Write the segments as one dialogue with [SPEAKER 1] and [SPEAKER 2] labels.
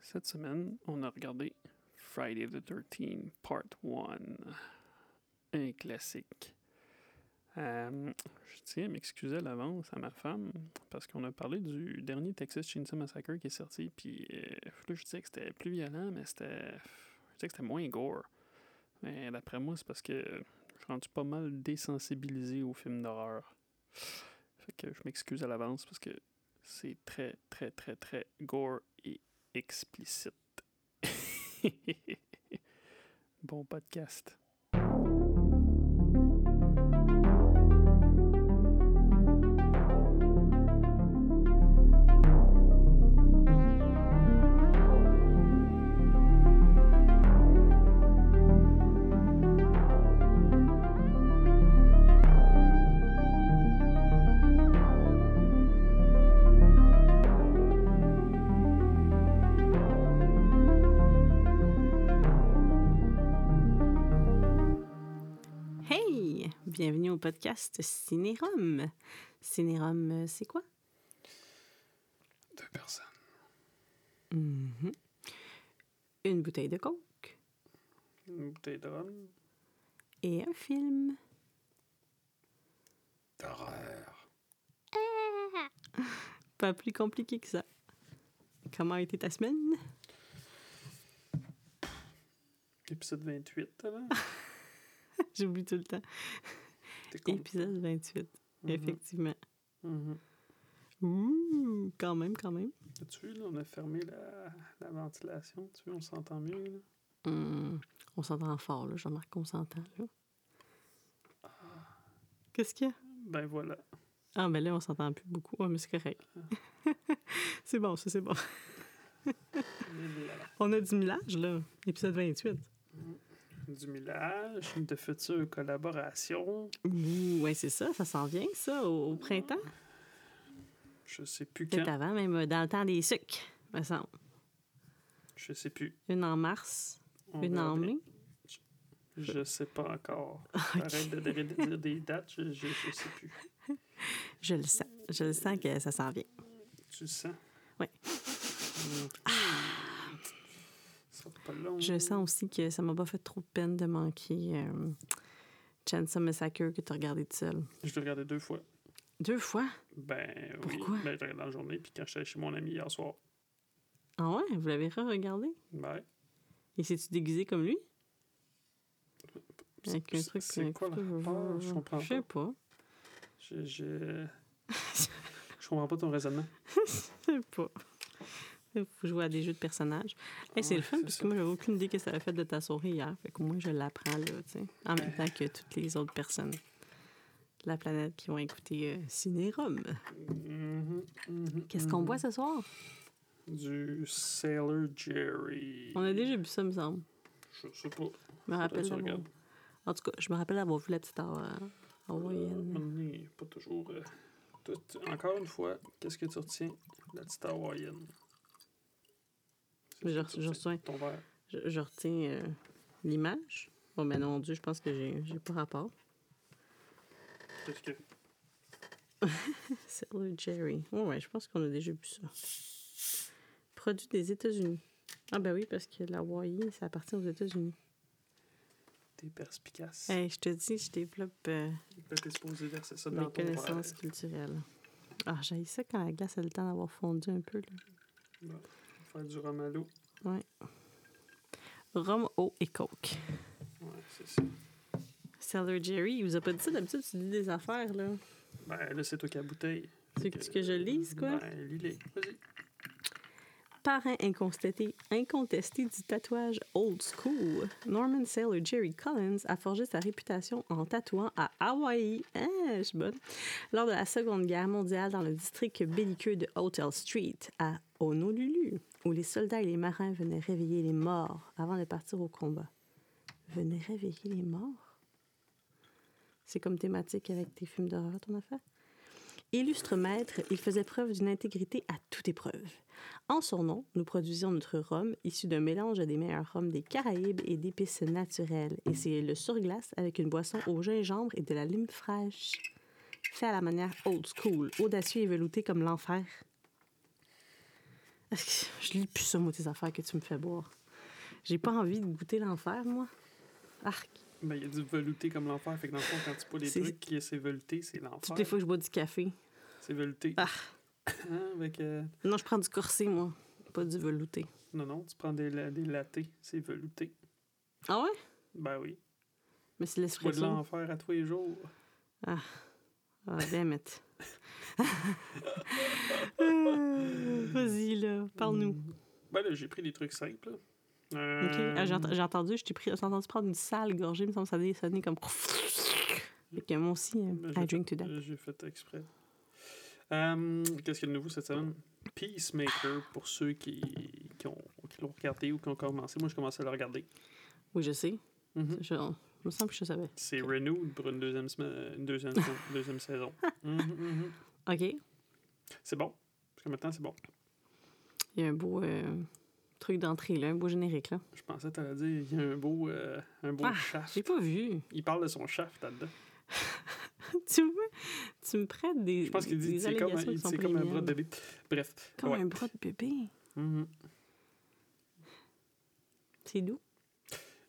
[SPEAKER 1] Cette semaine, on a regardé Friday the 13th, Part 1. Un classique. Euh, je tiens à m'excuser à l'avance à ma femme parce qu'on a parlé du dernier Texas Chainsaw Massacre qui est sorti. Puis euh, là, je disais que c'était plus violent, mais c'était. Je disais que c'était moins gore. Mais d'après moi, c'est parce que je suis rendu pas mal désensibilisé aux films d'horreur. Fait que je m'excuse à l'avance parce que c'est très, très, très, très gore et explicite. bon podcast.
[SPEAKER 2] Hey! Bienvenue au podcast Cinérum. Cinérum, euh, c'est quoi?
[SPEAKER 1] Deux personnes.
[SPEAKER 2] Mhm. Une bouteille de coke
[SPEAKER 1] Une bouteille de rhum.
[SPEAKER 2] et un film.
[SPEAKER 1] D'horreur.
[SPEAKER 2] Pas plus compliqué que ça. Comment a été ta semaine?
[SPEAKER 1] Épisode 28, avant.
[SPEAKER 2] J'oublie tout le temps.
[SPEAKER 1] T'es cool.
[SPEAKER 2] Épisode 28,
[SPEAKER 1] Mhm.
[SPEAKER 2] effectivement.
[SPEAKER 1] Mhm.
[SPEAKER 2] Ouh, quand même, quand même.
[SPEAKER 1] As-tu vu, là, on a fermé la, la ventilation. Tu vois, on s'entend mieux, là.
[SPEAKER 2] Hum, On s'entend fort, là. Jean-Marc, on s'entend, là. Qu'est-ce qu'il y a?
[SPEAKER 1] Ben voilà.
[SPEAKER 2] Ah, ben là, on s'entend plus beaucoup. Ah, mais c'est correct. c'est bon, ça, c'est bon.
[SPEAKER 1] Et là,
[SPEAKER 2] On a du millage, là. Épisode 28.
[SPEAKER 1] Du millage, de futures collaborations.
[SPEAKER 2] Ouh, ouais, c'est ça. Ça s'en vient, ça, au, au printemps.
[SPEAKER 1] Je sais plus
[SPEAKER 2] Peut-être
[SPEAKER 1] quand.
[SPEAKER 2] avant, même euh, dans le temps des sucres, me semble.
[SPEAKER 1] Je sais plus.
[SPEAKER 2] Une en mars,
[SPEAKER 1] On
[SPEAKER 2] une
[SPEAKER 1] verra
[SPEAKER 2] en
[SPEAKER 1] bien.
[SPEAKER 2] mai.
[SPEAKER 1] Je sais pas encore. Arrête de, de- de dire des dates, je, je, je sais plus.
[SPEAKER 2] Je le sens. Je le sens que ça s'en vient.
[SPEAKER 1] Tu le sens?
[SPEAKER 2] Ouais.
[SPEAKER 1] Mm. Ça sera pas long.
[SPEAKER 2] Je sens aussi que ça m'a pas fait trop de peine de manquer euh, Chainsaw Massacre que tu as regardé tout seul.
[SPEAKER 1] Je l'ai regardé deux fois.
[SPEAKER 2] Deux fois?
[SPEAKER 1] Ben oui. Ben,
[SPEAKER 2] Pourquoi?
[SPEAKER 1] je l'ai regardé dans la journée, puis quand j'étais chez mon ami hier soir.
[SPEAKER 2] Ah ouais? Vous l'avez re-regardé?
[SPEAKER 1] Ben,
[SPEAKER 2] Et s'es-tu déguisé comme lui?
[SPEAKER 1] c'est-
[SPEAKER 2] Avec un
[SPEAKER 1] c'est-
[SPEAKER 2] truc...
[SPEAKER 1] c'est
[SPEAKER 2] un
[SPEAKER 1] quoi le
[SPEAKER 2] couteau-
[SPEAKER 1] rapport? Je comprends
[SPEAKER 2] Je sais pas.
[SPEAKER 1] je, je... je comprends pas ton raisonnement.
[SPEAKER 2] Je sais pas. Faut jouer à des jeux de personnages. Hey, c'est
[SPEAKER 1] Ouais,
[SPEAKER 2] le fun
[SPEAKER 1] c'est
[SPEAKER 2] parce
[SPEAKER 1] ça.
[SPEAKER 2] que moi, j'avais aucune idée que ça avait fait de ta souris hier. Fait que moi, je l'apprends là, tu sais. En même temps que toutes les autres personnes de la planète qui ont écouté euh, Cinérum.
[SPEAKER 1] Mhm, mhm,
[SPEAKER 2] Qu'est-ce qu'on
[SPEAKER 1] mhm.
[SPEAKER 2] boit ce soir?
[SPEAKER 1] Du Sailor Jerry.
[SPEAKER 2] On a déjà bu ça, me semble.
[SPEAKER 1] Je sais pas.
[SPEAKER 2] Je me rappelle.
[SPEAKER 1] tu
[SPEAKER 2] d'avoir-
[SPEAKER 1] regardes.
[SPEAKER 2] En tout cas, je me rappelle avoir vu la petite euh, Hawa-
[SPEAKER 1] Ah,
[SPEAKER 2] hawaïenne.
[SPEAKER 1] Mané, pas toujours. euh, tout- Encore une fois, qu'est-ce que tu retiens de la petite hawaïenne? C'est
[SPEAKER 2] Je-
[SPEAKER 1] ce que tu
[SPEAKER 2] je
[SPEAKER 1] retiens.
[SPEAKER 2] retiens.
[SPEAKER 1] Ton
[SPEAKER 2] euh,
[SPEAKER 1] verre.
[SPEAKER 2] Je, je retiens euh, l'image. Bon, mais non, Dieu, je pense que j'ai j'ai pas rapport.
[SPEAKER 1] Qu'est-ce que.
[SPEAKER 2] C'est le Jerry. Ouais, ouais, je pense qu'on a déjà bu ça. Produit des États-Unis. Ah ben oui, parce que la Hawaii, ça appartient aux États-Unis.
[SPEAKER 1] T'es perspicace.
[SPEAKER 2] Hey, je te dis, je développe euh,
[SPEAKER 1] Là, t'es supposé verser ça dans
[SPEAKER 2] mes
[SPEAKER 1] ton verre.
[SPEAKER 2] connaissances culturelles. Ah, j'ai ça quand la glace a le temps d'avoir fondu un peu. Là.
[SPEAKER 1] Faire du rhum à l'eau.
[SPEAKER 2] Rhum, eau et coke.
[SPEAKER 1] Ouais, c'est ça.
[SPEAKER 2] Cellar Jerry, il vous a pas dit ça d'habitude, tu dis des affaires, là.
[SPEAKER 1] Ben là, c'est toi qui as la bouteille.
[SPEAKER 2] Tu veux que, tu veux que je lise, quoi?
[SPEAKER 1] Ben, lis-les. Vas-y.
[SPEAKER 2] Parrain incontesté, incontesté du tatouage old school, Norman Sailor Jerry Collins a forgé sa réputation en tatouant à Hawaï, hein, je suis bonne, lors de la Seconde Guerre mondiale dans le district belliqueux de Hotel Street à Honolulu, où les soldats et les marins venaient réveiller les morts avant de partir au combat. Venaient réveiller les morts? C'est comme thématique avec tes films d'horreur, ton affaire? Illustre maître, il faisait preuve d'une intégrité à toute épreuve. En son nom, nous produisions notre rhum issu d'un mélange des meilleurs rhums des Caraïbes et d'épices naturelles. Et c'est le surglace avec une boisson au gingembre et de la lime fraîche. Fait à la manière old school, audacieux et velouté comme l'enfer. Je lis plus ça, moi, tes affaires que tu me fais boire. J'ai pas envie de goûter l'enfer, moi. Ah, Arc.
[SPEAKER 1] Ben, il y a du velouté comme l'enfer. Fait que dans le fond, quand tu bois des
[SPEAKER 2] C'est-
[SPEAKER 1] trucs qui c'est velouté, c'est l'enfer.
[SPEAKER 2] Toutes les fois que je bois du café.
[SPEAKER 1] C'est velouté.
[SPEAKER 2] Ah.
[SPEAKER 1] Hein, avec, euh,
[SPEAKER 2] Non, je prends du corset, moi. Pas du velouté.
[SPEAKER 1] Non, non, tu prends des, la- des latés, c'est velouté.
[SPEAKER 2] Ah ouais?
[SPEAKER 1] Ben oui.
[SPEAKER 2] Mais c'est
[SPEAKER 1] Tu bois de
[SPEAKER 2] l'espresso.
[SPEAKER 1] l'enfer à tous les jours.
[SPEAKER 2] Ah, damn it. Euh, Vas-y, là. Parle-nous.
[SPEAKER 1] Mm. Ben là, j'ai pris des trucs simples. là.
[SPEAKER 2] OK.
[SPEAKER 1] Euh,
[SPEAKER 2] Ah, j'ai ent- j'ai entendu, je t'ai pris, j'ai entendu prendre une sale gorgée, il me semble que ça a sonné comme. Fait que moi aussi, euh,
[SPEAKER 1] Ben,
[SPEAKER 2] I
[SPEAKER 1] j'ai
[SPEAKER 2] drink to that.
[SPEAKER 1] fait- J'ai fait exprès. Euh, Qu'est-ce qu'il y a de nouveau cette semaine? Peacemaker, pour ceux qui, qui, ont, qui l'ont regardé ou qui ont commencé. Moi, je commençais à le regarder.
[SPEAKER 2] Oui, je sais.
[SPEAKER 1] Mhm.
[SPEAKER 2] Je, je me semble que je savais.
[SPEAKER 1] C'est Renewed pour une deuxième, semaine- une deuxième, deuxième saison. Mhm, mhm.
[SPEAKER 2] OK. Il
[SPEAKER 1] C'est bon. Jusqu'à maintenant, c'est bon.
[SPEAKER 2] y a un beau euh, truc d'entrée, là, un beau générique, là.
[SPEAKER 1] Je pensais que t'allais dire, il y a un beau, euh, un beau
[SPEAKER 2] Ah,
[SPEAKER 1] shaft.
[SPEAKER 2] J'ai pas vu.
[SPEAKER 1] Il parle de son shaft là-dedans.
[SPEAKER 2] tu me, tu me prêtes des.
[SPEAKER 1] Je pense qu'il dit
[SPEAKER 2] des
[SPEAKER 1] c'est comme, un-
[SPEAKER 2] allégations qui
[SPEAKER 1] il-
[SPEAKER 2] sont
[SPEAKER 1] c'est
[SPEAKER 2] pas
[SPEAKER 1] comme un
[SPEAKER 2] les
[SPEAKER 1] bras de
[SPEAKER 2] miennes.
[SPEAKER 1] bébé. Bref.
[SPEAKER 2] Comme
[SPEAKER 1] ouais.
[SPEAKER 2] un bras de bébé.
[SPEAKER 1] Mhm.
[SPEAKER 2] C'est doux.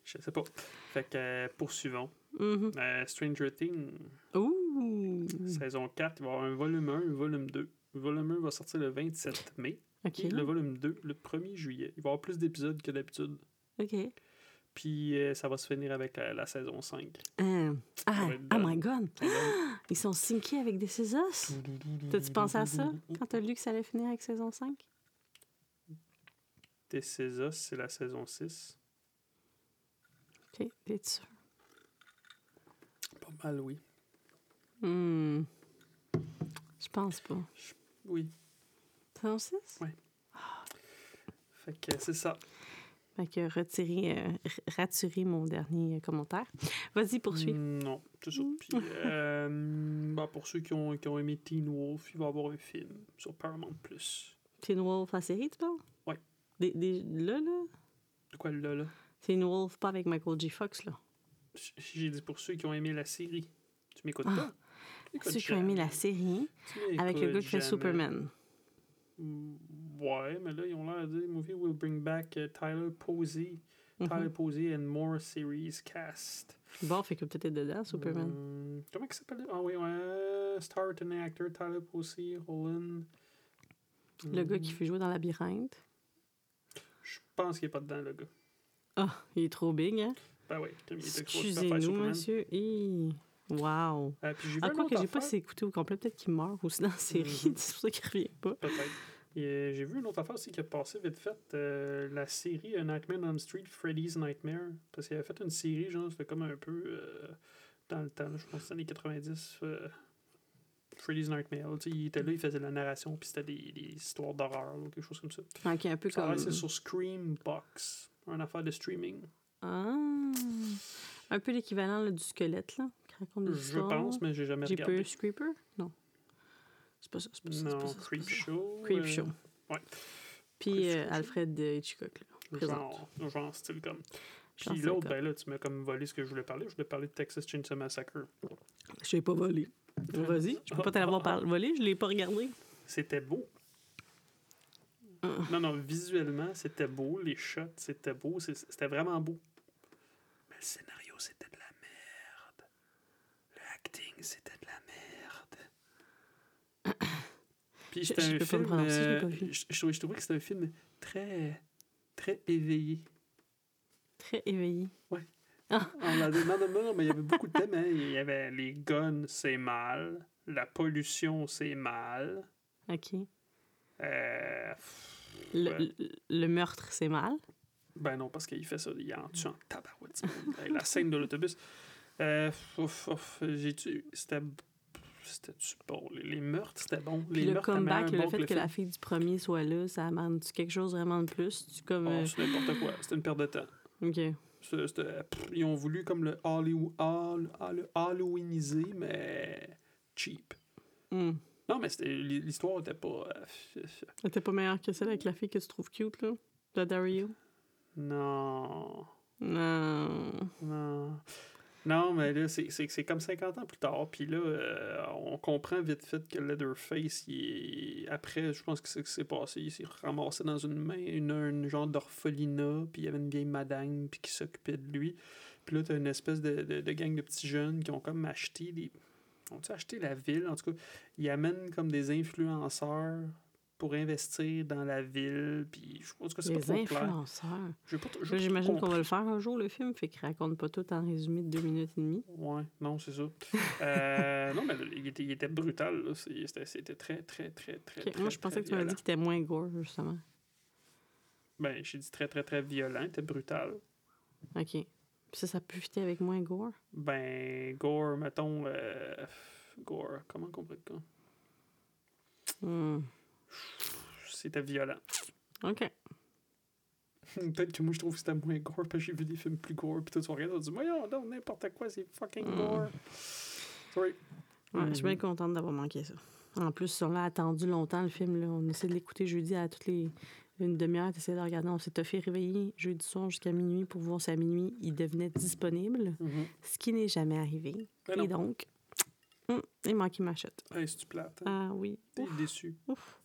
[SPEAKER 1] Je sais pas. Fait que euh, poursuivons.
[SPEAKER 2] Mhm.
[SPEAKER 1] Euh, Stranger Things,
[SPEAKER 2] Ouh!
[SPEAKER 1] saison 4, il va y avoir un volume 1, un volume 2. Le volume 1 va sortir le 27 mai.
[SPEAKER 2] OK.
[SPEAKER 1] Et le volume 2, le 1er juillet. Il va y avoir plus d'épisodes que d'habitude.
[SPEAKER 2] OK.
[SPEAKER 1] Puis euh, ça va se finir avec la, la saison 5.
[SPEAKER 2] Euh, ah,
[SPEAKER 1] va être
[SPEAKER 2] oh
[SPEAKER 1] bon.
[SPEAKER 2] my God! Ils sont syncés avec des Us? T'as-tu pensé à ça quand t'as lu que ça allait finir avec saison 5?
[SPEAKER 1] Des saisons, c'est la saison 6.
[SPEAKER 2] OK, t'es sûr?
[SPEAKER 1] Pas mal, oui.
[SPEAKER 2] Hmm. Je pense pas.
[SPEAKER 1] Oui.
[SPEAKER 2] Saison 6?
[SPEAKER 1] Fait que euh, c'est ça.
[SPEAKER 2] Fait que retirer, euh, r- raturer mon dernier euh, commentaire. Vas-y, poursuis.
[SPEAKER 1] Mm, Non, c'est ça.
[SPEAKER 2] Mm.
[SPEAKER 1] Puis, euh, bah, pour ceux qui ont, qui ont aimé Teen Wolf, il va y avoir un film sur Paramount+. Plus.
[SPEAKER 2] Teen Wolf, la série, tu parles?
[SPEAKER 1] Ouais.
[SPEAKER 2] Des, des- là, là?
[SPEAKER 1] De quoi là, là?
[SPEAKER 2] Teen Wolf, pas avec Michael J. Fox, là.
[SPEAKER 1] J- J'ai dit pour ceux qui ont aimé la série. Tu m'écoutes
[SPEAKER 2] Ah,
[SPEAKER 1] pas? Tu m'écoutes
[SPEAKER 2] Ceux qui ont aimé
[SPEAKER 1] jamais.
[SPEAKER 2] la série
[SPEAKER 1] Tu m'écoutes
[SPEAKER 2] avec le gars qui fait
[SPEAKER 1] jamais.
[SPEAKER 2] Superman.
[SPEAKER 1] Mm, Ouais, mais là, ils ont l'air de dire « Movie will bring back euh, Tyler Posey,
[SPEAKER 2] Mhm.
[SPEAKER 1] Tyler Posey and more series cast. »
[SPEAKER 2] Bon, fait que peut-être être dedans, Superman.
[SPEAKER 1] Hmm, comment il s'appelle? Ah oui, ouais. Star returning actor Tyler Posey, Holland.
[SPEAKER 2] Le gars qui
[SPEAKER 1] Hmm,
[SPEAKER 2] fait jouer dans Labyrinthe.
[SPEAKER 1] Je pense qu'il n'est pas dedans, le gars.
[SPEAKER 2] Ah, il est trop big, hein?
[SPEAKER 1] Ben oui, comme il était gros, tu peux faire
[SPEAKER 2] Excusez-nous,
[SPEAKER 1] Superman.
[SPEAKER 2] monsieur. Hi. Wow.
[SPEAKER 1] Euh, puis j'ai vu
[SPEAKER 2] Ah,
[SPEAKER 1] un
[SPEAKER 2] quoi
[SPEAKER 1] autre
[SPEAKER 2] que j'ai pas
[SPEAKER 1] affaire,
[SPEAKER 2] écouté au complet, peut-être qu'il meurt aussi dans la série.
[SPEAKER 1] Mhm.
[SPEAKER 2] C'est pour ça qu'il revient pas.
[SPEAKER 1] Peut-être. Et, euh, j'ai vu une autre affaire aussi qui a passé vite fait. euh, la série A Nightmare on the Street, Freddy's Nightmare. Parce qu'il avait fait une série, genre, c'était comme un peu euh, dans le temps, là, je pense, que les années 90. euh, Freddy's Nightmare. Tu sais, il était là, il faisait de la narration, puis c'était des, des histoires d'horreur, ou quelque chose comme ça.
[SPEAKER 2] Ok, un peu
[SPEAKER 1] Ça a
[SPEAKER 2] comme.
[SPEAKER 1] l'air, c'est sur Screambox, une affaire de streaming.
[SPEAKER 2] Ah. Un peu l'équivalent là, du squelette, là, qui raconte des
[SPEAKER 1] Je
[SPEAKER 2] histoires.
[SPEAKER 1] pense, mais j'ai jamais
[SPEAKER 2] J'ai
[SPEAKER 1] regardé.
[SPEAKER 2] peu Creeper? Non. C'est pas ça, c'est pas ça. c'est pas
[SPEAKER 1] Non,
[SPEAKER 2] ça, c'est pas ça.
[SPEAKER 1] Creepshow.
[SPEAKER 2] Creep
[SPEAKER 1] euh,
[SPEAKER 2] Show.
[SPEAKER 1] ouais.
[SPEAKER 2] Puis
[SPEAKER 1] Creep
[SPEAKER 2] euh,
[SPEAKER 1] Show.
[SPEAKER 2] Alfred de Hitchcock, là. Présente.
[SPEAKER 1] Genre, genre style comme.
[SPEAKER 2] Genre
[SPEAKER 1] Puis
[SPEAKER 2] style
[SPEAKER 1] l'autre,
[SPEAKER 2] comme.
[SPEAKER 1] ben là, tu m'as comme volé ce que je voulais parler. Je voulais parler de Texas Chainsaw Massacre.
[SPEAKER 2] Je l'ai pas volé. Vas-y, je peux pas te l'avoir par- volé, je l'ai pas regardé.
[SPEAKER 1] C'était beau.
[SPEAKER 2] Ah.
[SPEAKER 1] Non, non, visuellement, c'était beau. Les shots, c'était beau. c'est- C'était vraiment beau. Mais le scénario, c'était de la merde. Le acting, c'était de la merde. Puis
[SPEAKER 2] Je-
[SPEAKER 1] c'était
[SPEAKER 2] je
[SPEAKER 1] un
[SPEAKER 2] peux pas me
[SPEAKER 1] film.
[SPEAKER 2] prononcer, je l'ai
[SPEAKER 1] euh,
[SPEAKER 2] pas vu.
[SPEAKER 1] je- Je trouvais je trouvais que c'était un film très, très éveillé.
[SPEAKER 2] Très éveillé.
[SPEAKER 1] On l'a dit, non, non, non, non, mais il y avait beaucoup de thèmes. hein. Il y avait les guns, c'est mal. La pollution, c'est mal.
[SPEAKER 2] OK.
[SPEAKER 1] Euh, pff,
[SPEAKER 2] Le,
[SPEAKER 1] ouais.
[SPEAKER 2] le- le meurtre, c'est mal.
[SPEAKER 1] Ben non, parce qu'il fait ça, il en tue en tabarouette. ce monde. Hey, la scène de l'autobus. Euh, ouf, ouf, j'ai tué. C'était. C'était-tu bon? Les, les meurtres, c'était bon.
[SPEAKER 2] Puis
[SPEAKER 1] Les
[SPEAKER 2] le
[SPEAKER 1] meurtres, c'était
[SPEAKER 2] comeback,
[SPEAKER 1] meilleur bon
[SPEAKER 2] le fait que,
[SPEAKER 1] le
[SPEAKER 2] la fille du premier soit là, ça amène-tu quelque chose vraiment de plus? Tu comme...
[SPEAKER 1] film.
[SPEAKER 2] euh,
[SPEAKER 1] Oh, c'est n'importe quoi. C'était une perte de temps.
[SPEAKER 2] OK.
[SPEAKER 1] C'était- c'était- pff, Ils ont voulu comme le, Halloween, le Halloweeniser, mais cheap.
[SPEAKER 2] Hmm.
[SPEAKER 1] Non, mais c'était- l'histoire était pas. euh,
[SPEAKER 2] Elle était pas meilleure que celle avec la fille que tu trouves cute, là? La Dario?
[SPEAKER 1] Non.
[SPEAKER 2] Non.
[SPEAKER 1] Non. Non, mais là, c'est- c'est c'est comme 50 ans plus tard. Puis là, euh, on comprend vite fait que Leatherface, il est- après, je pense que c'est ce qui s'est passé. Il s'est ramassé dans une main, une, une genre d'orphelinat. Puis il y avait une vieille madame puis qui s'occupait de lui. Puis là, t'as une espèce de, de, de gang de petits jeunes qui ont comme acheté des. ont acheté la ville? En tout cas, ils amènent comme des influenceurs pour investir dans la ville. Puis je pense que c'est pas
[SPEAKER 2] Les
[SPEAKER 1] trop clair.
[SPEAKER 2] influenceurs.
[SPEAKER 1] J'ai pas t- j'ai pas
[SPEAKER 2] Là,
[SPEAKER 1] tout
[SPEAKER 2] J'imagine qu'on
[SPEAKER 1] compris.
[SPEAKER 2] va le faire un jour, le film, fait qu'il raconte pas tout en résumé de deux minutes et demie.
[SPEAKER 1] Ouais, non, c'est ça. Euh, non, mais là, il était, il était brutal. là. C'est- C'était c'était très, très, très, très.
[SPEAKER 2] Ok,
[SPEAKER 1] très,
[SPEAKER 2] Moi, je pensais
[SPEAKER 1] très
[SPEAKER 2] que tu m'avais dit
[SPEAKER 1] violent.
[SPEAKER 2] qu'il était moins gore, justement.
[SPEAKER 1] Ben, j'ai dit très, très, très violent. C'était brutal.
[SPEAKER 2] OK. Puis ça, ça peut fitter avec moins gore.
[SPEAKER 1] Ben, gore, mettons. euh, gore, comment qu'on pourrait dire?
[SPEAKER 2] Hmm.
[SPEAKER 1] C'était violent.
[SPEAKER 2] OK.
[SPEAKER 1] Peut-être que moi, je trouve que c'était moins gore parce que j'ai vu des films plus gore. Puis tout, tu regardes, tu dis, voyons, non, n'importe quoi, c'est fucking
[SPEAKER 2] Mm.
[SPEAKER 1] gore. Sorry.
[SPEAKER 2] Ouais, Je suis
[SPEAKER 1] Mhm.
[SPEAKER 2] bien contente d'avoir manqué ça. Euh, En plus, on l'a attendu longtemps, le film. Là. On essaie de l'écouter jeudi à toutes les. Une demi-heure, t'essayes de le regarder. On s'est fait réveiller jeudi soir jusqu'à minuit pour voir si à minuit il devenait disponible,
[SPEAKER 1] Mhm.
[SPEAKER 2] ce qui n'est jamais arrivé.
[SPEAKER 1] Ben
[SPEAKER 2] Et
[SPEAKER 1] non,
[SPEAKER 2] donc, hum, il manquait ma chute.
[SPEAKER 1] Hey, c'est-tu plate? hein?
[SPEAKER 2] Ah oui.
[SPEAKER 1] T'es déçu.
[SPEAKER 2] Ouf.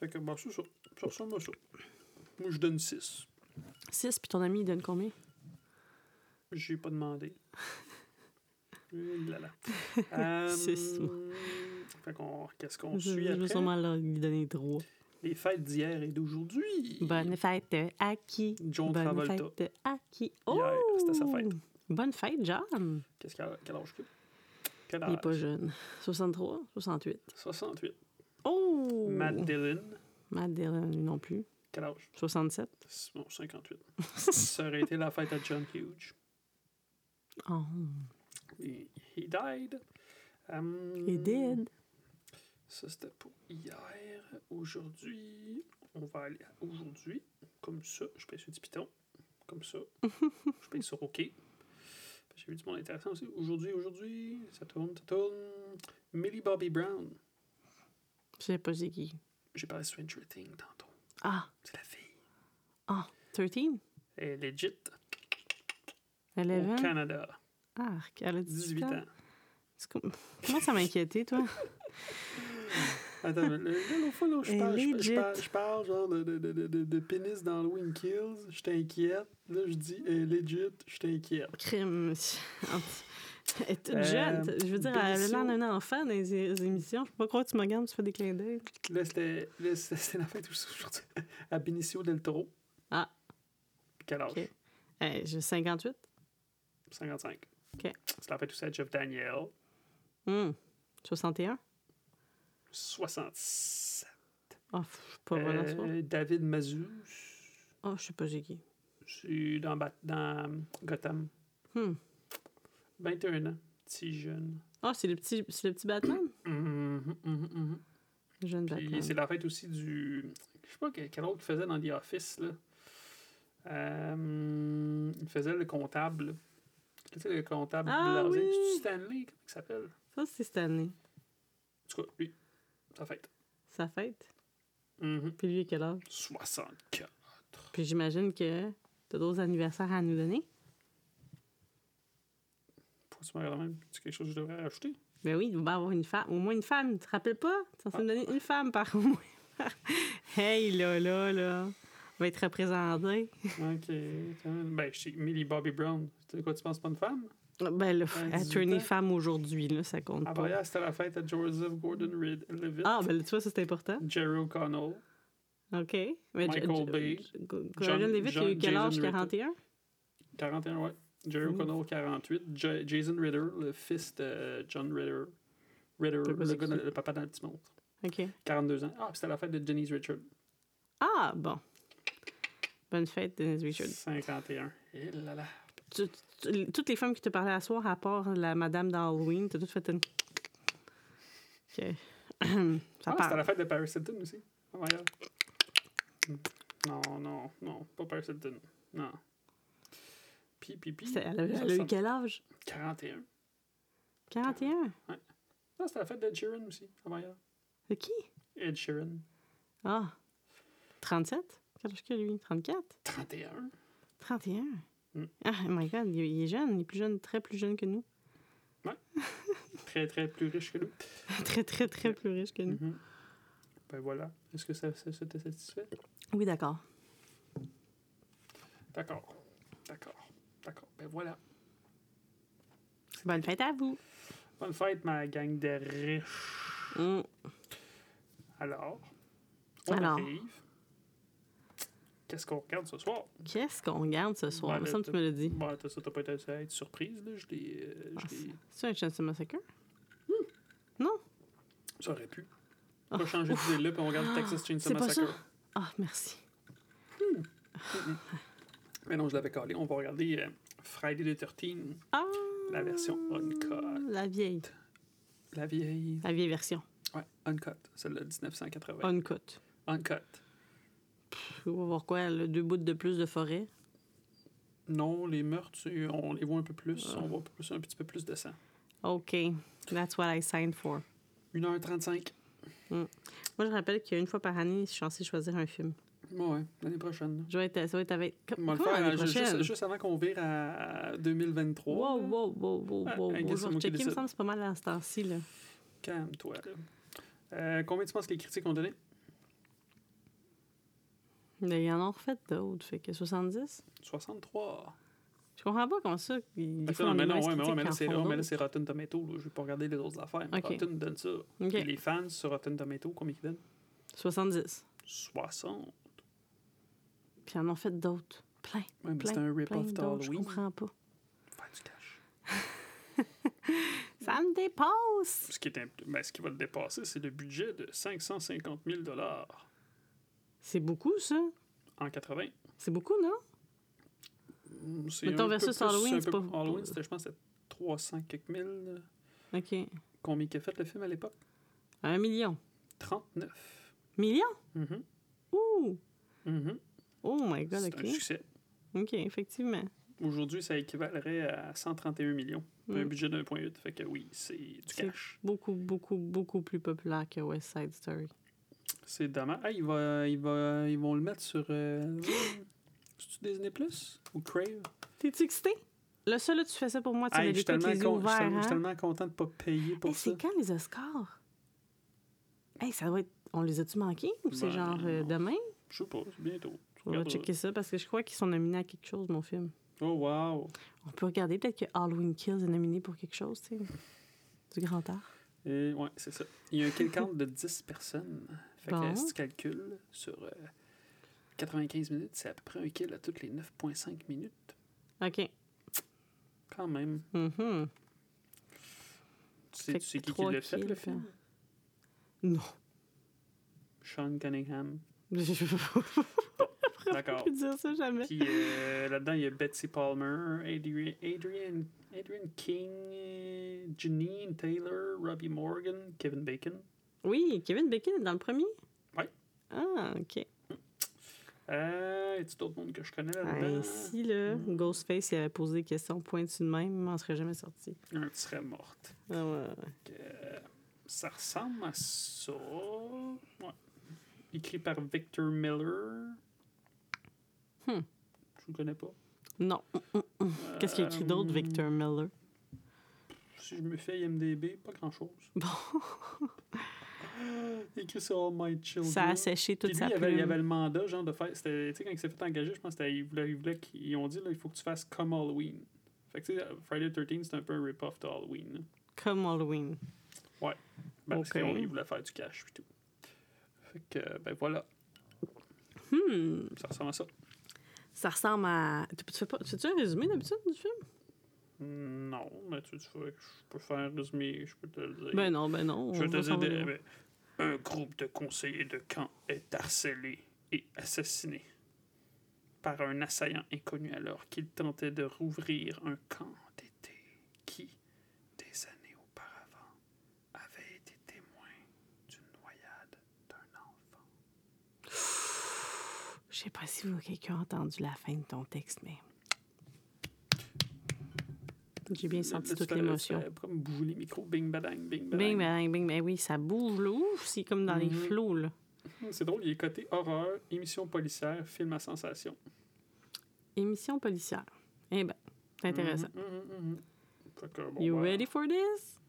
[SPEAKER 1] Fait que, bon, c'est ça. Ça ressemble à ça. Moi, je donne 6.
[SPEAKER 2] 6, puis ton ami, il donne combien?
[SPEAKER 1] J'ai pas demandé. Ouh là là. Euh,
[SPEAKER 2] Six, moi.
[SPEAKER 1] fait qu'on- Qu'est-ce qu'on
[SPEAKER 2] je
[SPEAKER 1] suit
[SPEAKER 2] je vais
[SPEAKER 1] après?
[SPEAKER 2] sûrement leur lui donner 3.
[SPEAKER 1] Les fêtes d'hier et d'aujourd'hui.
[SPEAKER 2] Bonne fête à qui?
[SPEAKER 1] John
[SPEAKER 2] Bonne
[SPEAKER 1] Travolta.
[SPEAKER 2] fête à qui? Oh!
[SPEAKER 1] Hier, c'était sa fête.
[SPEAKER 2] Bonne fête, John!
[SPEAKER 1] Qu'est-ce qu'elle quel âge qu'il a? Quel
[SPEAKER 2] Il est
[SPEAKER 1] âge?
[SPEAKER 2] pas jeune. 63, 68.
[SPEAKER 1] 68.
[SPEAKER 2] Oh!
[SPEAKER 1] Matt Dillon.
[SPEAKER 2] Matt Dillon, lui non plus.
[SPEAKER 1] Quel âge?
[SPEAKER 2] 67.
[SPEAKER 1] Bon, 58. Ça aurait été la fête à John Hughes.
[SPEAKER 2] Oh,
[SPEAKER 1] He, he died. Um,
[SPEAKER 2] il est dead.
[SPEAKER 1] Ça, c'était pour hier. Aujourd'hui, on va aller à aujourd'hui, comme ça. Je paye sur du Python, comme ça. je paye sur OK. J'ai vu du monde intéressant aussi. Aujourd'hui, aujourd'hui, ça tourne, ça tourne. Millie Bobby Brown.
[SPEAKER 2] Je sais pas c'est qui.
[SPEAKER 1] J'ai parlé de Stranger Things tantôt.
[SPEAKER 2] Ah,
[SPEAKER 1] C'est la fille.
[SPEAKER 2] ah, 13?
[SPEAKER 1] Elle est legit
[SPEAKER 2] 11?
[SPEAKER 1] au Canada.
[SPEAKER 2] Arc, Ah, elle a 18,
[SPEAKER 1] 18
[SPEAKER 2] ans.
[SPEAKER 1] ans.
[SPEAKER 2] Tu com- Comment ça m'inquiétait, toi?
[SPEAKER 1] Attends, là, là, l'autre fois, là, je
[SPEAKER 2] Elle
[SPEAKER 1] parle, je,
[SPEAKER 2] legit.
[SPEAKER 1] je parle, je parle, genre de, de, de, de, de pénis dans Halloween Kills. Je t'inquiète. Là, je dis, elle est legit, je t'inquiète.
[SPEAKER 2] Crime. Elle est toute
[SPEAKER 1] Euh,
[SPEAKER 2] jeune. Je veux dire, elle a l'air
[SPEAKER 1] Benicio.
[SPEAKER 2] d'un enfant dans les les émissions. Je peux pas croire que tu me regardes, tu fais des clins d'œil.
[SPEAKER 1] Là, c'était là, c'était- c'était la fête aujourd'hui. À Benicio del Toro.
[SPEAKER 2] Ah.
[SPEAKER 1] Quel âge?
[SPEAKER 2] Ok. Hey, J'ai 58.
[SPEAKER 1] 55.
[SPEAKER 2] Ok.
[SPEAKER 1] C'est la fête aussi à Jeff Daniel.
[SPEAKER 2] Hum, 61.
[SPEAKER 1] 67.
[SPEAKER 2] Ah, pff, je suis pas bonne en soi.
[SPEAKER 1] Euh, David Mazou.
[SPEAKER 2] Ah, je sais pas c'est qui.
[SPEAKER 1] C'est dans, Bat- dans Gotham.
[SPEAKER 2] Hmm.
[SPEAKER 1] 21 ans. Petit jeune.
[SPEAKER 2] Ah, c'est le petit, c'est le petit Batman?
[SPEAKER 1] Mhm, mhm, mhm.
[SPEAKER 2] Le jeune
[SPEAKER 1] Puis
[SPEAKER 2] Batman.
[SPEAKER 1] c'est la fête aussi du. Je sais pas quel quel autre il faisait dans The Office. Là. Euh, il faisait le comptable. Tu sais, le comptable
[SPEAKER 2] Ah
[SPEAKER 1] blasé.
[SPEAKER 2] oui!
[SPEAKER 1] C'est-tu Stanley, comment il s'appelle
[SPEAKER 2] Ça, c'est cette année.
[SPEAKER 1] En tout cas, lui, sa fête.
[SPEAKER 2] Sa fête.
[SPEAKER 1] Mhm.
[SPEAKER 2] Puis lui, à quel âge?
[SPEAKER 1] 64.
[SPEAKER 2] Puis j'imagine que t'as d'autres anniversaires à nous donner.
[SPEAKER 1] Pourquoi tu me regardes de même C'est quelque chose que je devrais rajouter
[SPEAKER 2] Ben oui, il va avoir une femme. Au moins une femme. Tu te rappelles pas? Tu es en train de me donner une femme par au moins. hey, là, là, là. On va être représenté.
[SPEAKER 1] Ok. Ben, je sais, Millie Bobby Brown. Tu sais quoi, tu penses pas une femme
[SPEAKER 2] Ben là,
[SPEAKER 1] Ouais, 18
[SPEAKER 2] attorney
[SPEAKER 1] ans. Ah,
[SPEAKER 2] femme aujourd'hui, là, ça compte
[SPEAKER 1] Avant
[SPEAKER 2] pas.
[SPEAKER 1] hier, c'était la fête à Joseph Gordon Reed, Levitt,
[SPEAKER 2] Ah, ben là, tu vois, ça, c'est important.
[SPEAKER 1] Jerry O'Connell.
[SPEAKER 2] OK. Mais
[SPEAKER 1] Michael
[SPEAKER 2] Jo- Jo-
[SPEAKER 1] Bay,
[SPEAKER 2] Jo- Gordon
[SPEAKER 1] John-
[SPEAKER 2] Levitt, il a eu
[SPEAKER 1] John-
[SPEAKER 2] quel âge?
[SPEAKER 1] Jason Ritter.
[SPEAKER 2] 41?
[SPEAKER 1] 41, ouais. Jerry
[SPEAKER 2] Ouf.
[SPEAKER 1] O'Connell, 48. Ja- Jason Ritter, le fils de John Ritter. Ritter,
[SPEAKER 2] C'est quoi,
[SPEAKER 1] le,
[SPEAKER 2] c'est
[SPEAKER 1] gars,
[SPEAKER 2] qui?
[SPEAKER 1] dans- le papa dans le petit monde.
[SPEAKER 2] OK.
[SPEAKER 1] 42 ans. Ah, puis c'était la fête de Denise Richard.
[SPEAKER 2] Ah, bon. Bonne fête, Denise Richard.
[SPEAKER 1] 51. Et Eh là là.
[SPEAKER 2] Tu- tu- toutes les femmes qui te parlaient à soir, à part la madame d'Halloween, t'as toutes fait une... OK. ça
[SPEAKER 1] Ah,
[SPEAKER 2] part.
[SPEAKER 1] c'était la fête de Paris Hilton aussi. Oh my God. Non, non, non. Pas Paris Hilton. Non. Pi, pi, pi.
[SPEAKER 2] C'était- Elle a, elle a eu quel âge?
[SPEAKER 1] 41.
[SPEAKER 2] 41?
[SPEAKER 1] Ah, c'était la fête d'Ed Sheeran aussi. Oh my God.
[SPEAKER 2] De qui?
[SPEAKER 1] Ed Sheeran.
[SPEAKER 2] Ah. 37? Quel âge que lui? 34?
[SPEAKER 1] 31.
[SPEAKER 2] 31?
[SPEAKER 1] Mm.
[SPEAKER 2] Ah, my God, il, il est jeune. Il est plus jeune, très plus jeune que nous.
[SPEAKER 1] Très, très plus riche que nous.
[SPEAKER 2] très, très, très plus riche que nous.
[SPEAKER 1] Mhm. Ben voilà. Est-ce que ça, ça, ça te satisfait?
[SPEAKER 2] Oui, d'accord.
[SPEAKER 1] D'accord. D'accord. D'accord. Ben voilà.
[SPEAKER 2] Bonne fête à vous.
[SPEAKER 1] Bonne fête, ma gang de riches.
[SPEAKER 2] Mm.
[SPEAKER 1] Alors, on
[SPEAKER 2] Alors.
[SPEAKER 1] arrive. Qu'est-ce qu'on regarde ce soir?
[SPEAKER 2] Qu'est-ce qu'on regarde ce soir?
[SPEAKER 1] Ouais,
[SPEAKER 2] Il me
[SPEAKER 1] Ben, le-
[SPEAKER 2] semble que tu me l'as dit.
[SPEAKER 1] Bon, t'as ça, t'as pas été à être surprise, là. Je l'ai. euh,
[SPEAKER 2] Ah,
[SPEAKER 1] je l'ai-
[SPEAKER 2] C'est un Chainsaw Massacre?
[SPEAKER 1] Mm. Ça aurait pu.
[SPEAKER 2] Ah,
[SPEAKER 1] On va changer d'idée là, puis on regarde
[SPEAKER 2] Ah,
[SPEAKER 1] Texas Chainsaw
[SPEAKER 2] c'est pas ça.
[SPEAKER 1] Massacre. Mm,
[SPEAKER 2] Ah, merci.
[SPEAKER 1] Mais non, je l'avais calé. On va regarder euh, Friday the 13
[SPEAKER 2] Ah!
[SPEAKER 1] La version uncut.
[SPEAKER 2] La vieille.
[SPEAKER 1] La vieille.
[SPEAKER 2] La vieille version.
[SPEAKER 1] Ouais, uncut. Celle de 1980.
[SPEAKER 2] Uncut.
[SPEAKER 1] Uncut.
[SPEAKER 2] On va voir quoi? là, deux bouts de plus de forêt.
[SPEAKER 1] Non, les meurtres, c'est- on les voit un peu
[SPEAKER 2] Ah.
[SPEAKER 1] plus. On voit un, peu plus- un petit peu plus de sang.
[SPEAKER 2] OK. That's what I signed for.
[SPEAKER 1] 1h35.
[SPEAKER 2] Moi, je rappelle qu'une fois par année, je suis censée choisir un film.
[SPEAKER 1] Ouais, l'année prochaine.
[SPEAKER 2] Je vais être, ça va être avec.
[SPEAKER 1] On va le
[SPEAKER 2] Comment
[SPEAKER 1] faire,
[SPEAKER 2] l'année
[SPEAKER 1] euh, ju-
[SPEAKER 2] prochaine?
[SPEAKER 1] juste, juste avant qu'on vire à 2023.
[SPEAKER 2] Wow, wow, wow, wow,
[SPEAKER 1] Ah,
[SPEAKER 2] wow.
[SPEAKER 1] I guess c'est
[SPEAKER 2] wow. Je
[SPEAKER 1] moi
[SPEAKER 2] vais
[SPEAKER 1] qui
[SPEAKER 2] checker, il me
[SPEAKER 1] décide.
[SPEAKER 2] semble que c'est pas mal à ce temps-ci. là.
[SPEAKER 1] Calme-toi. là. Euh, combien tu penses que les critiques ont donné?
[SPEAKER 2] Mais ils en ont refait d'autres. Fait que 70.
[SPEAKER 1] 63.
[SPEAKER 2] Je comprends pas comment ça. Ils
[SPEAKER 1] Ah, ça,
[SPEAKER 2] font
[SPEAKER 1] non,
[SPEAKER 2] des
[SPEAKER 1] mais non,
[SPEAKER 2] mauvaises
[SPEAKER 1] ouais, mais, ouais, mais là,
[SPEAKER 2] critiques,
[SPEAKER 1] c'est,
[SPEAKER 2] ils en
[SPEAKER 1] ouais,
[SPEAKER 2] font
[SPEAKER 1] mais là, c'est Rotten Tomato. là. Je vais pas regarder les autres affaires. mais
[SPEAKER 2] Ok.
[SPEAKER 1] Rotten donne ça.
[SPEAKER 2] d'autres.
[SPEAKER 1] Et
[SPEAKER 2] OK.
[SPEAKER 1] les fans sur Rotten Tomato, combien ils donnent?
[SPEAKER 2] 70.
[SPEAKER 1] 60.
[SPEAKER 2] Puis ils en ont fait d'autres. Plein.
[SPEAKER 1] Ouais, mais
[SPEAKER 2] Plein,
[SPEAKER 1] c'est un
[SPEAKER 2] Plein
[SPEAKER 1] rip-off
[SPEAKER 2] d'autres. Je
[SPEAKER 1] d'Halloween.
[SPEAKER 2] comprends pas.
[SPEAKER 1] Faire du cash.
[SPEAKER 2] Ça me dépasse.
[SPEAKER 1] Ce qui, est imp- ben, ce qui va le dépasser, c'est le budget de 550 000
[SPEAKER 2] C'est beaucoup, ça.
[SPEAKER 1] en 80.
[SPEAKER 2] C'est beaucoup, non?
[SPEAKER 1] Mm, C'est un
[SPEAKER 2] Mettons
[SPEAKER 1] peu
[SPEAKER 2] versus
[SPEAKER 1] plus-
[SPEAKER 2] Halloween,
[SPEAKER 1] un
[SPEAKER 2] c'est
[SPEAKER 1] peu-
[SPEAKER 2] pas-
[SPEAKER 1] Halloween, c'était, je pense, c'était 300 quelques mille. euh,
[SPEAKER 2] OK.
[SPEAKER 1] Combien qu'a fait le film à l'époque?
[SPEAKER 2] Un million.
[SPEAKER 1] 39.
[SPEAKER 2] Million?
[SPEAKER 1] Mhm,
[SPEAKER 2] Ouh!
[SPEAKER 1] mhm.
[SPEAKER 2] Oh my God,
[SPEAKER 1] C'est
[SPEAKER 2] OK.
[SPEAKER 1] un succès.
[SPEAKER 2] OK, effectivement.
[SPEAKER 1] Aujourd'hui, ça équivalerait à 131 millions. pour Un
[SPEAKER 2] Mm.
[SPEAKER 1] budget de 1,8. Fait que oui, c'est du
[SPEAKER 2] C'est-
[SPEAKER 1] cash.
[SPEAKER 2] Beaucoup, beaucoup, beaucoup plus populaire que West Side Story.
[SPEAKER 1] C'est dommage. Ah, il va, il va, ils vont le mettre sur. Euh, C'est-tu Disney Plus ou Crave?
[SPEAKER 2] T'es-tu excité? Là, ça, là, tu fais ça pour moi, Ah, tu
[SPEAKER 1] Hey,
[SPEAKER 2] me
[SPEAKER 1] je suis
[SPEAKER 2] l'écoutes
[SPEAKER 1] tellement,
[SPEAKER 2] les yeux
[SPEAKER 1] con- je suis
[SPEAKER 2] ouverts,
[SPEAKER 1] tellement- je suis
[SPEAKER 2] hein?
[SPEAKER 1] tellement content de ne pas payer pour
[SPEAKER 2] Hey,
[SPEAKER 1] ça.
[SPEAKER 2] c'est quand les Oscars? Hey, ça doit être... On les a-tu manqués? Ou c'est
[SPEAKER 1] Ben,
[SPEAKER 2] genre euh,
[SPEAKER 1] non.
[SPEAKER 2] demain?
[SPEAKER 1] Je sais pas, c'est bientôt. Tu
[SPEAKER 2] On va
[SPEAKER 1] regarderas.
[SPEAKER 2] checker ça parce que je crois qu'ils sont nominés à quelque chose, mon film.
[SPEAKER 1] Oh, wow!
[SPEAKER 2] On peut regarder peut-être que Halloween Kills est nominé pour quelque chose, tu sais. Du grand art.
[SPEAKER 1] Et ouais, c'est ça. Il y a un kill count de 10 personnes. Fait
[SPEAKER 2] Bon.
[SPEAKER 1] que si tu calcules sur euh, 95 minutes, c'est à peu près un kill à toutes les 9,5 minutes.
[SPEAKER 2] OK.
[SPEAKER 1] Quand même.
[SPEAKER 2] Mhm.
[SPEAKER 1] Tu sais, tu
[SPEAKER 2] Fait que
[SPEAKER 1] sais qui, qui
[SPEAKER 2] trois
[SPEAKER 1] l'a fait, le
[SPEAKER 2] kills, hein.
[SPEAKER 1] film?
[SPEAKER 2] Non.
[SPEAKER 1] Sean Cunningham.
[SPEAKER 2] Je
[SPEAKER 1] D'accord.
[SPEAKER 2] peux dire ça jamais.
[SPEAKER 1] Puis euh, là-dedans, il y a Betsy Palmer, Adrian, Adrian, Adrian King, euh, Janine Taylor, Robbie Morgan, Kevin Bacon.
[SPEAKER 2] Oui, Kevin Bacon est dans le premier?
[SPEAKER 1] Ouais.
[SPEAKER 2] Ah, OK.
[SPEAKER 1] Euh, y a-tu d'autres mondes que je connais là-dedans?
[SPEAKER 2] Ben, si là,
[SPEAKER 1] hmm.
[SPEAKER 2] Ghostface il avait posé des questions pointues de même, on serait jamais sorti.
[SPEAKER 1] Un serait morte.
[SPEAKER 2] Ah, ouais, ouais, ouais.
[SPEAKER 1] Donc, euh, ça ressemble à ça. Ouais. Écrit par Victor Miller.
[SPEAKER 2] Hmm.
[SPEAKER 1] Je ne connais pas.
[SPEAKER 2] Non. Mm, Qu'est-ce qu'il y a écrit d'autre,
[SPEAKER 1] Euh,
[SPEAKER 2] Victor Miller?
[SPEAKER 1] Si je me fais IMDB, pas grand-chose. Ah,
[SPEAKER 2] Bon,
[SPEAKER 1] Écrit sur All My Children.
[SPEAKER 2] ça a séché toute
[SPEAKER 1] Puis lui,
[SPEAKER 2] sa
[SPEAKER 1] il avait, il
[SPEAKER 2] plume.
[SPEAKER 1] avait le mandat, genre, de faire. c'était- Tu sais, quand il s'est fait engager, je pense qu'ils voulaient, il voulait qu'ils- ils ont dit, là, il faut que tu fasses comme Halloween. Fait que, tu sais, Friday the 13, c'est un peu un rip-off de Halloween. là.
[SPEAKER 2] Comme Halloween.
[SPEAKER 1] Ben, Parce
[SPEAKER 2] Ok.
[SPEAKER 1] qu'ils voulaient faire du cash, puis tout. Fait que, ben voilà,
[SPEAKER 2] Hmm,
[SPEAKER 1] ça ressemble à ça.
[SPEAKER 2] ça ressemble à... Tu, tu fais pas... tu fais-tu un résumé d'habitude du film?
[SPEAKER 1] Non, mais tu, tu vois, je peux faire un résumé, je peux te le dire.
[SPEAKER 2] Ben non, ben non.
[SPEAKER 1] je
[SPEAKER 2] on
[SPEAKER 1] vais te
[SPEAKER 2] va
[SPEAKER 1] dire,
[SPEAKER 2] s'en
[SPEAKER 1] des-
[SPEAKER 2] aller.
[SPEAKER 1] ben, un groupe de conseillers de camp est harcelé et assassiné par un assaillant inconnu alors qu'il tentait de rouvrir un camp d'été qui, des années auparavant, avait été témoin d'une noyade d'un enfant.
[SPEAKER 2] Je sais pas si vous quelqu'un a entendu la fin de ton texte, mais... J'ai bien
[SPEAKER 1] Là,
[SPEAKER 2] senti
[SPEAKER 1] là, tu
[SPEAKER 2] toute
[SPEAKER 1] fais-
[SPEAKER 2] l'émotion.
[SPEAKER 1] tu fais Comme bouger les micros, bing badang, bing badang.
[SPEAKER 2] Bing, bang, bing, bang. Oui, ça bouge, là. Ouf, c'est comme dans les
[SPEAKER 1] Mhm.
[SPEAKER 2] flots, là.
[SPEAKER 1] C'est drôle, il est coté horreur, émission policière, film à sensation.
[SPEAKER 2] Émission policière. Eh ben, c'est intéressant.
[SPEAKER 1] Mhm, mhm, mhm. Fait que, bon,
[SPEAKER 2] You
[SPEAKER 1] ben,
[SPEAKER 2] ready for this?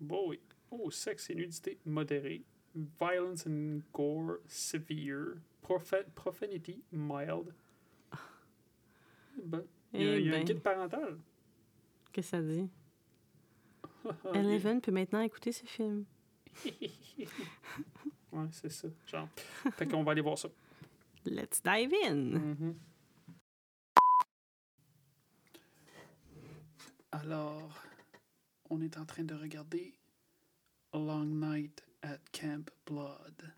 [SPEAKER 1] Bon, oui. Oh, sexe et nudité modérée. Violence and gore severe. Profa- profanity mild. Ben, il y a,
[SPEAKER 2] Eh
[SPEAKER 1] il y a un
[SPEAKER 2] ben.
[SPEAKER 1] guide parental.
[SPEAKER 2] Qu'est-ce que ça dit? Eleven peut maintenant écouter ce film.
[SPEAKER 1] Ouais, c'est ça. Genre. Fait qu'on va aller voir ça.
[SPEAKER 2] Let's dive in!
[SPEAKER 1] Mhm. Alors, on est en train de regarder A Long Night at Camp Blood.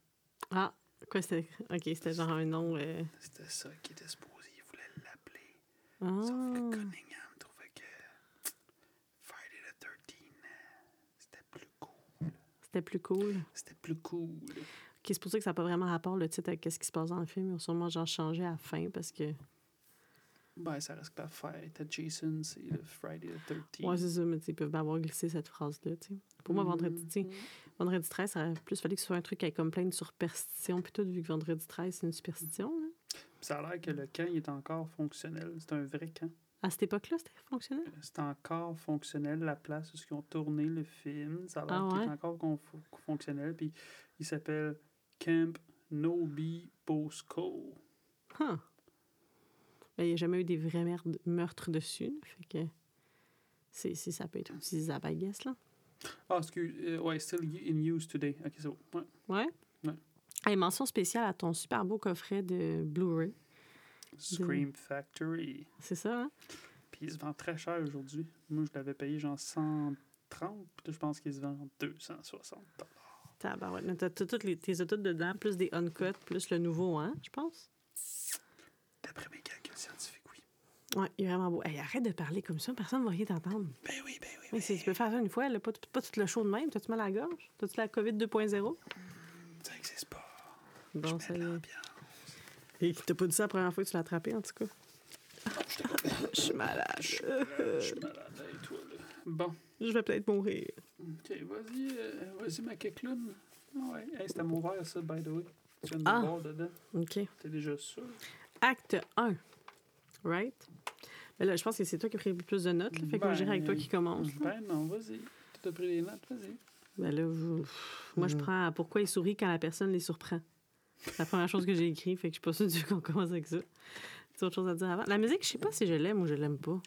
[SPEAKER 2] Ah, quoi c'était? Ok, c'était genre un nom. euh,
[SPEAKER 1] C'était ça qui était supposé, il voulait l'appeler. Sauf que
[SPEAKER 2] Ah,
[SPEAKER 1] Cunningham trouvait que Friday the 13 c'était plus cool.
[SPEAKER 2] c'était plus cool.
[SPEAKER 1] C'était plus cool.
[SPEAKER 2] Ok, c'est pour ça que ça n'a pas vraiment rapport le titre avec quest ce qui se passe dans le film. Ils ont sûrement genre changé à la fin parce que.
[SPEAKER 1] Ben, ça reste pas faire. T'as Jason, c'est le Friday the 13
[SPEAKER 2] Ouais, c'est ça, mais tu sais, ils peuvent bien avoir glissé cette phrase-là, tu sais. Pour moi,
[SPEAKER 1] Mm.
[SPEAKER 2] vendredi, tu sais, vendredi 13, ça aurait plus fallu que ce soit un truc avec comme plein de superstitions, puis tout, vu que vendredi 13, c'est une superstition, là.
[SPEAKER 1] Ça a l'air que le camp il est encore fonctionnel. C'est un vrai camp.
[SPEAKER 2] À cette époque-là, c'était fonctionnel.
[SPEAKER 1] C'est encore fonctionnel, la place où ils ont tourné le film. Ça a l'air
[SPEAKER 2] Ah
[SPEAKER 1] qu'il est
[SPEAKER 2] ouais?
[SPEAKER 1] encore conf- fonctionnel. Puis il s'appelle Camp Nobi Bosco.
[SPEAKER 2] Huh. Ben, il n'y a jamais eu des vrais merdes- meurtres dessus, là, fait que. C'est, c'est- ça peut être aussi à baguette, là.
[SPEAKER 1] Ah, excuse. euh, ouais, still in use today. Ok, c'est bon. Ouais.
[SPEAKER 2] Ouais?
[SPEAKER 1] Ouais.
[SPEAKER 2] Hey, mention spéciale à ton super beau coffret de Blu-ray.
[SPEAKER 1] Scream Factory.
[SPEAKER 2] C'est ça, hein?
[SPEAKER 1] Puis il se vend très cher aujourd'hui. Moi, je l'avais payé genre 130. Puis là, je pense qu'il se vend 260
[SPEAKER 2] Tabarouette. Mais t'as tout- toutes les, t'es toutes dedans, plus des uncut, plus le nouveau, hein, je pense.
[SPEAKER 1] D'après mes calculs scientifiques, oui.
[SPEAKER 2] Ouais, il est vraiment beau. Hey, arrête de parler comme ça, personne ne va rien t'entendre.
[SPEAKER 1] Ben oui, ben oui.
[SPEAKER 2] Mais c'est- tu peux faire ça une fois, là, pas, tout- pas tout le show de même. T'as-tu mal à la gorge? T'as-tu la COVID 2.0?
[SPEAKER 1] Ça existe pas.
[SPEAKER 2] Bon, ça y
[SPEAKER 1] Bien.
[SPEAKER 2] est. Et qui t'a pas dit ça la première fois que tu l'as attrapé, en tout cas? Je suis malade.
[SPEAKER 1] Je suis malade avec toi, là. Bon.
[SPEAKER 2] Je vais peut-être mourir.
[SPEAKER 1] Ok, vas-y, euh, vas-y, ma clown. Ouais, hey, c'était mon verre, ça, by the way. Tu viens de
[SPEAKER 2] Ah.
[SPEAKER 1] boire dedans.
[SPEAKER 2] OK.
[SPEAKER 1] T'es déjà sûr?
[SPEAKER 2] Acte 1. Right? Mais là, je pense que c'est toi qui as pris le plus de notes. là, fait que moi,
[SPEAKER 1] Ben,
[SPEAKER 2] j'irai avec toi qui commence. là.
[SPEAKER 1] Ben non, vas-y. Tu t'as pris les notes, vas-y.
[SPEAKER 2] Ben là, vous- moi,
[SPEAKER 1] Mm.
[SPEAKER 2] je prends pourquoi ils sourient quand la personne les surprend. C'est la première chose que j'ai écrite, fait que je suis pas sûre du tout qu'on commence avec ça. C'est autre chose à dire avant. La musique, je sais pas si je l'aime ou je l'aime pas.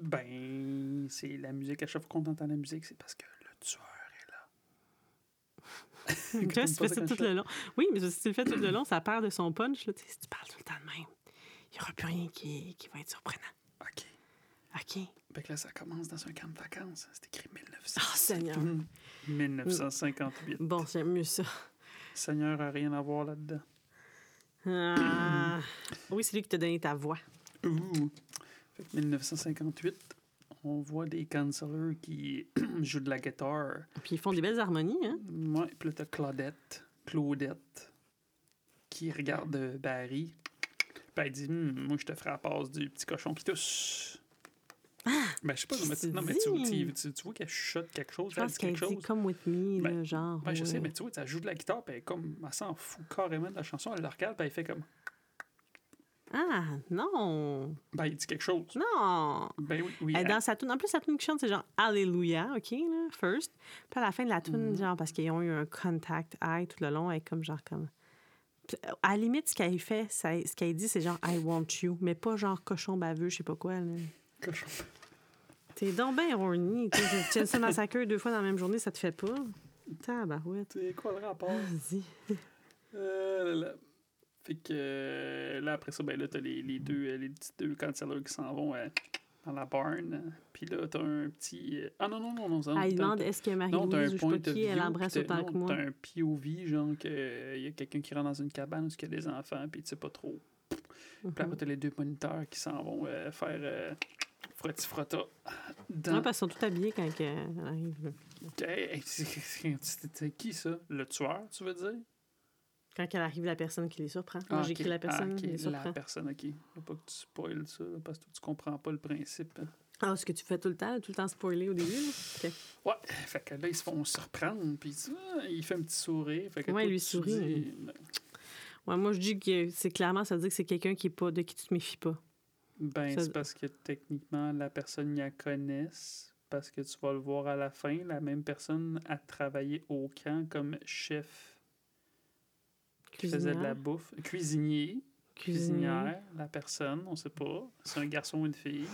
[SPEAKER 1] Ben, c'est la musique. À chaque fois qu'on entend la musique, c'est parce que le tueur est là.
[SPEAKER 2] Tu vois, si tu
[SPEAKER 1] pas
[SPEAKER 2] fais
[SPEAKER 1] ça
[SPEAKER 2] ça
[SPEAKER 1] quand
[SPEAKER 2] tout
[SPEAKER 1] je
[SPEAKER 2] le long. Oui, mais si tu le fais tout le long, ça perd de son punch. Là. Tu sais, Si tu parles tout le temps de même, il n'y aura plus rien qui, qui va être surprenant.
[SPEAKER 1] OK.
[SPEAKER 2] OK.
[SPEAKER 1] Fait que là, ça commence dans un camp de vacances. C'est écrit 1900.
[SPEAKER 2] Oh, Seigneur.
[SPEAKER 1] Hum, 1958.
[SPEAKER 2] Bon, j'aime mieux ça.
[SPEAKER 1] Seigneur a rien à voir là-dedans.
[SPEAKER 2] Ah. Oui, c'est lui qui t'a donné ta voix.
[SPEAKER 1] Ouh. Fait que 1958, on voit des counselors qui jouent de la guitare.
[SPEAKER 2] Puis ils font des belles harmonies, hein?
[SPEAKER 1] Ouais, puis là, t'as Claudette, Claudette, qui regarde euh, Barry. Puis elle dit, Hum, moi, je te ferai la passe du petit cochon qui tousse.
[SPEAKER 2] Ah!
[SPEAKER 1] ben, je sais pas, non, mais, tu,
[SPEAKER 2] qu'est-ce
[SPEAKER 1] non,
[SPEAKER 2] que
[SPEAKER 1] mais
[SPEAKER 2] tu
[SPEAKER 1] tu,
[SPEAKER 2] dis?
[SPEAKER 1] tu- tu- tu vois qu'elle chuchote quelque chose,
[SPEAKER 2] Je
[SPEAKER 1] elle
[SPEAKER 2] pense
[SPEAKER 1] dit
[SPEAKER 2] qu'elle
[SPEAKER 1] quelque
[SPEAKER 2] dit
[SPEAKER 1] chose.
[SPEAKER 2] Come with me,
[SPEAKER 1] Ben,
[SPEAKER 2] là, genre.
[SPEAKER 1] Ben, je sais,
[SPEAKER 2] ouais.
[SPEAKER 1] mais tu vois, elle joue de la guitare, puis elle, est comme, elle s'en fout carrément de la chanson, elle la regarde, puis elle fait comme,
[SPEAKER 2] Ah, non!
[SPEAKER 1] ben, il dit quelque chose.
[SPEAKER 2] Non!
[SPEAKER 1] Ben oui, oui.
[SPEAKER 2] Elle
[SPEAKER 1] elle-
[SPEAKER 2] danse Euh, sa tune. En plus, sa tune qui chante, c'est genre Alléluia, OK, là, first. Puis à la fin de la tune,
[SPEAKER 1] Mm-hmm.
[SPEAKER 2] genre, parce qu'ils ont eu un contact eye tout le long, elle est comme genre comme. Puis, À la limite, ce qu'elle fait, ça- ce qu'elle dit, c'est genre I want you, mais pas genre cochon baveux, je sais pas quoi, là.
[SPEAKER 1] cochon.
[SPEAKER 2] T'es donc bien horny. tu sais, Tu Jensen Massacre deux fois dans la même journée, ça te fait pas. Tabarouette.
[SPEAKER 1] C'est quoi le rapport?
[SPEAKER 2] Vas-y.
[SPEAKER 1] Euh, là, là. Fait que euh, là, après ça, ben là, t'as les, les deux, euh, les petits deux cancelleurs qui s'en vont euh, dans la barn. Puis là, t'as un petit. euh, Ah non, non, non, non. ça,
[SPEAKER 2] Elle
[SPEAKER 1] t'as-
[SPEAKER 2] demande est-ce que
[SPEAKER 1] non, t'as
[SPEAKER 2] Marie-Louise ou je sais pas qui, elle
[SPEAKER 1] puis
[SPEAKER 2] embrasse
[SPEAKER 1] t'as-
[SPEAKER 2] autant
[SPEAKER 1] non,
[SPEAKER 2] que moi.
[SPEAKER 1] T'as un POV, genre, qu'il y a quelqu'un qui rentre dans une cabane où il y a des enfants, puis tu sais pas trop. Puis
[SPEAKER 2] Mhm. Mm.
[SPEAKER 1] après, t'as les deux moniteurs qui s'en vont euh, faire euh, frotti-frotta. Dans...
[SPEAKER 2] Ouais, parce qu'ils sont tous habillés quand que- elle arrive. là.
[SPEAKER 1] Hey, hey, c'est- c'est c'est- c'est qui ça Le tueur, tu veux dire
[SPEAKER 2] Quand elle arrive, la personne qui les surprend.
[SPEAKER 1] Ah,
[SPEAKER 2] Moi,
[SPEAKER 1] ok.
[SPEAKER 2] j'écris la personne
[SPEAKER 1] Ah, ok,
[SPEAKER 2] qui les surprend.
[SPEAKER 1] La personne, ok. Faut pas que tu spoiles ça, là, parce que tu comprends pas le principe. hein.
[SPEAKER 2] Ah, ce que tu fais tout le temps, là, tout le temps spoiler au début. Là. Ok.
[SPEAKER 1] Ouais, fait que là, ils se font surprendre, puis tu- ah, il fait un petit sourire. Fait que
[SPEAKER 2] Ouais,
[SPEAKER 1] toi,
[SPEAKER 2] lui
[SPEAKER 1] tu
[SPEAKER 2] sourit. hein.
[SPEAKER 1] dis-
[SPEAKER 2] Ouais, moi, je dis que c'est clairement, ça veut dire que c'est quelqu'un qui est pas, de qui tu te méfies pas.
[SPEAKER 1] Ben,
[SPEAKER 2] Ça-
[SPEAKER 1] c'est parce que techniquement, la personne y la connaisse, parce que tu vas le voir à la fin, la même personne a travaillé au camp comme chef qui faisait de la
[SPEAKER 2] Cuisinière.
[SPEAKER 1] bouffe, cuisinier,
[SPEAKER 2] Cuisinière.
[SPEAKER 1] cuisinière, la personne, on sait pas, c'est un garçon ou une fille.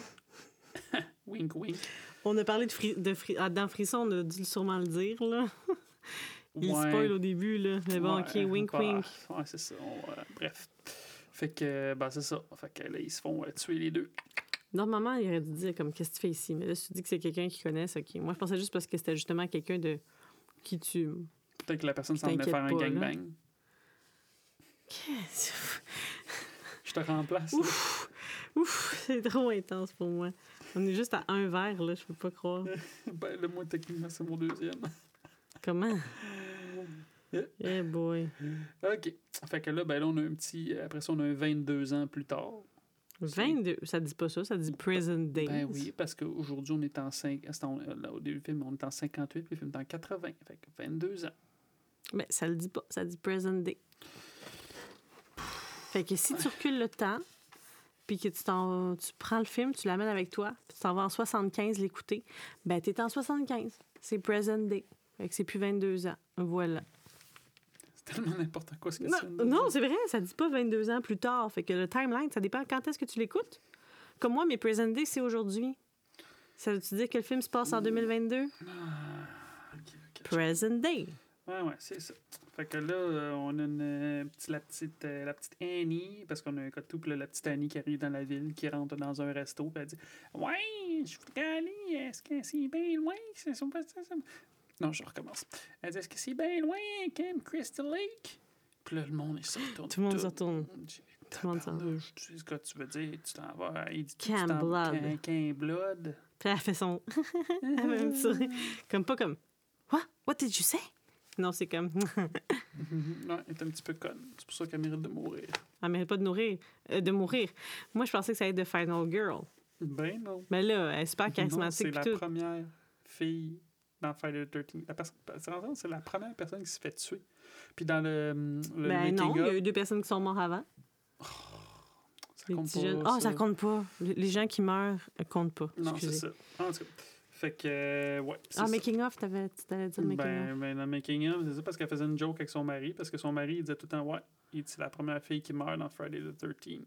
[SPEAKER 1] wink wink.
[SPEAKER 2] On a parlé de, fri de fri- ah, dans Frisson, on a dû sûrement le dire, là. Il spoil au début, là. Mais bon, ok,
[SPEAKER 1] Ouais,
[SPEAKER 2] wink
[SPEAKER 1] bah,
[SPEAKER 2] wink.
[SPEAKER 1] Ouais, c'est ça. on, euh, bref. Fait que, ben, c'est ça. Fait que là, ils se font euh, tuer les deux.
[SPEAKER 2] Normalement, il aurait dû dire, comme, qu'est-ce que tu fais ici? Mais là, si tu dis que c'est quelqu'un qui connaisse, ok. Moi, je pensais juste parce que c'était justement quelqu'un de qui tu.
[SPEAKER 1] Peut-être que la personne s'en venait
[SPEAKER 2] T'inquiète
[SPEAKER 1] faire un
[SPEAKER 2] pas, là.
[SPEAKER 1] gangbang. Je te remplace. là.
[SPEAKER 2] Ouf! Ouf! C'est trop intense pour moi. On est juste à un verre, là. Je peux pas croire.
[SPEAKER 1] Ben, le moi, techniquement, c'est mon deuxième.
[SPEAKER 2] Comment? Eh boy.
[SPEAKER 1] OK. Fait que là, ben là, on a un petit... Après ça, on a un 22 ans plus tard.
[SPEAKER 2] 22. Ça dit pas ça, ça dit present days.
[SPEAKER 1] Ben oui, parce qu'aujourd'hui, on est en... 5... euh, au début du film, on est en 58, puis le film est en 80. Fait que 22 ans.
[SPEAKER 2] Mais ça le dit pas, ça dit present day. Fait que si tu recules le temps, puis que tu, t'en- tu prends le film, tu l'amènes avec toi, puis tu t'en vas en 75 l'écouter, ben t'es en 75. C'est present day. Fait que c'est plus 22 ans. Voilà.
[SPEAKER 1] C'est tellement n'importe quoi, ce que tu viens de
[SPEAKER 2] Non,
[SPEAKER 1] dire.
[SPEAKER 2] non c'est vrai, ça dit pas 22 ans plus tard. Fait que le timeline, ça dépend quand est-ce que tu l'écoutes. Comme moi, mes present day, c'est aujourd'hui. Ça veut-tu dire que le film se passe en 2022?
[SPEAKER 1] Ah, OK, OK.
[SPEAKER 2] Present day.
[SPEAKER 1] Ouais, ouais, c'est ça. Fait que là, euh, on a une, euh, petite- la, petite, euh, la petite Annie, parce qu'on a un cas de tout, puis là, la petite Annie qui arrive dans la ville, qui rentre dans un resto, puis elle dit Ouais, je voudrais aller, est-ce que c'est bien loin c'est son- c'est- c'est- Non, je recommence. Elle dit Est-ce que c'est bien loin, Camp Crystal Lake Puis là, le monde, il se retourne.
[SPEAKER 2] Tout le monde se retourne.
[SPEAKER 1] J'ai-
[SPEAKER 2] Tout le monde s'en va.
[SPEAKER 1] Tabarnouche, Tu sais ce que tu veux dire Tu t'en vas. Il dit
[SPEAKER 2] Camp Blood.
[SPEAKER 1] Camp Blood.
[SPEAKER 2] Puis elle fait son. elle fait un petit sourire. Comme pas comme. What? What did you say? Non, c'est comme.
[SPEAKER 1] Mhm. Ouais, elle est un petit peu conne. C'est pour ça qu'elle mérite de mourir.
[SPEAKER 2] elle mérite pas de nourrir. euh, de mourir. Moi, je pensais que ça allait être The Final Girl.
[SPEAKER 1] Ben non.
[SPEAKER 2] Mais là, elle est super
[SPEAKER 1] Non, C'est
[SPEAKER 2] Ah, charismatique.
[SPEAKER 1] la
[SPEAKER 2] puis tout.
[SPEAKER 1] première fille dans Friday the 13 La personne, tu te rends compte, c'est la première personne qui se fait tuer. Puis dans le, hum, le
[SPEAKER 2] Ben non,
[SPEAKER 1] making
[SPEAKER 2] il y a
[SPEAKER 1] of,
[SPEAKER 2] eu deux personnes qui sont mortes
[SPEAKER 1] ça
[SPEAKER 2] avant. Les
[SPEAKER 1] compte
[SPEAKER 2] petits
[SPEAKER 1] pas.
[SPEAKER 2] jeunes. Ah, ça compte pas. Les- Les gens qui meurent euh, comptent pas.
[SPEAKER 1] Non, c'est
[SPEAKER 2] Excusez.
[SPEAKER 1] ça. En tout cas, fait que euh, ouais. c'est
[SPEAKER 2] Ah,
[SPEAKER 1] ça.
[SPEAKER 2] making of, t'avais- tu t'allais dire making of.
[SPEAKER 1] ben, ben, dans making of, c'est ça parce qu'elle faisait une joke avec son mari parce que son mari il disait tout le temps ouais, il dit, c'est la première fille qui meurt dans Friday the 13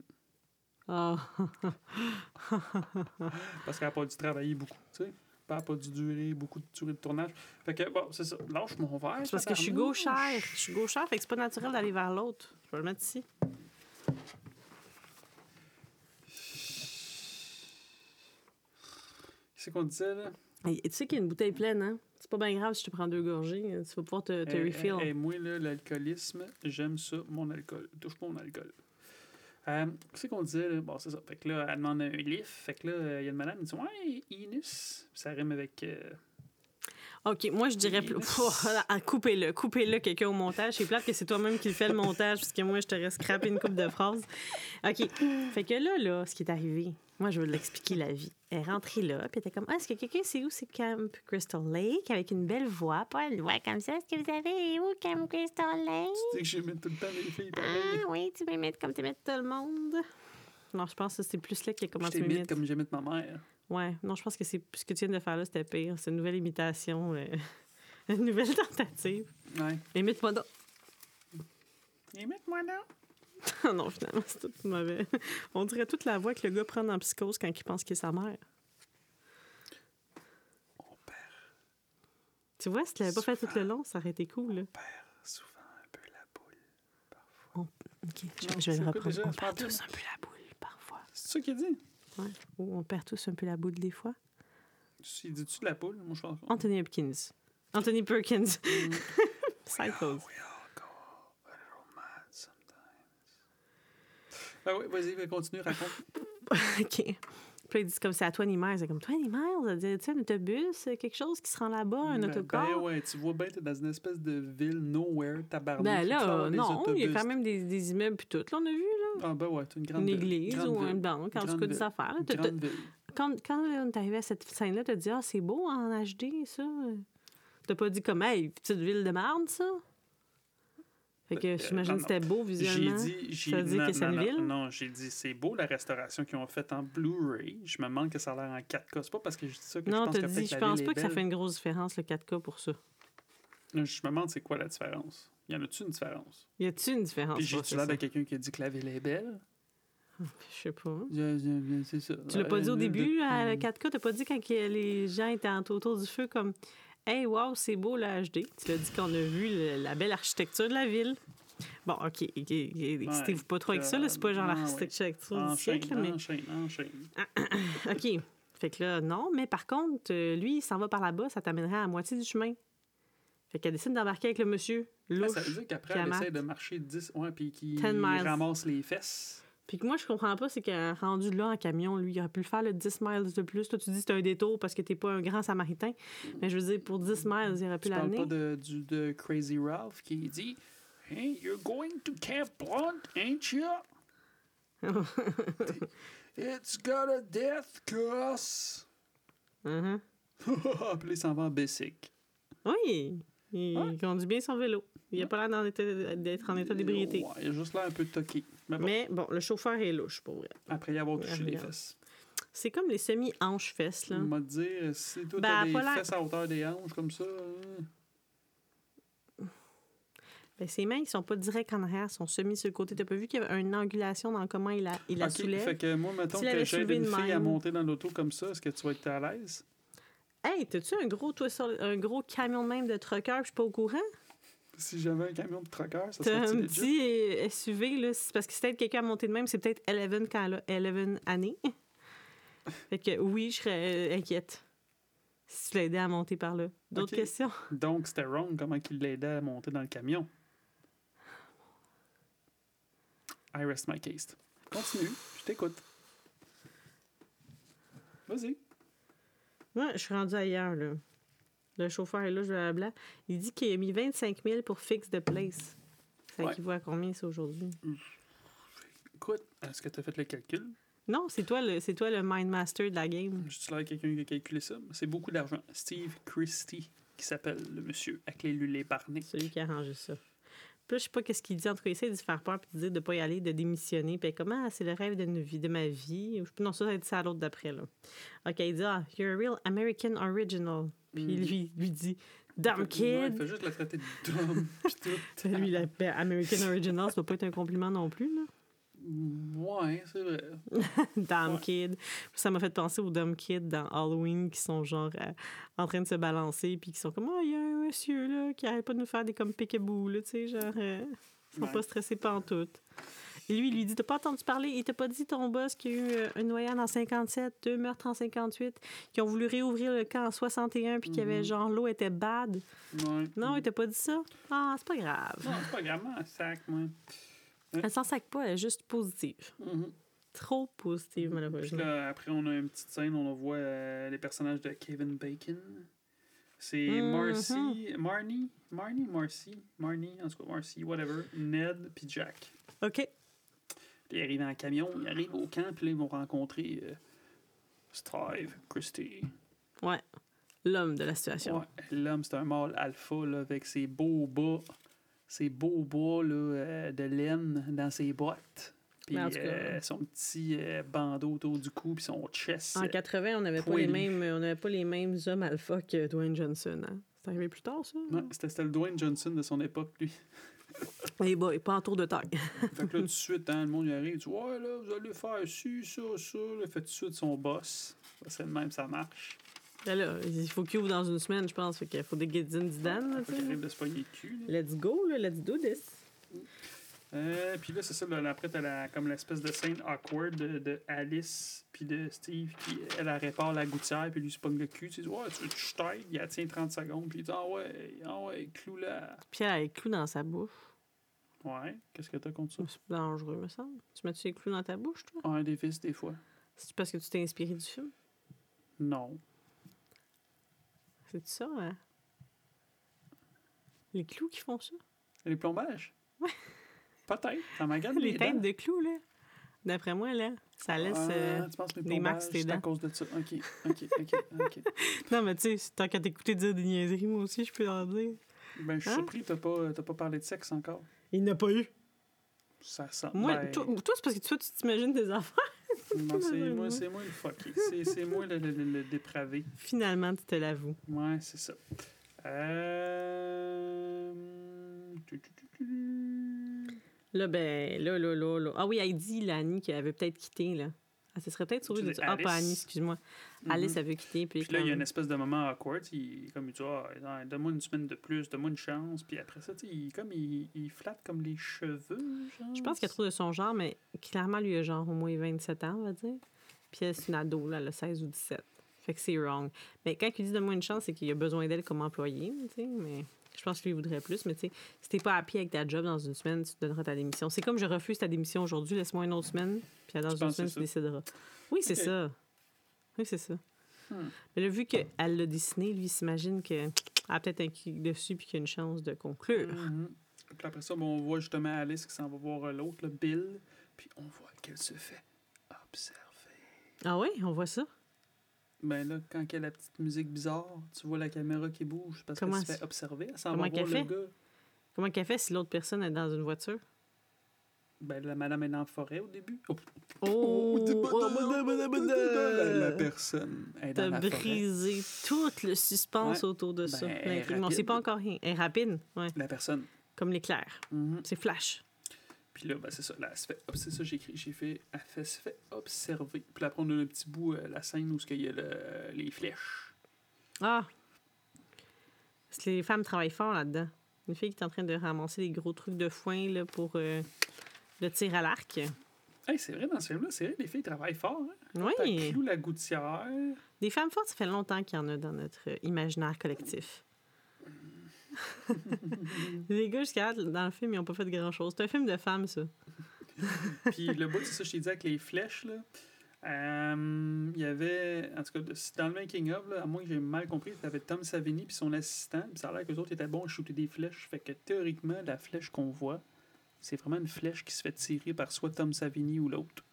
[SPEAKER 2] Ah.
[SPEAKER 1] parce qu'elle a pas dû travailler beaucoup, tu sais. Puis Elle a pas dû durer beaucoup de durée de tournage. Fait que bon, c'est ça. Lâche mon verre.
[SPEAKER 2] C'est parce que je suis
[SPEAKER 1] tabarnouche.
[SPEAKER 2] gauchère. Je suis gauchère, fait que c'est pas naturel d'aller vers l'autre. Je vais le mettre ici.
[SPEAKER 1] Qu'est-ce qu'on disait là
[SPEAKER 2] Et tu sais qu'il y a une bouteille pleine, hein? C'est pas bien grave si je te prends deux gorgées. hein. Tu vas pouvoir te, te
[SPEAKER 1] Hey,
[SPEAKER 2] refill.
[SPEAKER 1] Euh, hey, hey, moi, là, l'alcoolisme, j'aime ça, mon alcool. Touche pas mon alcool. Euh, Qu'est-ce qu'on disait? Là? Bon, c'est ça. Fait que là, elle demande un lift. Fait que là, euh, il y a une madame qui dit Ouais, Inus. Puis ça rime avec. euh,
[SPEAKER 2] OK, moi, je dirais plus.
[SPEAKER 1] Yes.
[SPEAKER 2] Pouah, là, ah, coupez-le, coupez-le, quelqu'un au montage. C'est plate que c'est toi-même qui le fais le montage, parce que moi, je t'aurais scrappé une coupe de phrases. OK. Fait que là, là, ce qui est arrivé, moi, je veux l'expliquer la vie. Elle est rentrée là, puis elle était comme Ah, est-ce que quelqu'un sait où c'est Camp Crystal Lake avec une belle voix, pas une voix comme ça. Est-ce que vous savez où Camp Crystal Lake?
[SPEAKER 1] Tu sais que j'aimais tout le temps les filles pareil.
[SPEAKER 2] Ah, oui, tu m'imites comme tu imites tout le monde. Non, je pense que c'est plus là que comment
[SPEAKER 1] Je
[SPEAKER 2] tu
[SPEAKER 1] t'imite
[SPEAKER 2] m'imites.
[SPEAKER 1] comme j'imite ma mère.
[SPEAKER 2] Ouais, non, je pense que c'est ce que tu viens de faire là, c'était pire. C'est une nouvelle imitation, euh, une nouvelle tentative.
[SPEAKER 1] Ouais.
[SPEAKER 2] Imite-moi donc.
[SPEAKER 1] Imite-moi là.
[SPEAKER 2] Ah non, finalement, c'est tout mauvais. On dirait toute la voix que le gars prend en psychose quand il pense qu'il est sa mère.
[SPEAKER 1] On perd
[SPEAKER 2] Tu vois, si tu l'avais pas fait tout le long, ça aurait été cool. Là.
[SPEAKER 1] souvent un peu la boule.
[SPEAKER 2] Ah, Ok, je,
[SPEAKER 1] Non,
[SPEAKER 2] je vais
[SPEAKER 1] c'est
[SPEAKER 2] le
[SPEAKER 1] quoi
[SPEAKER 2] reprendre.
[SPEAKER 1] déjà?
[SPEAKER 2] on
[SPEAKER 1] Je
[SPEAKER 2] perd
[SPEAKER 1] m'en
[SPEAKER 2] tous
[SPEAKER 1] souviens.
[SPEAKER 2] un peu la boule, parfois.
[SPEAKER 1] C'est ça qu'il dit.
[SPEAKER 2] Ouais. Ou on perd tous un peu la boule des fois.
[SPEAKER 1] Il dit-tu de la boule Moi, je pense qu'on.
[SPEAKER 2] Anthony Hopkins. Anthony Perkins. Psychose.
[SPEAKER 1] We all go a little mad sometimes. Ah oui, vas-y, continue, raconte.
[SPEAKER 2] OK. Puis là, ils disent comme c'est à 20 miles. C'est comme 20 miles? Tu sais, un autobus, quelque chose qui se rend là-bas, Ah, un
[SPEAKER 1] Ben-
[SPEAKER 2] autocar.
[SPEAKER 1] Ben ouais, tu vois bien, t'es dans une espèce de ville nowhere, tabarnak.
[SPEAKER 2] Ben
[SPEAKER 1] il doit y
[SPEAKER 2] là,
[SPEAKER 1] avoir des
[SPEAKER 2] non, il y a
[SPEAKER 1] autobus.
[SPEAKER 2] quand même des, des immeubles puis tout. Là, on a vu là,
[SPEAKER 1] Ah ben ouais, t'as une grande
[SPEAKER 2] une
[SPEAKER 1] ville,
[SPEAKER 2] église
[SPEAKER 1] grande
[SPEAKER 2] ou un
[SPEAKER 1] ville,
[SPEAKER 2] banc, en tout
[SPEAKER 1] grande
[SPEAKER 2] cas
[SPEAKER 1] ville,
[SPEAKER 2] des affaires.
[SPEAKER 1] une
[SPEAKER 2] T'as- t'as-
[SPEAKER 1] grande ville.
[SPEAKER 2] Quand, quand on est arrivé à cette scène-là, t'as dit « Ah, c'est beau en HD, ça. » T'as pas dit comme « Hey, petite ville de marde, ça. » Fait que j'imagine
[SPEAKER 1] Euh, non,
[SPEAKER 2] que c'était beau
[SPEAKER 1] J'ai
[SPEAKER 2] visuellement.
[SPEAKER 1] dit, j'ai
[SPEAKER 2] Ça veut dire
[SPEAKER 1] non,
[SPEAKER 2] que c'est
[SPEAKER 1] non,
[SPEAKER 2] une
[SPEAKER 1] non,
[SPEAKER 2] ville?
[SPEAKER 1] Non, j'ai dit c'est beau la restauration qu'ils ont faite en Blu-ray. Je me demande que ça a l'air en 4K. C'est pas parce que je dis ça que
[SPEAKER 2] Non,
[SPEAKER 1] je pense
[SPEAKER 2] t'as
[SPEAKER 1] que
[SPEAKER 2] dit,
[SPEAKER 1] peut-être
[SPEAKER 2] je
[SPEAKER 1] la
[SPEAKER 2] pense
[SPEAKER 1] ville
[SPEAKER 2] pas
[SPEAKER 1] est
[SPEAKER 2] que ça
[SPEAKER 1] belle.
[SPEAKER 2] fait une grosse différence, le 4K, pour ça.
[SPEAKER 1] Je me demande c'est quoi la différence. Y en a-tu une différence?
[SPEAKER 2] Y a-tu une différence?
[SPEAKER 1] Puis
[SPEAKER 2] pour
[SPEAKER 1] j'ai-tu
[SPEAKER 2] ça,
[SPEAKER 1] l'air de
[SPEAKER 2] ça?
[SPEAKER 1] quelqu'un qui a dit que la ville est belle?
[SPEAKER 2] Je sais pas. hein.
[SPEAKER 1] C'est ça.
[SPEAKER 2] Tu l'as pas dit au
[SPEAKER 1] Euh,
[SPEAKER 2] début,
[SPEAKER 1] de-
[SPEAKER 2] à la 4K, t'as pas dit quand que les gens étaient en- autour du feu comme Hey, wow, c'est beau le HD. Tu l'as dit qu'on a vu le- la belle architecture de la ville. Bon, OK, ok, ok, excitez-vous pas trop avec ça, là, c'est pas genre
[SPEAKER 1] Ah, ouais.
[SPEAKER 2] l'architecture du
[SPEAKER 1] Enchaîne,
[SPEAKER 2] siècle, là, mais.
[SPEAKER 1] enchaîne, enchaîne.
[SPEAKER 2] OK. Fait que là, non, mais par contre, euh, lui, il s'en va par là-bas, ça t'amènerait à la moitié du chemin. Fait qu'elle décide d'embarquer avec le monsieur,
[SPEAKER 1] Ah,
[SPEAKER 2] louche.
[SPEAKER 1] ça veut dire qu'après,
[SPEAKER 2] qui
[SPEAKER 1] elle
[SPEAKER 2] amate.
[SPEAKER 1] essaie de marcher 10, ouais, puis qui
[SPEAKER 2] 10 miles.
[SPEAKER 1] ramasse les fesses.
[SPEAKER 2] Puis que moi, je comprends pas, c'est qu'un rendu là en camion, lui, il aurait pu le faire le 10 miles de plus. Toi, tu dis que c'est un détour parce que t'es pas un grand samaritain. Mais je veux dire, pour 10 miles, il aurait pu
[SPEAKER 1] Tu parles
[SPEAKER 2] l'amener.
[SPEAKER 1] pas de, du, de Crazy Ralph qui dit Hey, you're going to Camp Blunt, ain't you? It's got a death curse.
[SPEAKER 2] Mhm.
[SPEAKER 1] Puis il s'en va en bicycle.
[SPEAKER 2] Oui, il
[SPEAKER 1] Ouais.
[SPEAKER 2] conduit bien son vélo. Il a pas l'air d'en état- d'être en état d'ébriété.
[SPEAKER 1] Ouais, il a juste l'air un peu toqué. Mais bon,
[SPEAKER 2] Mais bon, le chauffeur est louche, pour vrai.
[SPEAKER 1] après y avoir touché
[SPEAKER 2] Ouais,
[SPEAKER 1] les
[SPEAKER 2] regarde.
[SPEAKER 1] fesses.
[SPEAKER 2] C'est comme les semi-hanches-fesses, là.
[SPEAKER 1] Il m'a dit euh, si toi
[SPEAKER 2] Hein?
[SPEAKER 1] t'as
[SPEAKER 2] Ben, elle a pas
[SPEAKER 1] des
[SPEAKER 2] l'air-
[SPEAKER 1] fesses à hauteur des hanches comme ça. hein.
[SPEAKER 2] Ben, ses mains, qui sont pas directs en arrière, sont semi sur le côté. T'as pas vu qu'il y avait une angulation dans comment il la, il la
[SPEAKER 1] Ok,
[SPEAKER 2] soulève?
[SPEAKER 1] fait que moi, mettons
[SPEAKER 2] Tu l'avais
[SPEAKER 1] que j'aide
[SPEAKER 2] soulevé
[SPEAKER 1] une
[SPEAKER 2] de
[SPEAKER 1] fille à
[SPEAKER 2] même.
[SPEAKER 1] monter dans l'auto comme ça, est-ce que tu vas être à l'aise?
[SPEAKER 2] Hey, t'as-tu un gros, toit sur- un gros camion de même de trucker, je suis pas au courant?
[SPEAKER 1] Si j'avais un camion de trucker, ça
[SPEAKER 2] T'as un
[SPEAKER 1] serait-tu legit?
[SPEAKER 2] petit euh, SUV, là, c'est parce que c'est peut-être quelqu'un à monter de même, c'est peut-être 11 quand elle a 11 années. fait que oui, je serais euh, inquiète si tu l'aidais à monter par là. D'autres
[SPEAKER 1] Ok.
[SPEAKER 2] questions?
[SPEAKER 1] Donc, c'était Ron, comment qu'il l'aidait à monter dans le camion? I rest my case. Continue, je t'écoute. Vas-y.
[SPEAKER 2] Moi, je suis rendue ailleurs, là. Le chauffeur est là, je vais blanc. Il dit qu'il a mis 25 000 pour fixe de place. Ça
[SPEAKER 1] Ouais.
[SPEAKER 2] équivaut à combien, ça, aujourd'hui?
[SPEAKER 1] Écoute, est-ce que t'as fait le calcul?
[SPEAKER 2] Non, c'est toi, le- c'est toi le mind master de la game.
[SPEAKER 1] J'ai-tu l'air de quelqu'un qui a calculé ça? C'est beaucoup d'argent. Steve Christie, qui s'appelle le monsieur, avec les lulés barniques.
[SPEAKER 2] Celui qui a arrangé ça. Puis là, je sais pas qu'est-ce qu'il dit. En tout cas, il essaie de se faire peur puis de dire de pas y aller, de démissionner. Puis comment ah, c'est le rêve de, une vie, de ma vie. Ou je- Non, ça, ça va être ça à l'autre d'après. là. OK, il dit Ah, you're a real American original. Puis
[SPEAKER 1] Mm.
[SPEAKER 2] il lui, lui dit
[SPEAKER 1] Ouais,
[SPEAKER 2] Dumb
[SPEAKER 1] Il
[SPEAKER 2] kid.
[SPEAKER 1] fait juste le traiter de dumb, pis tout.
[SPEAKER 2] Lui, la ben, American original, ça doit pas être un compliment non plus. Là.
[SPEAKER 1] Ouais, c'est vrai.
[SPEAKER 2] Dumb
[SPEAKER 1] Ouais.
[SPEAKER 2] kid. Ça m'a fait penser aux Dumb kids dans Halloween qui sont genre euh, en train de se balancer puis qui sont comme Ah, il y a un monsieur là qui arrête pas de nous faire des comme piquebou, là, tu sais, genre. euh, Ils sont
[SPEAKER 1] Ouais.
[SPEAKER 2] pas stressés pantoute. Et lui, il lui dit T'as pas entendu parler Il t'a pas dit ton boss qu'il y a eu euh, une noyade en 57, deux meurtres en 58, qui ont voulu réouvrir le camp en 61, puis qu'il y avait
[SPEAKER 1] Mhm.
[SPEAKER 2] genre l'eau était bad.
[SPEAKER 1] Ouais.
[SPEAKER 2] Non, il t'a pas dit ça Ah, c'est pas grave.
[SPEAKER 1] Non, c'est pas vraiment un sac, moi.
[SPEAKER 2] Elle s'en sac pas, elle est juste positive.
[SPEAKER 1] Mhm.
[SPEAKER 2] Trop
[SPEAKER 1] Mm-hmm.
[SPEAKER 2] positive,
[SPEAKER 1] Puis
[SPEAKER 2] malheureusement.
[SPEAKER 1] là, après, on a une petite scène, on voit euh, les personnages de Kevin Bacon. C'est
[SPEAKER 2] Mhm.
[SPEAKER 1] Marcy, Marnie, Marnie, Marcy, Marnie, en tout cas, Marcy, whatever, Ned, puis Jack.
[SPEAKER 2] OK.
[SPEAKER 1] Puis ils arrivent en camion, ils arrivent au camp, puis là, ils vont rencontrer euh, Strive, Christy.
[SPEAKER 2] Ouais. L'homme de la situation.
[SPEAKER 1] Ouais, l'homme, c'est un mâle alpha, là, avec ses beaux bas, ses beaux bas, là, euh, de laine dans ses bottes. Puis
[SPEAKER 2] Mais Ben, en tout cas-
[SPEAKER 1] euh, son petit euh, bandeau autour du cou, puis son chest.
[SPEAKER 2] En
[SPEAKER 1] euh,
[SPEAKER 2] 80, on n'avait pas,
[SPEAKER 1] poilu.
[SPEAKER 2] les mêmes- euh, on n'avait pas les mêmes hommes alpha que Dwayne Johnson. hein. C'est arrivé plus tard, ça
[SPEAKER 1] Ouais, c'était c'était le Dwayne Johnson de son époque, lui.
[SPEAKER 2] Eh boy, pas en tour de taille.
[SPEAKER 1] Fait que là, tout de suite, hein, le monde il arrive, il dit Ouais, là, vous allez faire ci, ça, ça. Là, fait tout de suite son boss. Ça, C'est le même, ça marche.
[SPEAKER 2] Ben là, il faut qu'il ouvre dans une semaine, je pense. Fait qu'il faut des guédines d'Idan, là,
[SPEAKER 1] Fait
[SPEAKER 2] tu
[SPEAKER 1] qu'il
[SPEAKER 2] sais.
[SPEAKER 1] arrive de se pogner le cul. là.
[SPEAKER 2] Let's go, là, let's do this.
[SPEAKER 1] Euh, puis là, c'est ça, là, là, après, t'as la- comme l'espèce de scène awkward de, de Alice, puis de Steve, qui elle, elle répare la gouttière, puis lui, il se pogne le cul. Tu dis Ouais, tu veux que je t'aide Il la tient 30 secondes, puis il dit Ah ouais, ah ouais, clou là.
[SPEAKER 2] Puis elle a les clous dans sa bouche.
[SPEAKER 1] Ouais, qu'est-ce que t'as contre ça
[SPEAKER 2] C'est dangereux, me semble. Tu mets-tu les clous dans ta bouche, toi?
[SPEAKER 1] Un des fils, des fois.
[SPEAKER 2] C'est parce que tu t'es inspiré du film?
[SPEAKER 1] Non.
[SPEAKER 2] C'est ça, hein? Les clous qui font ça?
[SPEAKER 1] Les plombages Peut-être, ça m'agace
[SPEAKER 2] Les
[SPEAKER 1] les dents.
[SPEAKER 2] têtes de clous, là. D'après moi, là, ça laisse... euh,
[SPEAKER 1] Ah, tu penses les
[SPEAKER 2] des
[SPEAKER 1] plombages,
[SPEAKER 2] max tes
[SPEAKER 1] c'est
[SPEAKER 2] dents.
[SPEAKER 1] à cause de ça. OK, OK, OK, OK.
[SPEAKER 2] Non, mais tu sais, tant qu'à t'écouter dire des niaiseries, moi aussi, je peux en dire.
[SPEAKER 1] Ben, je suis
[SPEAKER 2] Hein?
[SPEAKER 1] surpris, t'as pas, t'as pas parlé de sexe encore.
[SPEAKER 3] Il n'a pas eu.
[SPEAKER 1] Ça sent.
[SPEAKER 2] Moi,
[SPEAKER 1] ben,
[SPEAKER 2] toi, toi, c'est parce que toi, tu t'imagines des affaires.
[SPEAKER 1] non, c'est moi,
[SPEAKER 2] moi.
[SPEAKER 1] c'est moi le fucké. C'est, c'est moi le, le- le- le dépravé.
[SPEAKER 2] Finalement, tu te l'avoues.
[SPEAKER 1] Ouais, c'est ça. Euh... tu, tu, tu, tu.
[SPEAKER 2] Là, ben, là, là, là, là. Ah oui, elle dit, là, Annie, qu'elle veut peut-être quitter, là. Elle se serait peut-être sauvée
[SPEAKER 1] Tu
[SPEAKER 2] de...
[SPEAKER 1] dis
[SPEAKER 2] Ah, pas
[SPEAKER 1] Alice?
[SPEAKER 2] Annie, excuse-moi.
[SPEAKER 1] Mhm.
[SPEAKER 2] Alice, elle veut quitter, puis...
[SPEAKER 1] Puis là, il y a
[SPEAKER 2] comme-
[SPEAKER 1] une espèce de moment awkward. Il, comme il dit, Ah, non, donne-moi une semaine de plus, donne-moi une chance. Puis après ça, tu sais, il, comme, il, il flatte comme les cheveux. Genre.
[SPEAKER 2] Je pense qu'elle est trop de son genre, mais clairement, lui, il a genre au moins 27 ans, on va dire. Puis elle, c'est une ado, là, elle a 16 ou 17. Fait que c'est wrong. Mais quand il dit donne-moi une chance, c'est qu'il a besoin d'elle comme employée, tu sais. Mais je pense que lui, il voudrait plus. Mais tu sais, si t'es pas happy avec ta job dans une semaine, tu donneras ta démission. C'est comme je refuse ta démission aujourd'hui, laisse-moi une autre semaine, puis dans
[SPEAKER 1] Tu
[SPEAKER 2] une
[SPEAKER 1] penses
[SPEAKER 2] semaine,
[SPEAKER 1] que
[SPEAKER 2] tu
[SPEAKER 1] c'est
[SPEAKER 2] décideras. Oui, c'est
[SPEAKER 1] Ok.
[SPEAKER 2] ça. Oui, c'est ça.
[SPEAKER 1] Hmm.
[SPEAKER 2] Mais là, vu qu'elle l'a dessiné, lui, il s'imagine qu'elle a peut-être un kick dessus puis qu'il y a une chance de conclure.
[SPEAKER 1] Mhm. Puis après ça, bon, on voit justement Alice qui s'en va voir euh, l'autre, le Bill. Puis on voit qu'elle se fait observer.
[SPEAKER 2] Ah oui, on voit ça.
[SPEAKER 1] Ben là, quand il y a la petite musique bizarre, tu vois la caméra qui bouge parce qu'elle
[SPEAKER 2] Comment
[SPEAKER 1] se
[SPEAKER 2] ça-
[SPEAKER 1] fait observer. Elle s'en va
[SPEAKER 2] comment
[SPEAKER 1] voir le
[SPEAKER 2] qu'elle fait?
[SPEAKER 1] gars.
[SPEAKER 2] Comment qu'elle fait si l'autre personne est dans une voiture?
[SPEAKER 1] Ben, la madame est dans la forêt au début. Oh,
[SPEAKER 2] Oh,
[SPEAKER 1] la personne est dans
[SPEAKER 2] T'as
[SPEAKER 1] la forêt.
[SPEAKER 2] brisé tout le suspense
[SPEAKER 1] Ouais.
[SPEAKER 2] autour de
[SPEAKER 1] Ben,
[SPEAKER 2] ça.
[SPEAKER 1] elle est
[SPEAKER 2] L'intrigue. Mais on sait
[SPEAKER 1] rapide.
[SPEAKER 2] pas encore rien. Elle est rapide, ouais.
[SPEAKER 1] La personne.
[SPEAKER 2] comme l'éclair.
[SPEAKER 1] Mhm.
[SPEAKER 2] C'est flash.
[SPEAKER 1] Puis là, ben, c'est ça. Là, elle se fait, c'est ça, j'ai écrit. J'ai fait, elle fait- se fait observer. Puis là, après, on a un petit bout, euh, la scène où il y a le- les flèches.
[SPEAKER 2] Ah! Parce que les femmes travaillent fort là-dedans. Une fille qui est en train de ramasser des gros trucs de foin là, pour euh, le tir à l'arc.
[SPEAKER 1] Hey, c'est vrai, dans ce film-là, c'est vrai, les filles travaillent fort. Hein? T'as
[SPEAKER 2] Oui!
[SPEAKER 1] Clou la gouttière.
[SPEAKER 2] Des femmes fortes, ça fait longtemps qu'il y en a dans notre euh, imaginaire collectif. les gars, jusqu'à date, dans le film, ils n'ont pas fait grand-chose. C'est un film de femmes, ça.
[SPEAKER 1] Puis le bout, c'est ça, je t'ai dit avec les flèches, là. Euh, Il y avait, en tout cas, de- dans le making of, là, à moins que j'ai mal compris, t'avais Tom Savini puis son assistant, puis ça a l'air que les autres étaient bons à shooter des flèches. Fait que théoriquement, la flèche qu'on voit, c'est vraiment une flèche qui se fait tirer par soit Tom Savini ou l'autre.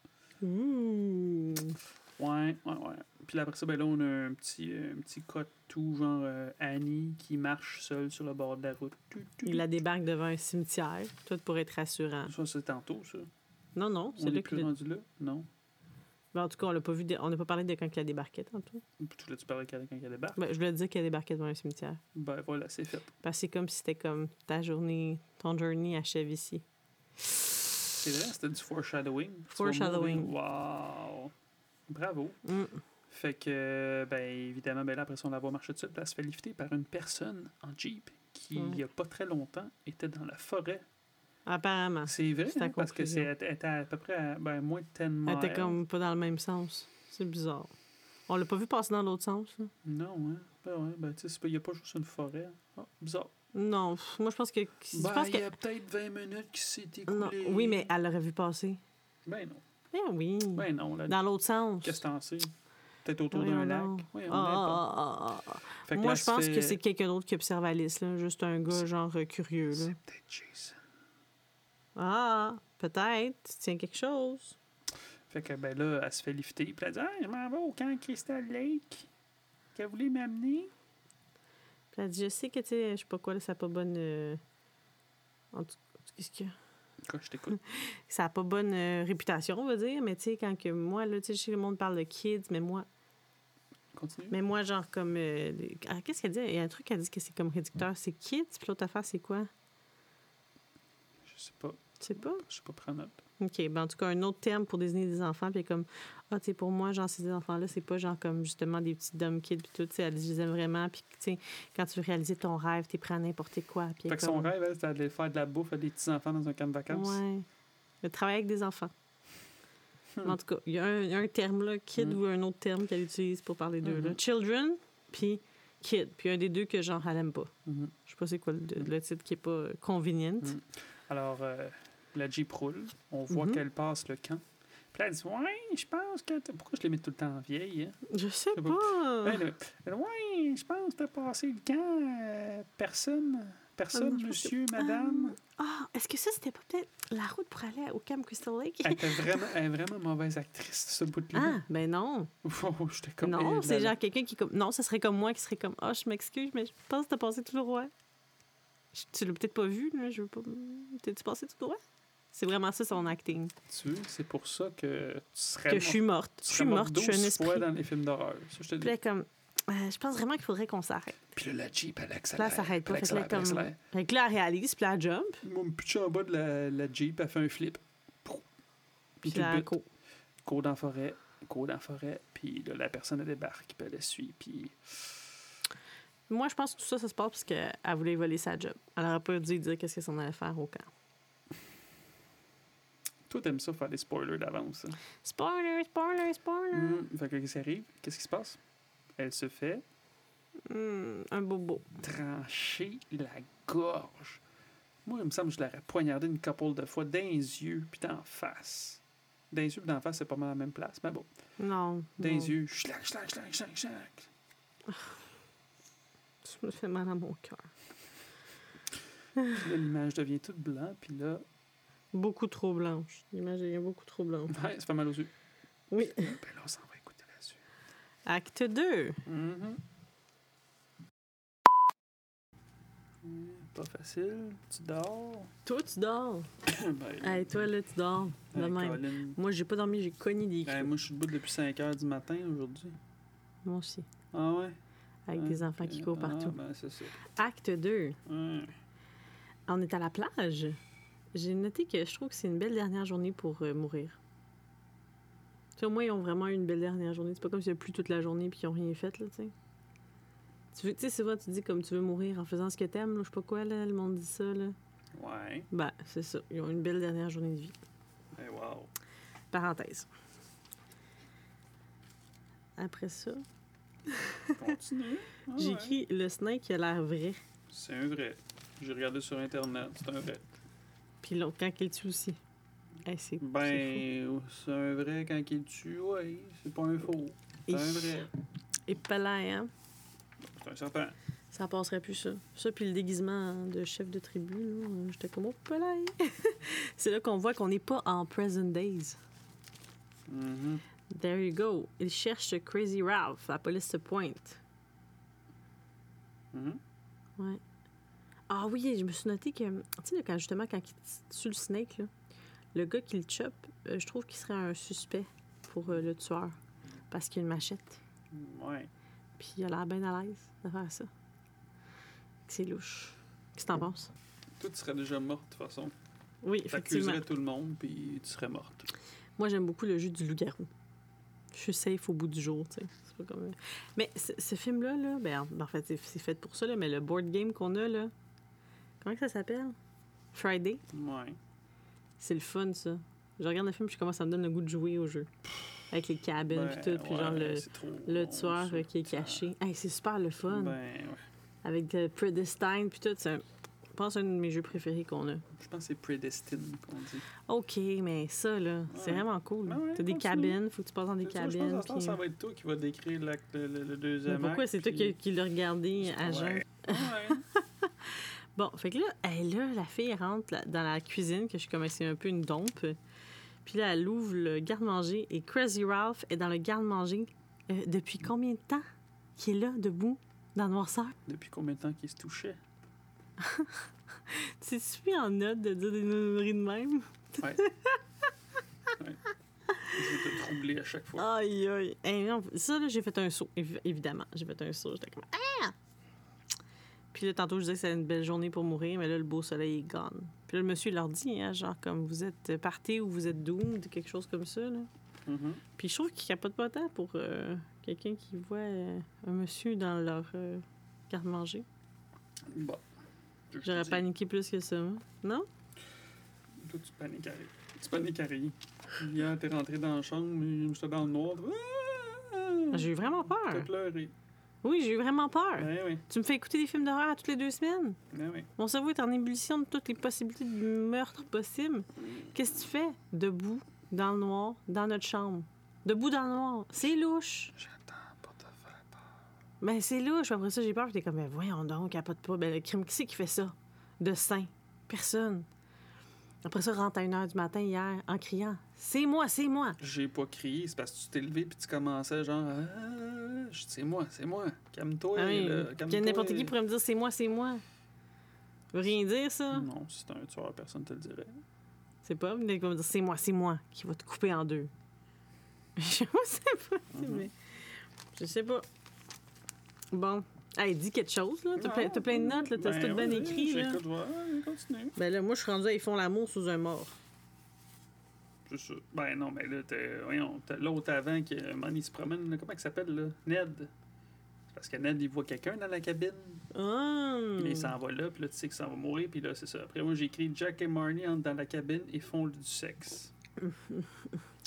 [SPEAKER 2] Ouh.
[SPEAKER 1] Ouais, ouais, ouais. Puis là, après ça, ben là, on a un petit, euh, un petit code tout, genre euh, Annie qui marche seule sur le bord de la route. Tu, tu,
[SPEAKER 2] Il la débarque devant un cimetière, tout pour être rassurant.
[SPEAKER 1] Ça, c'est tantôt, ça.
[SPEAKER 2] Non, non, c'est
[SPEAKER 1] On est
[SPEAKER 2] là que...
[SPEAKER 1] plus rendu là? Non.
[SPEAKER 2] Ben, en tout cas, on l'a pas vu, dé- on n'a pas parlé de quand elle débarquait tantôt.
[SPEAKER 1] Tu voulais-tu parler à quelqu'un qui débarque?
[SPEAKER 2] Ben, je voulais dire qu'elle débarquait devant un cimetière.
[SPEAKER 1] Ben voilà, c'est fait.
[SPEAKER 2] Parce que c'est comme si c'était comme ta journée, ton journey achève ici.
[SPEAKER 1] C'est vrai, c'était du foreshadowing. Tu vas
[SPEAKER 2] Foreshadowing.
[SPEAKER 1] mourir. Wow! Bravo!
[SPEAKER 2] Mm.
[SPEAKER 1] Fait que, ben évidemment, ben là, après ça, on la voit marcher dessus, puis elle se fait lifter par une personne en Jeep qui,
[SPEAKER 2] Ouais.
[SPEAKER 1] il n'y a pas très longtemps, était dans la forêt.
[SPEAKER 2] Apparemment.
[SPEAKER 1] C'est vrai,
[SPEAKER 2] Ah, C'est ta
[SPEAKER 1] hein, parce que c'est
[SPEAKER 2] conclusion.
[SPEAKER 1] elle était à peu près à, ben, moins de 10
[SPEAKER 2] Elle
[SPEAKER 1] miles.
[SPEAKER 2] était comme pas dans le même sens. C'est bizarre. On l'a pas vu passer dans l'autre sens. là.
[SPEAKER 1] Non, hein? Ben ouais, ben tu sais, il n'y a pas juste une forêt. Ah, bizarre.
[SPEAKER 2] Non, pff, moi je pense que. je
[SPEAKER 1] Ben,
[SPEAKER 2] pense
[SPEAKER 1] il
[SPEAKER 2] que...
[SPEAKER 1] y a peut-être 20 minutes qui s'est
[SPEAKER 2] Non.
[SPEAKER 1] écoulé.
[SPEAKER 2] Oui, mais elle l'aurait vu passer.
[SPEAKER 1] Ben non.
[SPEAKER 2] Eh oui.
[SPEAKER 1] Ben non, là.
[SPEAKER 2] Dans l'autre sens.
[SPEAKER 1] Qu'est-ce que t'en sais? Peut-être autour
[SPEAKER 2] Voyons
[SPEAKER 1] d'un lac.
[SPEAKER 2] donc.
[SPEAKER 1] Oui, on
[SPEAKER 2] Ah,
[SPEAKER 1] est pas.
[SPEAKER 2] ah, ah, ah, ah.
[SPEAKER 1] Fait que
[SPEAKER 2] Moi,
[SPEAKER 1] là,
[SPEAKER 2] je
[SPEAKER 1] ça
[SPEAKER 2] pense
[SPEAKER 1] fait-
[SPEAKER 2] que c'est quelqu'un d'autre qui observe Alice, là. juste un gars
[SPEAKER 1] C'est-
[SPEAKER 2] genre euh, curieux. Là.
[SPEAKER 1] C'est peut-être Jason.
[SPEAKER 2] Ah, peut-être, tu tiens quelque chose.
[SPEAKER 1] Fait que ben là, elle se fait lifter. Puis elle dit Ah, je m'en vais au camp Crystal Lake. Qu'elle voulait m'amener.
[SPEAKER 2] Puis elle dit, je sais que, tu sais, je sais pas quoi, là, ça a pas bonne... euh, En tout qu'est-ce qu'il y a?
[SPEAKER 1] Quoi, je t'écoute.
[SPEAKER 2] Ça a pas bonne euh, réputation, on va dire, mais tu sais, quand que moi, là, tu sais, je sais que le monde parle de kids, mais moi,
[SPEAKER 1] Continue.
[SPEAKER 2] mais moi genre comme... euh, les- ah, qu'est-ce qu'elle dit? Il y a un truc qu'elle dit que c'est comme réducteur, c'est kids, puis l'autre affaire, c'est quoi?
[SPEAKER 1] Je sais pas.
[SPEAKER 2] Tu sais pas?
[SPEAKER 1] Je sais pas prendre note.
[SPEAKER 2] OK, ben en tout cas, un autre terme pour désigner des enfants, puis elle est comme, ah, tu sais, pour moi, genre, ces enfants-là, c'est pas genre comme justement des petits dumb kids, puis tout, tu sais, elle dit, je les aime vraiment, puis tu sais, quand tu veux réaliser ton rêve, t'es prêt à n'importe quoi. Puis elle
[SPEAKER 1] Fait
[SPEAKER 2] est
[SPEAKER 1] que son
[SPEAKER 2] comme-
[SPEAKER 1] rêve, elle, c'était de faire de la bouffe à des petits-enfants dans un camp de vacances.
[SPEAKER 2] Ouais. Le travail avec des enfants. Mais En tout cas, il y, a un- il y a un terme, là, kid
[SPEAKER 1] Mm.
[SPEAKER 2] ou un autre terme qu'elle utilise pour parler d'eux. là.
[SPEAKER 1] Mhm.
[SPEAKER 2] Children, puis kid. Puis un des deux que, genre, elle aime pas.
[SPEAKER 1] Mhm.
[SPEAKER 2] Je sais pas c'est quoi le, le titre qui est pas euh, convenient.
[SPEAKER 1] Mm. Alors, euh, la Jeep roule. On voit
[SPEAKER 2] Mhm.
[SPEAKER 1] qu'elle passe le camp. Puis là, elle dit Ouais, je pense que. t'as- Pourquoi je les mets tout le temps en vieille hein?
[SPEAKER 2] Je sais
[SPEAKER 1] C'est pas-
[SPEAKER 2] pas.
[SPEAKER 1] Elle, elle, elle, Euh, ouais, je pense que t'as passé le camp. euh, personne, personne,
[SPEAKER 2] Ah, non, je pense que-
[SPEAKER 1] monsieur, madame.
[SPEAKER 2] Ah, est-ce que ça, c'était pas peut-être la route pour aller au Camp Crystal Lake?
[SPEAKER 1] Elle était vraiment, elle est vraiment mauvaise actrice, ce bout-là.
[SPEAKER 2] Ah, ben non.
[SPEAKER 1] Wow, j'étais comme.
[SPEAKER 2] non,
[SPEAKER 1] Eh,
[SPEAKER 2] c'est
[SPEAKER 1] là,
[SPEAKER 2] genre quelqu'un qui... est comme Non, ça serait comme moi qui serait comme, ah, je m'excuse, mais je pense que t'as passé tout le roi. Je- Tu l'as peut-être pas vu, là. Je veux pas. T'es-tu passé tout droit? C'est vraiment ça son acting.
[SPEAKER 1] Tu sais, c'est pour ça que tu serais
[SPEAKER 2] Que je suis morte.
[SPEAKER 1] tu
[SPEAKER 2] Je
[SPEAKER 1] serais
[SPEAKER 2] suis morte, je suis un
[SPEAKER 1] 12 fois
[SPEAKER 2] esprit.
[SPEAKER 1] dans les films d'horreur. Ça, je te
[SPEAKER 2] Puis
[SPEAKER 1] dis.
[SPEAKER 2] là, comme. euh, je pense vraiment qu'il faudrait qu'on s'arrête.
[SPEAKER 1] Puis là, la Jeep, elle accélère.
[SPEAKER 2] Là, ça s'arrête pas.
[SPEAKER 1] elle
[SPEAKER 2] Fait que là,
[SPEAKER 1] accélère, elle
[SPEAKER 2] comme-
[SPEAKER 1] accélère.
[SPEAKER 2] Fait que là, elle réalise, puis là, elle jump,
[SPEAKER 1] Moi, me pitcher en bas de la, la Jeep, elle fait un flip. Prou.
[SPEAKER 2] puis
[SPEAKER 1] Puis tu
[SPEAKER 2] là,
[SPEAKER 1] le
[SPEAKER 2] elle
[SPEAKER 1] butes.
[SPEAKER 2] court.
[SPEAKER 1] cours dans la forêt, cours dans la forêt, puis là, la personne elle débarque, puis elle la suit, puis
[SPEAKER 2] Moi, je pense que tout ça, ça se passe parce qu'elle voulait voler sa job. Elle aurait pas dû dire qu'est-ce que ça en allait faire au camp.
[SPEAKER 1] toi t'aimes ça faire des spoilers d'avance. hein.
[SPEAKER 2] Spoiler, spoiler, spoiler.
[SPEAKER 1] Mm. Fait que qu'est-ce qui arrive Qu'est-ce qui se passe Elle se fait
[SPEAKER 2] Hmm, un bobo.
[SPEAKER 1] trancher la gorge. Moi, il me semble que je l'aurais poignardé une couple de fois dans les yeux, puis d'en face. Dans les yeux, puis d'en face, c'est pas mal la même place, mais bon. Dans
[SPEAKER 2] Non. non.
[SPEAKER 1] les yeux, chlac, chlac, chlac, chlac, chlac.
[SPEAKER 2] Ça me fait mal à mon cœur.
[SPEAKER 1] Puis là, l'image devient toute blanc, puis là,
[SPEAKER 2] Beaucoup trop blanche. L'image devient beaucoup trop blanche.
[SPEAKER 1] ouais, ça fait mal aux yeux.
[SPEAKER 2] Oui.
[SPEAKER 1] Ben là, on s'en va écouter là-dessus.
[SPEAKER 2] Acte 2.
[SPEAKER 1] Mhm. Hmm, Pas facile. Tu dors.
[SPEAKER 2] Toi, tu dors.
[SPEAKER 1] ben,
[SPEAKER 2] Hey, toi, là, tu dors.
[SPEAKER 1] ben,
[SPEAKER 2] Le même.
[SPEAKER 1] Colin.
[SPEAKER 2] Moi, j'ai pas dormi, j'ai cogné des
[SPEAKER 1] Ben,
[SPEAKER 2] clous.
[SPEAKER 1] moi, je suis debout depuis 5 heures du matin aujourd'hui.
[SPEAKER 2] Moi aussi.
[SPEAKER 1] Ah ouais?
[SPEAKER 2] Avec
[SPEAKER 1] Ouais.
[SPEAKER 2] des enfants qui courent partout.
[SPEAKER 1] Ah, ben, c'est ça.
[SPEAKER 2] Acte 2.
[SPEAKER 1] Ouais.
[SPEAKER 2] On est à la plage. J'ai noté que je trouve que c'est une belle dernière journée pour euh, mourir. Tu sais, au moins, ils ont vraiment eu une belle dernière journée. C'est pas comme s'il y a plus toute la journée puis qu'ils ont rien fait, là, tu sais. Tu veux- tu sais, c'est vrai, tu dis comme tu veux mourir en faisant ce que t'aimes, là, je sais pas quoi, là, le monde dit ça, là.
[SPEAKER 1] Ouais.
[SPEAKER 2] Ben, c'est ça. Ils ont une belle dernière journée de vie.
[SPEAKER 1] Hey, wow.
[SPEAKER 2] Parenthèse. Après ça,
[SPEAKER 1] Continue. Ah
[SPEAKER 2] j'ai
[SPEAKER 1] ouais.
[SPEAKER 2] écrit le snake qui a l'air vrai,
[SPEAKER 1] C'est un vrai. J'ai regardé sur Internet. C'est un vrai.
[SPEAKER 2] puis l'autre quand qu'il tue aussi. Hey, c'est c'est
[SPEAKER 1] Ben, c'est un vrai quand il tue. Ouais. C'est pas un faux.
[SPEAKER 2] fou.
[SPEAKER 1] C'est un
[SPEAKER 2] Et-
[SPEAKER 1] vrai.
[SPEAKER 2] Et pas là, hein.
[SPEAKER 1] C'est un serpent.
[SPEAKER 2] Ça passerait plus, ça. Ça, puis le déguisement de chef de tribu, là, euh, j'étais comme, oh, palais! C'est là qu'on voit qu'on n'est pas en present days.
[SPEAKER 1] Mhm.
[SPEAKER 2] There you go. Ils cherchent Crazy Ralph. La police se pointe.
[SPEAKER 1] Mhm.
[SPEAKER 2] Ouais. Ah oui, je me suis noté que, tu sais, là, quand, justement, quand il tue le snake, là, le gars qui le chope, euh, je trouve qu'il serait un suspect pour euh, le tueur. Parce qu'il a une machette.
[SPEAKER 1] Ouais.
[SPEAKER 2] Puis il a l'air bien à l'aise de faire ça. C'est louche. Qu'est-ce que t'en penses?
[SPEAKER 1] Toi, tu serais déjà morte de toute façon.
[SPEAKER 2] Oui, effectivement.
[SPEAKER 1] T'accuserais tout le monde, puis tu serais morte.
[SPEAKER 2] Moi, j'aime beaucoup le jeu du loup-garou. Je suis safe au bout du jour, tu sais. C'est pas comme- Mais ce, ce film-là, là, ben, en fait, c'est- c'est fait pour ça, là, mais le board game qu'on a, là, comment que ça s'appelle? Friday?
[SPEAKER 1] Ouais.
[SPEAKER 2] C'est le fun, ça. Je regarde le film, puis je commence à me donne le goût de jouer au jeu. Avec les cabines,
[SPEAKER 1] Ben,
[SPEAKER 2] puis tout, puis genre
[SPEAKER 1] ouais,
[SPEAKER 2] le,
[SPEAKER 1] c'est trop
[SPEAKER 2] le
[SPEAKER 1] bon,
[SPEAKER 2] tueur
[SPEAKER 1] ça.
[SPEAKER 2] euh, qui est
[SPEAKER 1] Ça-
[SPEAKER 2] caché. Hey, c'est super le fun.
[SPEAKER 1] Ben, ouais.
[SPEAKER 2] Avec de Predestine, puis tout. c'est un- Je pense que c'est un de mes jeux préférés qu'on a.
[SPEAKER 1] Je pense que c'est Predestined qu'on dit.
[SPEAKER 2] OK, mais ça, là, c'est
[SPEAKER 1] Ouais.
[SPEAKER 2] vraiment cool.
[SPEAKER 1] Ben ouais,
[SPEAKER 2] T'as des
[SPEAKER 1] continue.
[SPEAKER 2] cabines, faut que tu passes dans des
[SPEAKER 1] C'est ça, Je pense
[SPEAKER 2] cabines.
[SPEAKER 1] à ce temps,
[SPEAKER 2] puis- euh,
[SPEAKER 1] ça va être toi qui va décrire l'acte- le, le- le deuxième
[SPEAKER 2] Mais pourquoi
[SPEAKER 1] acte,
[SPEAKER 2] c'est toi qui,
[SPEAKER 1] puis-
[SPEAKER 2] qui l'as regardé à jeun?
[SPEAKER 1] Ouais. Ouais.
[SPEAKER 2] Bon, fait que là, elle, là, la fille elle rentre là- dans la cuisine, que je suis comme, c'est un peu une dompe. Puis là, elle ouvre le garde-manger et Crazy Ralph est dans le garde-manger euh, depuis combien de temps qu'il est là, debout, dans le noirceur?
[SPEAKER 1] Depuis combien de temps qu'il se touchait?
[SPEAKER 2] Tu suis en note de dire des nonneries de même?
[SPEAKER 1] Je vais te troubler à chaque fois.
[SPEAKER 2] Aïe, aïe. Hey, Eh, non, ça, là, j'ai fait un saut, évi- évidemment. J'ai fait un saut. J'étais comme Ah! Puis là, tantôt, je disais que c'était une belle journée pour mourir, mais là, le beau soleil est gone. Puis là, le monsieur il leur dit, hein, genre, comme vous êtes parté ou vous êtes doomed, quelque chose comme ça. Là.
[SPEAKER 1] Mhm.
[SPEAKER 2] Puis je trouve qu'il capote pas tant pour euh, quelqu'un qui voit euh, un monsieur dans leur euh, garde-manger.
[SPEAKER 1] Bon. Je te
[SPEAKER 2] J'aurais
[SPEAKER 1] dis,
[SPEAKER 2] paniqué plus que ça. hein. Non?
[SPEAKER 1] Toi, tu paniques à rien. Tu paniques à rien. Hier, t'es rentré dans la chambre, j'étais dans le noir. Ah!
[SPEAKER 2] J'ai eu vraiment
[SPEAKER 1] T'as
[SPEAKER 2] peur. Ah.
[SPEAKER 1] pleuré.
[SPEAKER 2] Oui, j'ai eu vraiment peur.
[SPEAKER 1] Ben oui,
[SPEAKER 2] Tu me fais écouter des films d'horreur à toutes les deux semaines?
[SPEAKER 1] ben oui.
[SPEAKER 2] Mon cerveau est en ébullition de toutes les possibilités de meurtre possibles. Qu'est-ce que tu fais? Debout, dans le noir, dans notre chambre. Debout dans le noir. C'est louche.
[SPEAKER 1] J'attends pour te faire peur.
[SPEAKER 2] Ben, c'est louche. Après ça, j'ai peur. Puis t'es comme, ben, voyons donc, capote pas. Ben, le crime, qui c'est qui fait ça? De sain. Personne. Après ça, rentre à 1h du matin hier en criant, c'est moi, c'est moi.
[SPEAKER 1] J'ai pas crié, c'est parce que tu t'es levé puis tu commençais genre Ah, je- c'est moi, c'est moi. Calme-toi.
[SPEAKER 2] Ah oui,
[SPEAKER 1] là,
[SPEAKER 2] puis
[SPEAKER 1] calme-toi.
[SPEAKER 2] n'importe qui pourrait me dire, c'est moi, c'est moi. veut rien dire, ça.
[SPEAKER 1] Non, si c'était un tueur, personne te le dirait.
[SPEAKER 2] C'est pas, mais comme dire, c'est moi, c'est moi qui va te couper en deux. Je sais pas, tu sais,
[SPEAKER 1] Mhm.
[SPEAKER 2] mais je sais pas. Bon. Hey, dis quelque chose, là. T'as plein, t'as plein de notes, là. T'as
[SPEAKER 1] Ben
[SPEAKER 2] tout bien
[SPEAKER 1] oui,
[SPEAKER 2] écrit, là.
[SPEAKER 1] J'écoute, ouais, continue.
[SPEAKER 2] Ben là, moi, je suis rendu à Ils font l'amour sous un mort.
[SPEAKER 1] C'est ça. Ben non, mais là, t'es, voyons, t'as l'autre avant qui, un moment, il se promène, là, comment il s'appelle, là? Ned. Parce que Ned, il voit quelqu'un dans la cabine,
[SPEAKER 2] Ah!
[SPEAKER 1] puis là, il s'en va là, puis là, tu sais qu'il s'en va mourir, puis là, c'est ça. Après, moi, j'ai écrit Jack et Marnie entrent dans la cabine et font du sexe.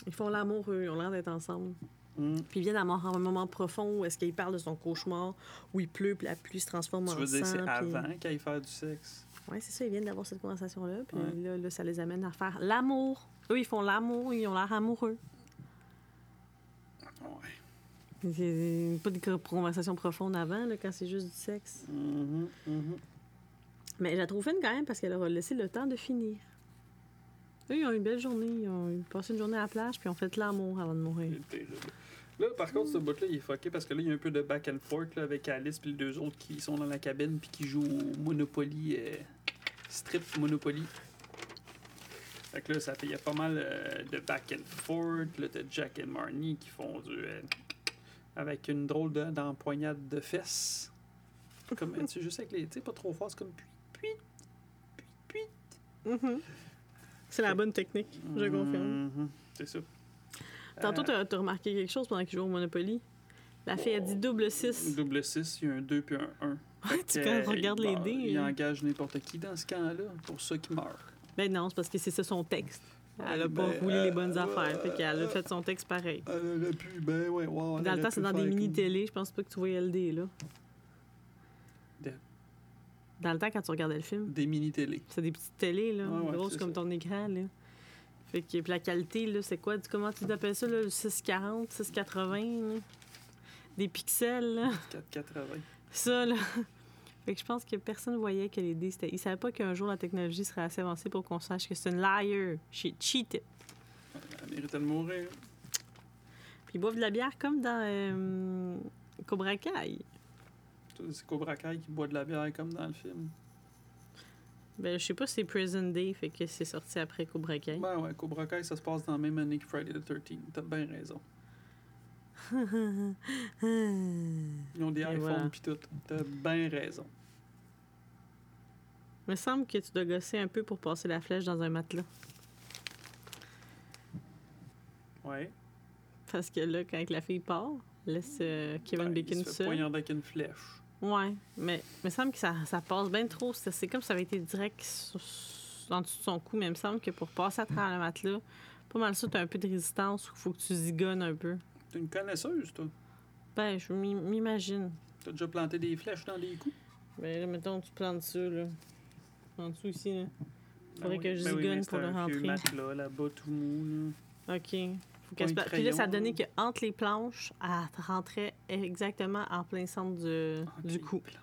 [SPEAKER 2] Ils font l'amour, eux. Ils ont l'air d'être ensemble.
[SPEAKER 1] Hum.
[SPEAKER 2] Puis ils viennent à un moment- un moment profond où est-ce qu'il parle de son cauchemar, où il pleut, puis la pluie se transforme en
[SPEAKER 1] Tu
[SPEAKER 2] sang.
[SPEAKER 1] veux dire, c'est
[SPEAKER 2] puis-
[SPEAKER 1] avant qu'elle fasse du sexe?
[SPEAKER 2] Oui, c'est ça, ils viennent d'avoir cette conversation-là. Puis
[SPEAKER 1] Ouais.
[SPEAKER 2] là, là, ça les amène à faire l'amour. Eux, ils font l'amour, ils ont l'air amoureux.
[SPEAKER 1] Ouais.
[SPEAKER 2] C'est- c'est Pas de gr- conversation profonde avant, là, quand c'est juste du sexe.
[SPEAKER 1] Mhm, mhm.
[SPEAKER 2] Mais je la trouve fine quand même parce qu'elle leur a laissé le temps de finir. Eux, ils ont eu une belle journée. Ils ont passé une journée à la plage, puis ils ont fait l'amour avant de mourir.
[SPEAKER 1] Il est terrible. Là, par contre, ce bout-là, il est fucké parce que là, il y a un peu de back and forth là, avec Alice puis les deux autres qui sont dans la cabine puis qui jouent au Monopoly, euh, Strip Monopoly. Fait que là, ça fait, il y a pas mal euh, de back and forth. Là, t'as Jack et Marnie qui font du. euh, avec une drôle de- d'empoignade de fesses. Comme, tu sais, juste avec les. Tu sais, pas trop fort, c'est comme puis, puis, puis, puis.
[SPEAKER 2] Mhm. C'est la bonne technique, je confirme.
[SPEAKER 1] Mhm, C'est ça.
[SPEAKER 2] Tantôt,
[SPEAKER 1] Euh,
[SPEAKER 2] t'as as remarqué quelque chose pendant qu'ils jouent au Monopoly. La fille a dit double 6.
[SPEAKER 1] Oh. Double 6, il y a un 2 puis un 1.
[SPEAKER 2] tu regardes les dés.
[SPEAKER 1] Euh, bah, Il
[SPEAKER 2] hein.
[SPEAKER 1] engage n'importe qui dans ce camp-là pour ceux qui meurent.
[SPEAKER 2] Ben non, c'est parce que c'est ça son texte. Elle a pas
[SPEAKER 1] Ben,
[SPEAKER 2] roulé les bonnes
[SPEAKER 1] euh,
[SPEAKER 2] affaires, fait qu'elle a
[SPEAKER 1] euh,
[SPEAKER 2] fait son texte pareil.
[SPEAKER 1] Elle aurait pu, ben ouais, wow, elle
[SPEAKER 2] Dans le
[SPEAKER 1] aurait
[SPEAKER 2] temps,
[SPEAKER 1] pu
[SPEAKER 2] c'est dans
[SPEAKER 1] faire comme-
[SPEAKER 2] des mini-télé, je pense pas que tu voyais LD, là.
[SPEAKER 1] De-
[SPEAKER 2] Dans le temps, quand tu regardais le film,
[SPEAKER 1] Des mini-télé.
[SPEAKER 2] c'est des petites télés, là,
[SPEAKER 1] Ouais, ouais,
[SPEAKER 2] grosses
[SPEAKER 1] c'est
[SPEAKER 2] comme
[SPEAKER 1] ça.
[SPEAKER 2] ton écran, là. Fait que, puis la qualité, là, c'est quoi? Comment tu appelles ça, là, le 640, 680, là? Des pixels, là.
[SPEAKER 1] 4,80.
[SPEAKER 2] Ça, là. Fait que je pense que personne voyait que les dés, c'était... Ils savaient pas qu'un jour, la technologie serait assez avancée pour qu'on sache que c'est une liar. She cheated.
[SPEAKER 1] Elle méritait de mourir.
[SPEAKER 2] Puis ils boivent de la bière comme dans euh, Cobra Kai.
[SPEAKER 1] C'est Cobra Kai qui boit de la bière comme dans le film.
[SPEAKER 2] Ben, je sais pas si c'est Prison Day, fait que c'est sorti après Cobra Kai.
[SPEAKER 1] Ben ouais, Cobra Kai, ça se passe dans la même année que Friday the 13th. T'as bien raison. Ils ont des
[SPEAKER 2] Et
[SPEAKER 1] iPhones
[SPEAKER 2] voilà.
[SPEAKER 1] pis tout. T'as bien raison.
[SPEAKER 2] me semble que tu dois gosser un peu pour passer la flèche dans un matelas.
[SPEAKER 1] Ouais.
[SPEAKER 2] Parce que là, quand la fille part, laisse euh, Kevin
[SPEAKER 1] Ben,
[SPEAKER 2] Bacon
[SPEAKER 1] il se fait
[SPEAKER 2] seul.
[SPEAKER 1] poignarder avec une flèche.
[SPEAKER 2] Ouais, mais me semble que ça, ça passe bien trop. C'est c'est comme si ça avait été direct sur- sur- en dessous de son cou, mais il me semble que pour passer à travers le matelas, pas mal ça, t'as un peu de résistance, faut que tu zigonnes un peu.
[SPEAKER 1] T'es une connaisseuse, toi.
[SPEAKER 2] Ben, je m'im- m'imagine.
[SPEAKER 1] T'as déjà planté des flèches dans des coups.
[SPEAKER 2] Ben là, mettons, tu plantes ça, là. En dessous ici, là. Faudrait
[SPEAKER 1] Ben
[SPEAKER 2] que
[SPEAKER 1] oui.
[SPEAKER 2] je
[SPEAKER 1] Ben oui,
[SPEAKER 2] zigonne
[SPEAKER 1] mais c'est
[SPEAKER 2] pour le
[SPEAKER 1] un vieux
[SPEAKER 2] rentrer.
[SPEAKER 1] matelas, là-bas, tout mou, là.
[SPEAKER 2] OK. Faut
[SPEAKER 1] Point
[SPEAKER 2] qu'elle se
[SPEAKER 1] de
[SPEAKER 2] pla- Puis là, ça
[SPEAKER 1] crayon.
[SPEAKER 2] donnait qu'entre les planches, elle rentrait exactement en plein centre du,
[SPEAKER 1] Entre
[SPEAKER 2] du
[SPEAKER 1] les
[SPEAKER 2] cou.
[SPEAKER 1] planches.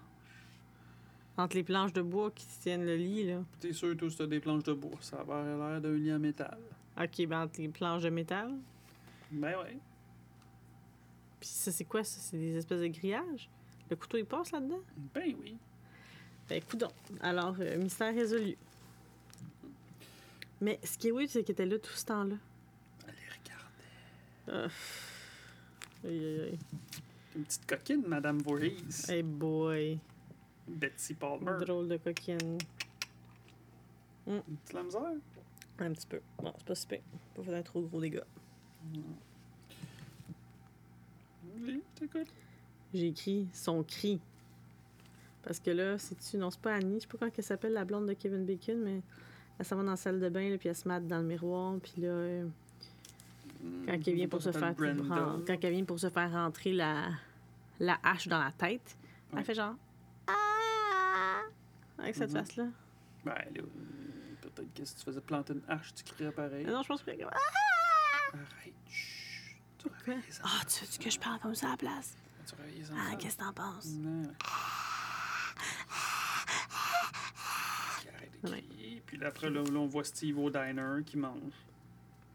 [SPEAKER 2] Entre les planches de bois qui tiennent le lit, là.
[SPEAKER 1] T'es sûr, toi, si t'as des planches de bois, ça va avoir l'air d'un lit en métal.
[SPEAKER 2] OK, ben entre les planches de métal.
[SPEAKER 1] Ben ouais.
[SPEAKER 2] Puis ça, c'est quoi, ça? C'est des espèces de grillages? Le couteau, il passe là-dedans?
[SPEAKER 1] Ben oui.
[SPEAKER 2] Ben, coudon. Alors, euh, mystère résolu. Mais ce qui est weird, c'est qu'il était là tout ce temps-là.
[SPEAKER 1] Allez, regardez.
[SPEAKER 2] Ah. Aïe, aïe, aïe.
[SPEAKER 1] Une petite coquine, Madame Voorhees.
[SPEAKER 2] Hey boy.
[SPEAKER 1] Betsy Palmer.
[SPEAKER 2] Drôle de coquine.
[SPEAKER 1] Une petite la misère.
[SPEAKER 2] Un petit peu. Bon, c'est pas super. Pas faire un trop gros dégât.
[SPEAKER 1] Oui, t'écoutes.
[SPEAKER 2] J'ai écrit son cri. Parce que là, c'est-tu. Non, c'est pas Annie. Je sais pas comment elle s'appelle, la blonde de Kevin Bacon, mais elle s'en va dans la salle de bain, là, puis elle se mate dans le miroir, puis là. euh, Quand elle vient pour se faire tout prendre- quand elle vient pour se faire rentrer la, la hache dans la tête,
[SPEAKER 1] Ouais.
[SPEAKER 2] elle fait genre Ah! avec cette
[SPEAKER 1] Mhm.
[SPEAKER 2] face là.
[SPEAKER 1] Ben là, euh, peut-être que si tu faisais planter une hache, tu crierais pareil.
[SPEAKER 2] Non, je pense que Ah,
[SPEAKER 1] Arrête. Chut. Tu réveilles les enfants.
[SPEAKER 2] Ah, tu veux que je parle comme ça à la place
[SPEAKER 1] Tu réveilles les
[SPEAKER 2] Ah,
[SPEAKER 1] enfants.
[SPEAKER 2] qu'est-ce que t'en penses
[SPEAKER 1] Non. Arrête de
[SPEAKER 2] Ouais.
[SPEAKER 1] crier. Puis là, après, là, là, on voit Steve au diner qui mange.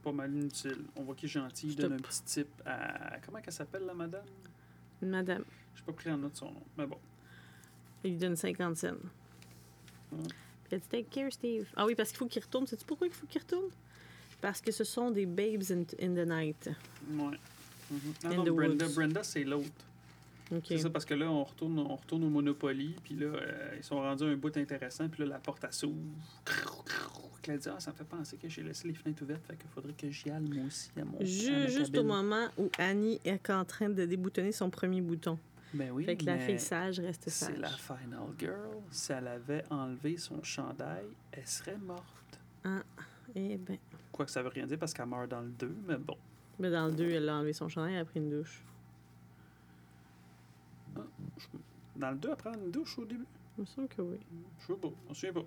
[SPEAKER 1] Pas mal inutile. On voit qu'il est gentil. Il
[SPEAKER 2] Je te
[SPEAKER 1] donne un
[SPEAKER 2] pr-
[SPEAKER 1] petit tip à. Comment qu'elle s'appelle, la madame
[SPEAKER 2] Madame,
[SPEAKER 1] J'ai pas pris en note son nom. Mais bon.
[SPEAKER 2] il lui donne 50 cents.
[SPEAKER 1] Mm.
[SPEAKER 2] Puis elle dit Take care, Steve. Ah oui, parce qu'il faut qu'il retourne. Sais-tu pourquoi il faut qu'il retourne Parce que ce sont des babes in, in the night.
[SPEAKER 1] Ouais. Mhm. Ah
[SPEAKER 2] In
[SPEAKER 1] non,
[SPEAKER 2] the
[SPEAKER 1] Brenda,
[SPEAKER 2] woods.
[SPEAKER 1] Brenda c'est l'autre.
[SPEAKER 2] OK.
[SPEAKER 1] C'est ça, parce que là, on retourne, on retourne au Monopoly, puis là, euh, ils sont rendus à un bout intéressant, puis là, la porte elle s'ouvre. Crou, crou. Puis là, elle dit, ah, ça me fait penser que j'ai laissé les fenêtres ouvertes, fait qu'il faudrait que j'y aille, moi aussi, à mon
[SPEAKER 2] Ju-
[SPEAKER 1] à ma
[SPEAKER 2] juste
[SPEAKER 1] cabine.
[SPEAKER 2] au moment où Annie est en train de déboutonner son premier bouton.
[SPEAKER 1] Ben oui,
[SPEAKER 2] fait que la
[SPEAKER 1] mais
[SPEAKER 2] fille sage reste sage.
[SPEAKER 1] c'est la final girl. Si elle avait enlevé son chandail, elle serait morte.
[SPEAKER 2] Eh ben.
[SPEAKER 1] Quoi que ça veut rien dire, parce qu'elle meurt dans le 2, mais bon.
[SPEAKER 2] Mais dans le 2, elle a enlevé son chandail, elle a pris une douche.
[SPEAKER 1] Dans le 2, elle prend une douche au début.
[SPEAKER 2] Il me semble que oui.
[SPEAKER 1] Je sais pas, on se souvient pas.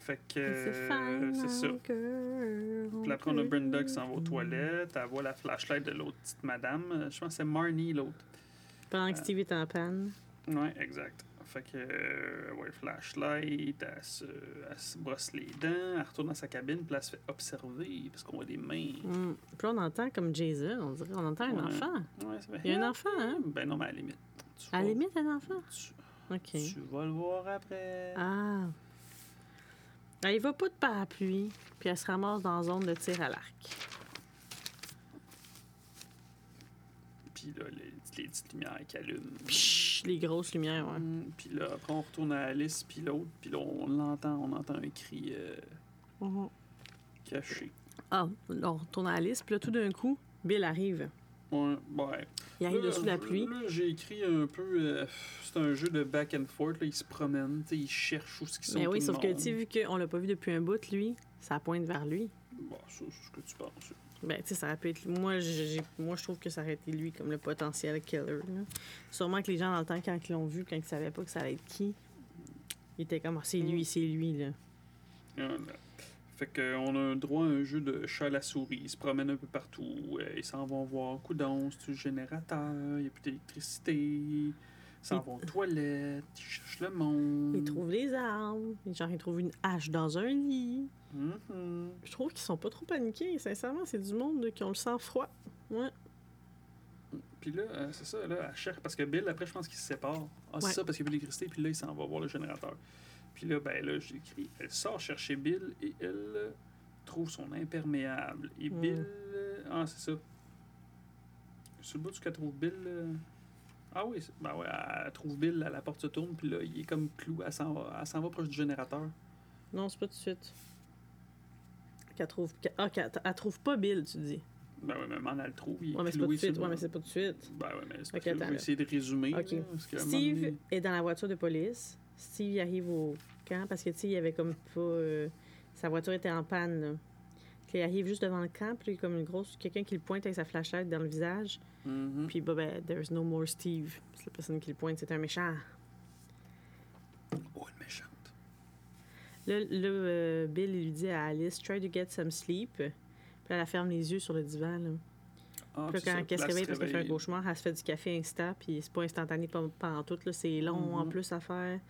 [SPEAKER 1] Fait que...
[SPEAKER 2] Mais
[SPEAKER 1] euh,
[SPEAKER 2] fine,
[SPEAKER 1] c'est ça.
[SPEAKER 2] hein, girl.
[SPEAKER 1] Puis après, on a Brenda qui s'en va aux toilettes. Elle voit la flashlight de l'autre petite madame. Euh, Je pense que c'est Marnie, l'autre.
[SPEAKER 2] Pendant que Steve est en panne.
[SPEAKER 1] Ouais, exact. Fait que, euh, ouais, flashlight, elle se, elle se brosse les dents, elle retourne dans sa cabine, puis elle se fait observer, parce qu'on voit des mains.
[SPEAKER 2] Mm. Puis là, on entend comme Jason, on dirait, on entend un
[SPEAKER 1] Ouais.
[SPEAKER 2] enfant.
[SPEAKER 1] Ouais, c'est bien.
[SPEAKER 2] Il y a un enfant, hein?
[SPEAKER 1] Ben non, mais à la limite. Tu
[SPEAKER 2] À la
[SPEAKER 1] vas-
[SPEAKER 2] limite, un enfant.
[SPEAKER 1] Tu,
[SPEAKER 2] OK.
[SPEAKER 1] Oh. tu vas le voir après.
[SPEAKER 2] Ah. Elle y va pas de parapluie, puis elle se ramasse dans la zone de tir à l'arc.
[SPEAKER 1] Puis là, les, les petites lumières qui allument.
[SPEAKER 2] Psh, les grosses lumières, ouais.
[SPEAKER 1] Mm, Puis là, après, on retourne à Alice, puis l'autre, puis là, on l'entend, on entend un cri euh, caché.
[SPEAKER 2] Ah, on retourne à Alice, puis là, tout d'un coup, Bill arrive.
[SPEAKER 1] Ouais, ouais.
[SPEAKER 2] Il arrive
[SPEAKER 1] Là,
[SPEAKER 2] dessus de la
[SPEAKER 1] là,
[SPEAKER 2] pluie.
[SPEAKER 1] Là, j'ai écrit un peu. euh, c'est un jeu de back and forth. Là, ils se promènent, tu sais, ils cherchent où ce qu'ils sont.
[SPEAKER 2] Mais Ben oui,
[SPEAKER 1] tout le
[SPEAKER 2] sauf que,
[SPEAKER 1] monde.
[SPEAKER 2] tu sais, vu qu'on l'a pas vu depuis un bout, lui, ça pointe vers lui.
[SPEAKER 1] Bon, Bah, ça, c'est ce que tu penses.
[SPEAKER 2] Ben, tu sais, ça aurait pu être. Moi, j'ai- j'ai- moi, je trouve que ça aurait été lui comme le potentiel killer. là. Sûrement que les gens, dans le temps, quand ils l'ont vu, quand ils savaient pas que ça allait être qui, ils étaient comme, Ah, c'est lui, c'est lui, là.
[SPEAKER 1] Voilà. Fait qu'on a un droit à un jeu de chat à la souris. Ils se promènent un peu partout. euh, ils s'en vont voir. Coudon, c'est le générateur. Il n'y a plus d'électricité. Ils s'en
[SPEAKER 2] Ils-
[SPEAKER 1] vont aux toilettes. Ils cherchent le monde.
[SPEAKER 2] Ils trouvent des armes. Genre, ils trouvent une hache dans un lit.
[SPEAKER 1] Mhm.
[SPEAKER 2] Je trouve qu'ils sont pas trop paniqués. Sincèrement, c'est du monde là, qui ont le sang froid. Ouais.
[SPEAKER 1] Puis là, euh, c'est ça, là, elle cherche. Parce que Bill, après, je pense qu'il se sépare. Ah, c'est
[SPEAKER 2] Ouais.
[SPEAKER 1] ça, parce qu'il n'y a plus d'électricité, puis là, il s'en va voir le générateur. Puis là, ben là, j'écris. Elle sort chercher Bill et elle euh, trouve son imperméable. Et
[SPEAKER 2] Hmm.
[SPEAKER 1] Bill. euh, ah, c'est ça. Sur le bout, tu qu'elle trouve Bill. euh, Ah oui, c'est- ben ouais, elle trouve Bill, là, la porte se tourne, puis là, il est comme clou. Elle s'en va, elle s'en va proche du générateur.
[SPEAKER 2] Non, c'est pas tout de suite. Qu'elle trouve. qu'elle- Ah, qu'elle elle trouve pas Bill, tu dis.
[SPEAKER 1] Ben ouais, mais man, elle le trouve. Il est
[SPEAKER 2] Ouais, mais c'est pas tout
[SPEAKER 1] cloué
[SPEAKER 2] de suite.
[SPEAKER 1] sur le-
[SPEAKER 2] Ouais, mais c'est pas tout de suite.
[SPEAKER 1] Ben ouais, mais c'est
[SPEAKER 2] Ok,
[SPEAKER 1] parce que là, je
[SPEAKER 2] attends,
[SPEAKER 1] vais
[SPEAKER 2] là.
[SPEAKER 1] essayer de résumer.
[SPEAKER 2] Ok.
[SPEAKER 1] là, parce qu'à un moment
[SPEAKER 2] Steve
[SPEAKER 1] donné-
[SPEAKER 2] est dans la voiture de police. Steve il arrive au camp parce que, tu sais, il y avait comme pas. euh, sa voiture était en panne, là. Puis il arrive juste devant le camp, puis il y a comme une grosse. Quelqu'un qui le pointe avec sa flashlight dans le visage.
[SPEAKER 1] Mhm.
[SPEAKER 2] Puis, bah, ben, there's no more Steve. C'est la personne qui le pointe, c'est un méchant.
[SPEAKER 1] Oh, elle est méchante.
[SPEAKER 2] Là, là, euh, Bill il lui dit à Alice, try to get some sleep. Puis là, elle ferme les yeux sur le
[SPEAKER 1] Ah,
[SPEAKER 2] divan. Là. Puis là,
[SPEAKER 1] c'est ça,
[SPEAKER 2] quand elle se
[SPEAKER 1] place
[SPEAKER 2] réveille parce qu'elle fait un
[SPEAKER 1] réveille.
[SPEAKER 2] cauchemar, elle se fait du café instant, puis c'est pas instantané pas- pas en tout. là. C'est long en
[SPEAKER 1] Mhm.
[SPEAKER 2] plus à faire.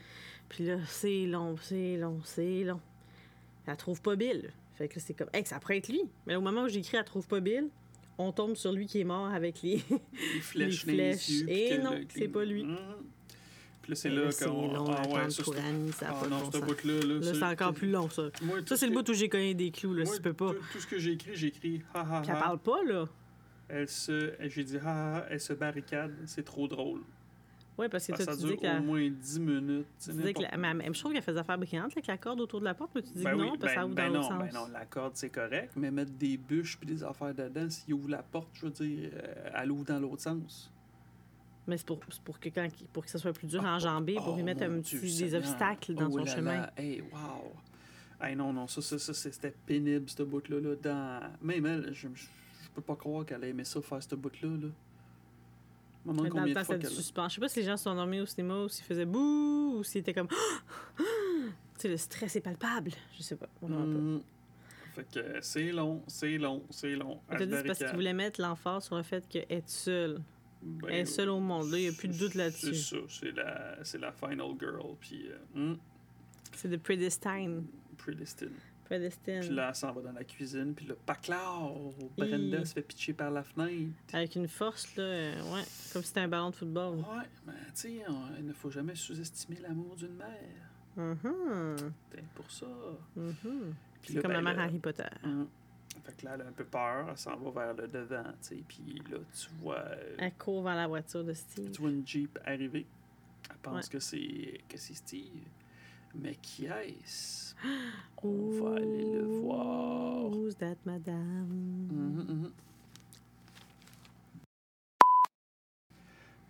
[SPEAKER 2] Puis là, c'est long, c'est long, c'est long. Elle trouve pas Bill. Fait que là, c'est comme, hey, ça pourrait être lui. Mais là, au moment où j'écris, elle trouve pas Bill, on tombe sur lui qui est mort avec les.
[SPEAKER 1] les flèches,
[SPEAKER 2] Les
[SPEAKER 1] dans les
[SPEAKER 2] flèches.
[SPEAKER 1] yeux, puis
[SPEAKER 2] Eh
[SPEAKER 1] que
[SPEAKER 2] non,
[SPEAKER 1] le-
[SPEAKER 2] c'est pas lui.
[SPEAKER 1] Mhm. Puis là, c'est
[SPEAKER 2] Mais
[SPEAKER 1] là
[SPEAKER 2] Eh, c'est
[SPEAKER 1] qu'on.
[SPEAKER 2] long à
[SPEAKER 1] Ah ouais,
[SPEAKER 2] attendre
[SPEAKER 1] ça,
[SPEAKER 2] pour
[SPEAKER 1] c'est-
[SPEAKER 2] Annie, ça a
[SPEAKER 1] Ah
[SPEAKER 2] pas de
[SPEAKER 1] non,
[SPEAKER 2] bon
[SPEAKER 1] ce
[SPEAKER 2] sens.
[SPEAKER 1] bout-là. Là,
[SPEAKER 2] Là, c'est encore plus long, ça.
[SPEAKER 1] Moi, tout
[SPEAKER 2] Ça, c'est
[SPEAKER 1] ce
[SPEAKER 2] le
[SPEAKER 1] que-
[SPEAKER 2] bout où j'ai cogné des clous, là,
[SPEAKER 1] moi,
[SPEAKER 2] si tu peux pas.
[SPEAKER 1] Tout, tout ce que j'ai écrit, j'ai écrit ha ha
[SPEAKER 2] Puis elle
[SPEAKER 1] ha.
[SPEAKER 2] parle pas, là.
[SPEAKER 1] Elle se. J'ai dit ha ha ha, elle se barricade, c'est trop drôle.
[SPEAKER 2] Ouais, parce que
[SPEAKER 1] Ah,
[SPEAKER 2] toi,
[SPEAKER 1] ça
[SPEAKER 2] tu dis
[SPEAKER 1] dure
[SPEAKER 2] que. la-
[SPEAKER 1] au moins 10 minutes. tu sais,
[SPEAKER 2] Tu disais que
[SPEAKER 1] n'importe-
[SPEAKER 2] la- mais- mais je trouve qu'elle faisait affaire brillante avec la corde autour de la porte, mais tu dis
[SPEAKER 1] Ben
[SPEAKER 2] que
[SPEAKER 1] oui,
[SPEAKER 2] non, parce que ça
[SPEAKER 1] ben-
[SPEAKER 2] ouvre
[SPEAKER 1] ben
[SPEAKER 2] dans
[SPEAKER 1] non,
[SPEAKER 2] l'autre
[SPEAKER 1] ben
[SPEAKER 2] sens.
[SPEAKER 1] non, la corde, c'est correct, mais mettre des bûches puis des affaires dedans, s'il ouvre la porte, je veux dire, euh, elle ouvre dans l'autre sens.
[SPEAKER 2] Mais c'est pour, c'est pour, que quand, pour que ça soit plus dur à
[SPEAKER 1] Ah,
[SPEAKER 2] enjamber, pour
[SPEAKER 1] Oh,
[SPEAKER 2] lui mettre
[SPEAKER 1] mon
[SPEAKER 2] un
[SPEAKER 1] Dieu,
[SPEAKER 2] petit, des
[SPEAKER 1] Seigneur.
[SPEAKER 2] obstacles dans
[SPEAKER 1] Oh
[SPEAKER 2] son
[SPEAKER 1] là
[SPEAKER 2] chemin.
[SPEAKER 1] là, Hey, wow. Hey, non, non, ça, ça, ça c'était pénible, ce bout-là. Là, dans... Même elle, je, je, je peux pas croire qu'elle ait aimé ça, faire ce bout-là. Là. Maman,
[SPEAKER 2] Mais Dans
[SPEAKER 1] combien
[SPEAKER 2] le
[SPEAKER 1] de
[SPEAKER 2] temps,
[SPEAKER 1] fois
[SPEAKER 2] c'était
[SPEAKER 1] qu'elle...
[SPEAKER 2] du suspens. Je sais pas si les gens se sont endormis au cinéma ou s'ils faisaient bouh ou s'ils étaient comme. tu sais, le stress est palpable. Je sais pas. On verra pas.
[SPEAKER 1] Mhm. Fait que euh, c'est long, c'est long, c'est long.
[SPEAKER 2] On
[SPEAKER 1] Elle
[SPEAKER 2] t'a dit
[SPEAKER 1] se
[SPEAKER 2] c'est parce qu'ils
[SPEAKER 1] barricade.
[SPEAKER 2] voulaient mettre l'emphase sur le fait qu'être seule,
[SPEAKER 1] Ben,
[SPEAKER 2] elle est seule au monde. Là, il n'y a plus de
[SPEAKER 1] c'est-
[SPEAKER 2] doute
[SPEAKER 1] C'est
[SPEAKER 2] là-dessus.
[SPEAKER 1] ça, c'est la, c'est la final girl, puis... euh, hum,
[SPEAKER 2] C'est de Predestine.
[SPEAKER 1] Predestined. Puis
[SPEAKER 2] Predestine.
[SPEAKER 1] là, elle s'en va dans la cuisine, puis le paclar, Brenda
[SPEAKER 2] Hi.
[SPEAKER 1] se fait pitcher par la fenêtre.
[SPEAKER 2] Avec une force, là, euh, ouais, comme si c'était un ballon de football.
[SPEAKER 1] Ouais, mais tu sais, on- il ne faut jamais sous-estimer l'amour d'une mère.
[SPEAKER 2] Mhm.
[SPEAKER 1] Peut-être pour ça.
[SPEAKER 2] Mhm.
[SPEAKER 1] Oh. Puis
[SPEAKER 2] C'est
[SPEAKER 1] là,
[SPEAKER 2] comme
[SPEAKER 1] ben,
[SPEAKER 2] la mère
[SPEAKER 1] là-
[SPEAKER 2] Harry Potter.
[SPEAKER 1] Hum. Fait que là, elle a un peu peur, elle s'en va vers le devant, tu sais. Puis là, tu vois, euh,
[SPEAKER 2] Elle court vers la voiture de Steve.
[SPEAKER 1] tu vois une Jeep arriver. Elle pense
[SPEAKER 2] Ouais.
[SPEAKER 1] que c'est que c'est Steve. Mais qui est-ce?
[SPEAKER 2] Ah.
[SPEAKER 1] On va aller le voir.
[SPEAKER 2] Who's that, madame?
[SPEAKER 1] Mhm, mhm.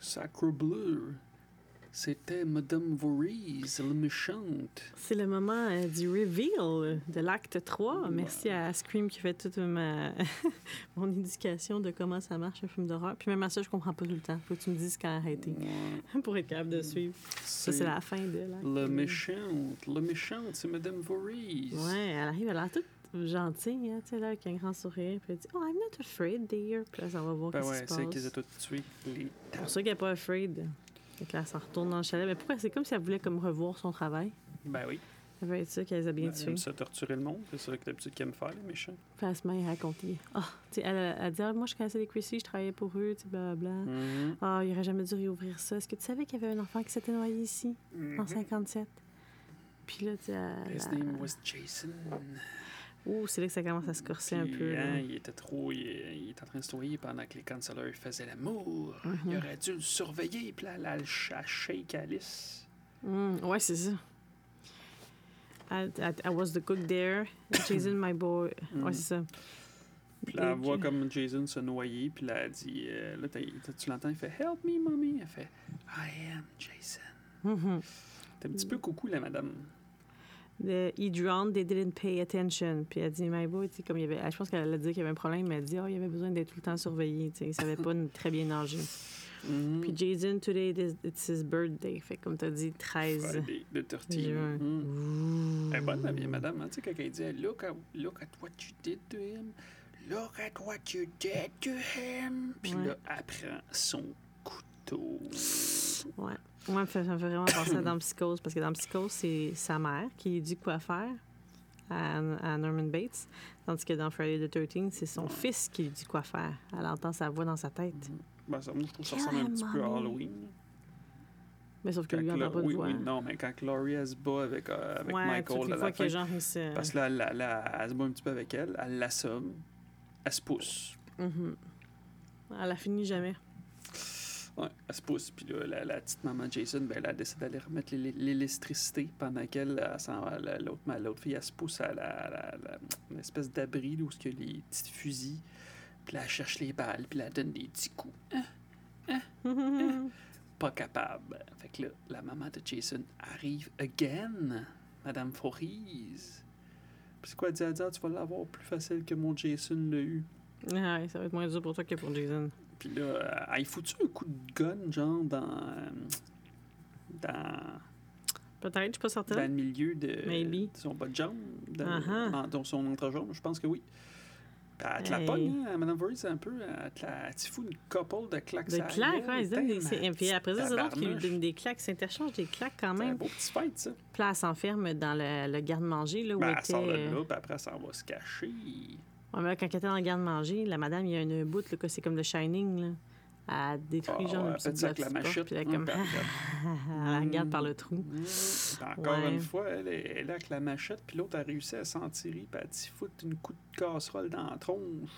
[SPEAKER 1] Sacre bleu, c'était Madame Voorhees, la méchante.
[SPEAKER 2] C'est le moment euh, du reveal de l'acte 3. Merci à Scream qui fait toute ma... mon éducation de comment ça marche un film d'horreur. Puis même à ça, je comprends pas tout le temps. Faut que tu me dises quand arrêter
[SPEAKER 1] Ouais,
[SPEAKER 2] pour être capable de
[SPEAKER 1] Mm.
[SPEAKER 2] suivre. Ça, c'est la fin de l'acte.
[SPEAKER 1] La méchante, la méchante, c'est Madame Voorhees.
[SPEAKER 2] Ouais, elle arrive, elle a l'air toute gentille, hein, tu sais, là, avec un grand sourire. Puis elle dit « Oh, I'm not afraid, dear. » Puis là, ça va voir
[SPEAKER 1] Ben
[SPEAKER 2] qu'est-ce
[SPEAKER 1] ouais,
[SPEAKER 2] qui se
[SPEAKER 1] c'est elle
[SPEAKER 2] passe.
[SPEAKER 1] qui les a toutes tuées. Les
[SPEAKER 2] C'est pour ça qu'elle est pas afraid. Donc là, elle s'en retourne dans le chalet. Mais pourquoi? C'est comme si elle voulait comme revoir son travail.
[SPEAKER 1] Ben oui.
[SPEAKER 2] Ça veut être ça qu'elle les a bien
[SPEAKER 1] Ben,
[SPEAKER 2] tués.
[SPEAKER 1] elle aime ça torturer le monde, c'est ça que d'habitude qu'elle aime faire, les méchants.
[SPEAKER 2] Puis elle se met à raconter. Ah, tu sais, elle, elle dit Ah, Moi, je connaissais les Chrissy, je travaillais pour eux, tu sais, blablabla.
[SPEAKER 1] Mhm,
[SPEAKER 2] Ah, il aurait jamais dû réouvrir ça. Est-ce que tu savais qu'il y avait un enfant qui s'était noyé ici, en
[SPEAKER 1] mhm.
[SPEAKER 2] 57 Puis là, tu sais, elle-
[SPEAKER 1] His name was Jason.
[SPEAKER 2] Ouh, c'est là que Ah, ça commence à se corser un
[SPEAKER 1] Puis,
[SPEAKER 2] peu. là.
[SPEAKER 1] hein, il était trop. Il, il était en train de se noyer pendant que les canceleurs faisaient l'amour. Il aurait dû le surveiller, puis là, là, le ch- shake Alice.
[SPEAKER 2] Hum, ouais, c'est ça. I, I- I was the cook there, Jason, my boy. Ouais, c'est ça.
[SPEAKER 1] Mhm. Puis là, elle
[SPEAKER 2] Et
[SPEAKER 1] voit
[SPEAKER 2] que-
[SPEAKER 1] comme Jason se noyer, puis là, elle dit. euh, là, t'as- t'as- tu l'entends, il fait Help me, mommy. Elle fait I am Jason.
[SPEAKER 2] Mhm.
[SPEAKER 1] T'es un petit peu coucou, la madame.
[SPEAKER 2] Le- he drowned, they didn't pay attention. Puis elle dit, my boy, tu sais, comme il y avait, je pense qu'elle a dit qu'il y avait un problème, mais elle dit, oh, il y avait besoin d'être tout le temps surveillé. Tu sais, il savait pas n- très bien nager.
[SPEAKER 1] Mhm.
[SPEAKER 2] Mmh. Puis Jason, today, it is- it's his birthday. Fait que comme t'as dit, 13.
[SPEAKER 1] Friday the 13.
[SPEAKER 2] Juin.
[SPEAKER 1] Mm. Elle est bonne, la vieille madame. Hein? Tu sais, quand elle dit look at, look at what you did to him. Look at what you did to him. Puis
[SPEAKER 2] Ouais.
[SPEAKER 1] là, elle prend son couteau.
[SPEAKER 2] Ouais. Moi, ça me fait ça me fait vraiment penser à dans Psychose, parce que dans Psychose, c'est sa mère qui lui dit quoi faire à, à Norman Bates, tandis que dans Friday the 13 c'est son fils qui lui dit quoi faire. Elle entend sa voix dans sa tête.
[SPEAKER 1] Ben, ça, moi, je trouve que ça
[SPEAKER 2] Kill
[SPEAKER 1] ressemble un
[SPEAKER 2] him,
[SPEAKER 1] petit peu à
[SPEAKER 2] mommy.
[SPEAKER 1] Halloween.
[SPEAKER 2] Mais sauf que
[SPEAKER 1] Quand
[SPEAKER 2] lui, on
[SPEAKER 1] Cla-
[SPEAKER 2] entend pas de
[SPEAKER 1] oui,
[SPEAKER 2] voix.
[SPEAKER 1] oui, non, mais quand Laurie, elle se bat avec, euh, avec
[SPEAKER 2] ouais, toutes
[SPEAKER 1] Michael
[SPEAKER 2] les
[SPEAKER 1] à la
[SPEAKER 2] fois
[SPEAKER 1] fin.
[SPEAKER 2] que genre, euh. il se...
[SPEAKER 1] Parce que là, elle, elle- elle- elle se bat un petit peu avec elle. Elle l'assomme. Elle se pousse.
[SPEAKER 2] Mhm. Elle la finit jamais.
[SPEAKER 1] Ouais, elle se pousse, puis là, la, la petite maman Jason, ben, elle décide d'aller remettre l'é- l'électricité pendant qu'elle, elle s'en va, la- l'autre ma- l'autre fille, elle se pousse à la, la- la- une espèce d'abri là, où il y a les petits fusils, puis là, elle cherche les balles, puis là, elle donne des petits coups.
[SPEAKER 2] Ah
[SPEAKER 1] Pas capable. Fait que là, la maman de Jason arrive again, Madame Voorhees. Puis c'est quoi, elle dit, elle dit, Ah, tu vas l'avoir plus facile que mon Jason l'a eu.
[SPEAKER 2] Ah ouais, ça va être moins dur pour toi que pour Jason.
[SPEAKER 1] Puis là, elle fout-tu un coup de gun, genre, dans... euh, dans...
[SPEAKER 2] Peut-être, je suis pas certaine.
[SPEAKER 1] dans le milieu de,
[SPEAKER 2] Hein? Maybe.
[SPEAKER 1] de son bas de jambe, dans,
[SPEAKER 2] Uh-huh.
[SPEAKER 1] dans- dans son entrejambe, je pense que oui. Puis Elle te la
[SPEAKER 2] Hey.
[SPEAKER 1] pogne, hein, Madame Voorhees, un peu. Elle te la- elle t'y fout une couple de claques.
[SPEAKER 2] de claques, ouais, ils se donnent des... c'est- Puis après ça, c'est l'autre qui lui donne des claques, s'interchange des claques quand
[SPEAKER 1] C'est un
[SPEAKER 2] même.
[SPEAKER 1] beau petit fight, ça.
[SPEAKER 2] Puis là, elle s'enferme dans le, le garde-manger, là, où
[SPEAKER 1] Ben, elle
[SPEAKER 2] était...
[SPEAKER 1] sort de
[SPEAKER 2] euh,
[SPEAKER 1] là, puis après, elle s'en va se cacher.
[SPEAKER 2] Ouais, mais là, quand elle était dans le garde-manger, la madame, il y a un bout, là, que c'est comme le Shining, là. Elle détruit, genre,
[SPEAKER 1] Ah,
[SPEAKER 2] une
[SPEAKER 1] elle
[SPEAKER 2] petite
[SPEAKER 1] fait ça avec la
[SPEAKER 2] petite porte,
[SPEAKER 1] machette.
[SPEAKER 2] Puis elle,
[SPEAKER 1] hein,
[SPEAKER 2] comme,
[SPEAKER 1] puis elle regarde.
[SPEAKER 2] elle regarde par le trou.
[SPEAKER 1] Mmh. Puis Encore
[SPEAKER 2] Mm-hmm. Ouais.
[SPEAKER 1] une fois, elle est, elle est avec la machette, puis l'autre a réussi à s'en tirer, puis elle t'y fout une coup de casserole dans la tronche.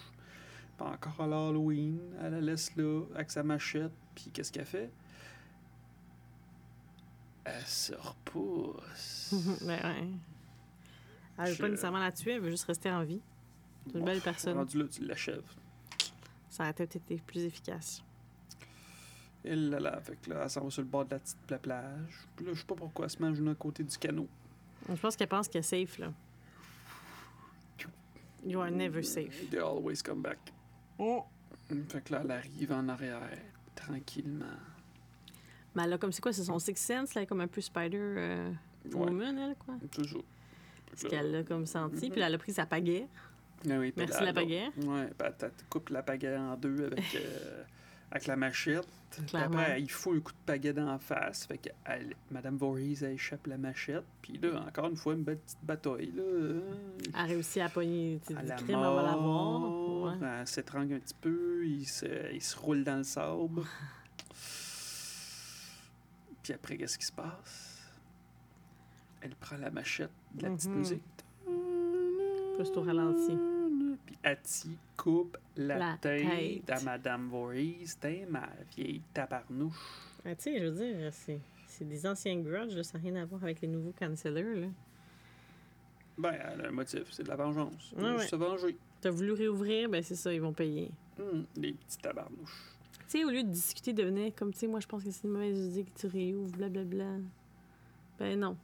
[SPEAKER 1] Puis encore à l'Halloween, elle la laisse là, avec sa machette, puis qu'est-ce qu'elle fait? Elle se repousse.
[SPEAKER 2] Ouais, Ben, ouais. Elle veut
[SPEAKER 1] Hmm. Je-
[SPEAKER 2] pas nécessairement la tuer, elle veut juste rester en vie. C'est une belle personne.
[SPEAKER 1] Rendu là, tu l'achèves.
[SPEAKER 2] Ça aurait peut-être été plus efficace.
[SPEAKER 1] Et là, là, fait que là, elle s'en va sur le bord de la petite la plage. Puis là, je sais pas pourquoi elle se mange une à côté du canot.
[SPEAKER 2] Je pense qu'elle pense qu'elle est safe, là. You are never safe.
[SPEAKER 1] They always come back.
[SPEAKER 2] Oh.
[SPEAKER 1] Fait que là, elle arrive en arrière, tranquillement.
[SPEAKER 2] Mais elle a comme, c'est quoi, c'est son sixth sense, là, comme un peu Spider euh,
[SPEAKER 1] Ouais.
[SPEAKER 2] Woman, elle, quoi.
[SPEAKER 1] Toujours.
[SPEAKER 2] Parce qu'elle l'a comme
[SPEAKER 1] Mm-hmm.
[SPEAKER 2] senti, puis là, elle a pris sa pagaie.
[SPEAKER 1] Ah oui, puis
[SPEAKER 2] Merci,
[SPEAKER 1] là,
[SPEAKER 2] la
[SPEAKER 1] là,
[SPEAKER 2] pagaie.
[SPEAKER 1] Ouais, ben, t'as- tu coupes la pagaie en deux avec, euh, avec la machette. Puis
[SPEAKER 2] Clairement.
[SPEAKER 1] après, il faut un coup de pagaie dans la face. Fait que elle- Madame Voorhees, elle échappe la machette. Puis là, encore une fois, une belle petite bataille. Là.
[SPEAKER 2] Elle a réussi à pogner tu sais,
[SPEAKER 1] À
[SPEAKER 2] du
[SPEAKER 1] la
[SPEAKER 2] crime avant la mort.
[SPEAKER 1] mort, hein,
[SPEAKER 2] Ouais.
[SPEAKER 1] Elle s'étrangle un petit peu. Il se, il se roule dans le sable. Puis après, qu'est-ce qui se passe? elle prend la machette de la petite
[SPEAKER 2] Mhm.
[SPEAKER 1] musique.
[SPEAKER 2] Plus au ralenti.
[SPEAKER 1] Puis Ati coupe la,
[SPEAKER 2] La
[SPEAKER 1] tête,
[SPEAKER 2] tête.
[SPEAKER 1] à Madame Voorhees. T'es ma vieille tabarnouche.
[SPEAKER 2] Ah, tu sais, je veux dire, c'est, c'est des anciens grudges, là, ça n'a rien à voir avec les nouveaux cancellers. Là.
[SPEAKER 1] Ben, elle a un motif, c'est de la vengeance.
[SPEAKER 2] Ouais,
[SPEAKER 1] Juste
[SPEAKER 2] ouais.
[SPEAKER 1] se venger.
[SPEAKER 2] T'as voulu réouvrir, ben c'est ça, ils vont payer.
[SPEAKER 1] Hum, les petits tabarnouches.
[SPEAKER 2] Tu sais, au lieu de discuter, devenait comme, tu sais, moi, je pense que c'est une mauvaise idée que tu réouvres, blablabla. Ben non.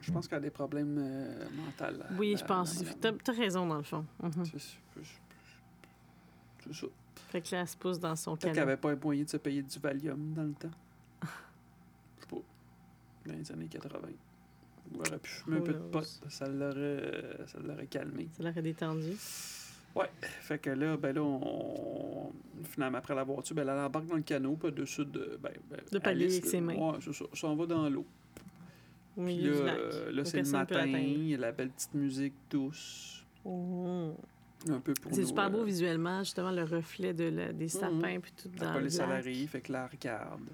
[SPEAKER 1] Je pense qu'elle a des problèmes euh, mentaux. la-
[SPEAKER 2] Oui,
[SPEAKER 1] la-
[SPEAKER 2] je pense.
[SPEAKER 1] la madame.
[SPEAKER 2] T'as, t'as raison, dans le fond. Mhm.
[SPEAKER 1] C'est c'est- c'est ça.
[SPEAKER 2] Fait que là, elle se pousse dans son
[SPEAKER 1] Peut-être
[SPEAKER 2] canot.
[SPEAKER 1] qu'elle n'avait pas les moyens de se payer du Valium dans le temps. Je sais pas. Dans les années 80. Ou elle aurait pu fumer un
[SPEAKER 2] Who
[SPEAKER 1] peu de
[SPEAKER 2] knows?
[SPEAKER 1] pot, ça l'aurait, euh, ça l'aurait calmé.
[SPEAKER 2] Ça l'aurait détendu.
[SPEAKER 1] Fait que là, ben là, on... finalement, après l'avoir tué, ben là, elle embarque dans le canot, pas dessus de. Ben, ben,
[SPEAKER 2] De palier
[SPEAKER 1] Alice,
[SPEAKER 2] avec
[SPEAKER 1] là.
[SPEAKER 2] ses mains.
[SPEAKER 1] Ouais, c'est ça. Ça en va dans l'eau.
[SPEAKER 2] Au
[SPEAKER 1] Puis
[SPEAKER 2] milieu
[SPEAKER 1] là,
[SPEAKER 2] du lac. Mhm.
[SPEAKER 1] euh, là
[SPEAKER 2] où
[SPEAKER 1] c'est le
[SPEAKER 2] personne peut
[SPEAKER 1] matin,
[SPEAKER 2] l'atteindre.
[SPEAKER 1] il y a la belle petite musique douce.
[SPEAKER 2] Mhm.
[SPEAKER 1] Un peu pour
[SPEAKER 2] C'est
[SPEAKER 1] nous,
[SPEAKER 2] super beau
[SPEAKER 1] euh, Mhm.
[SPEAKER 2] visuellement, justement, le reflet de la- des sapins puis tout dans
[SPEAKER 1] Après
[SPEAKER 2] le
[SPEAKER 1] les
[SPEAKER 2] lac.
[SPEAKER 1] salariés, fait que la regarde.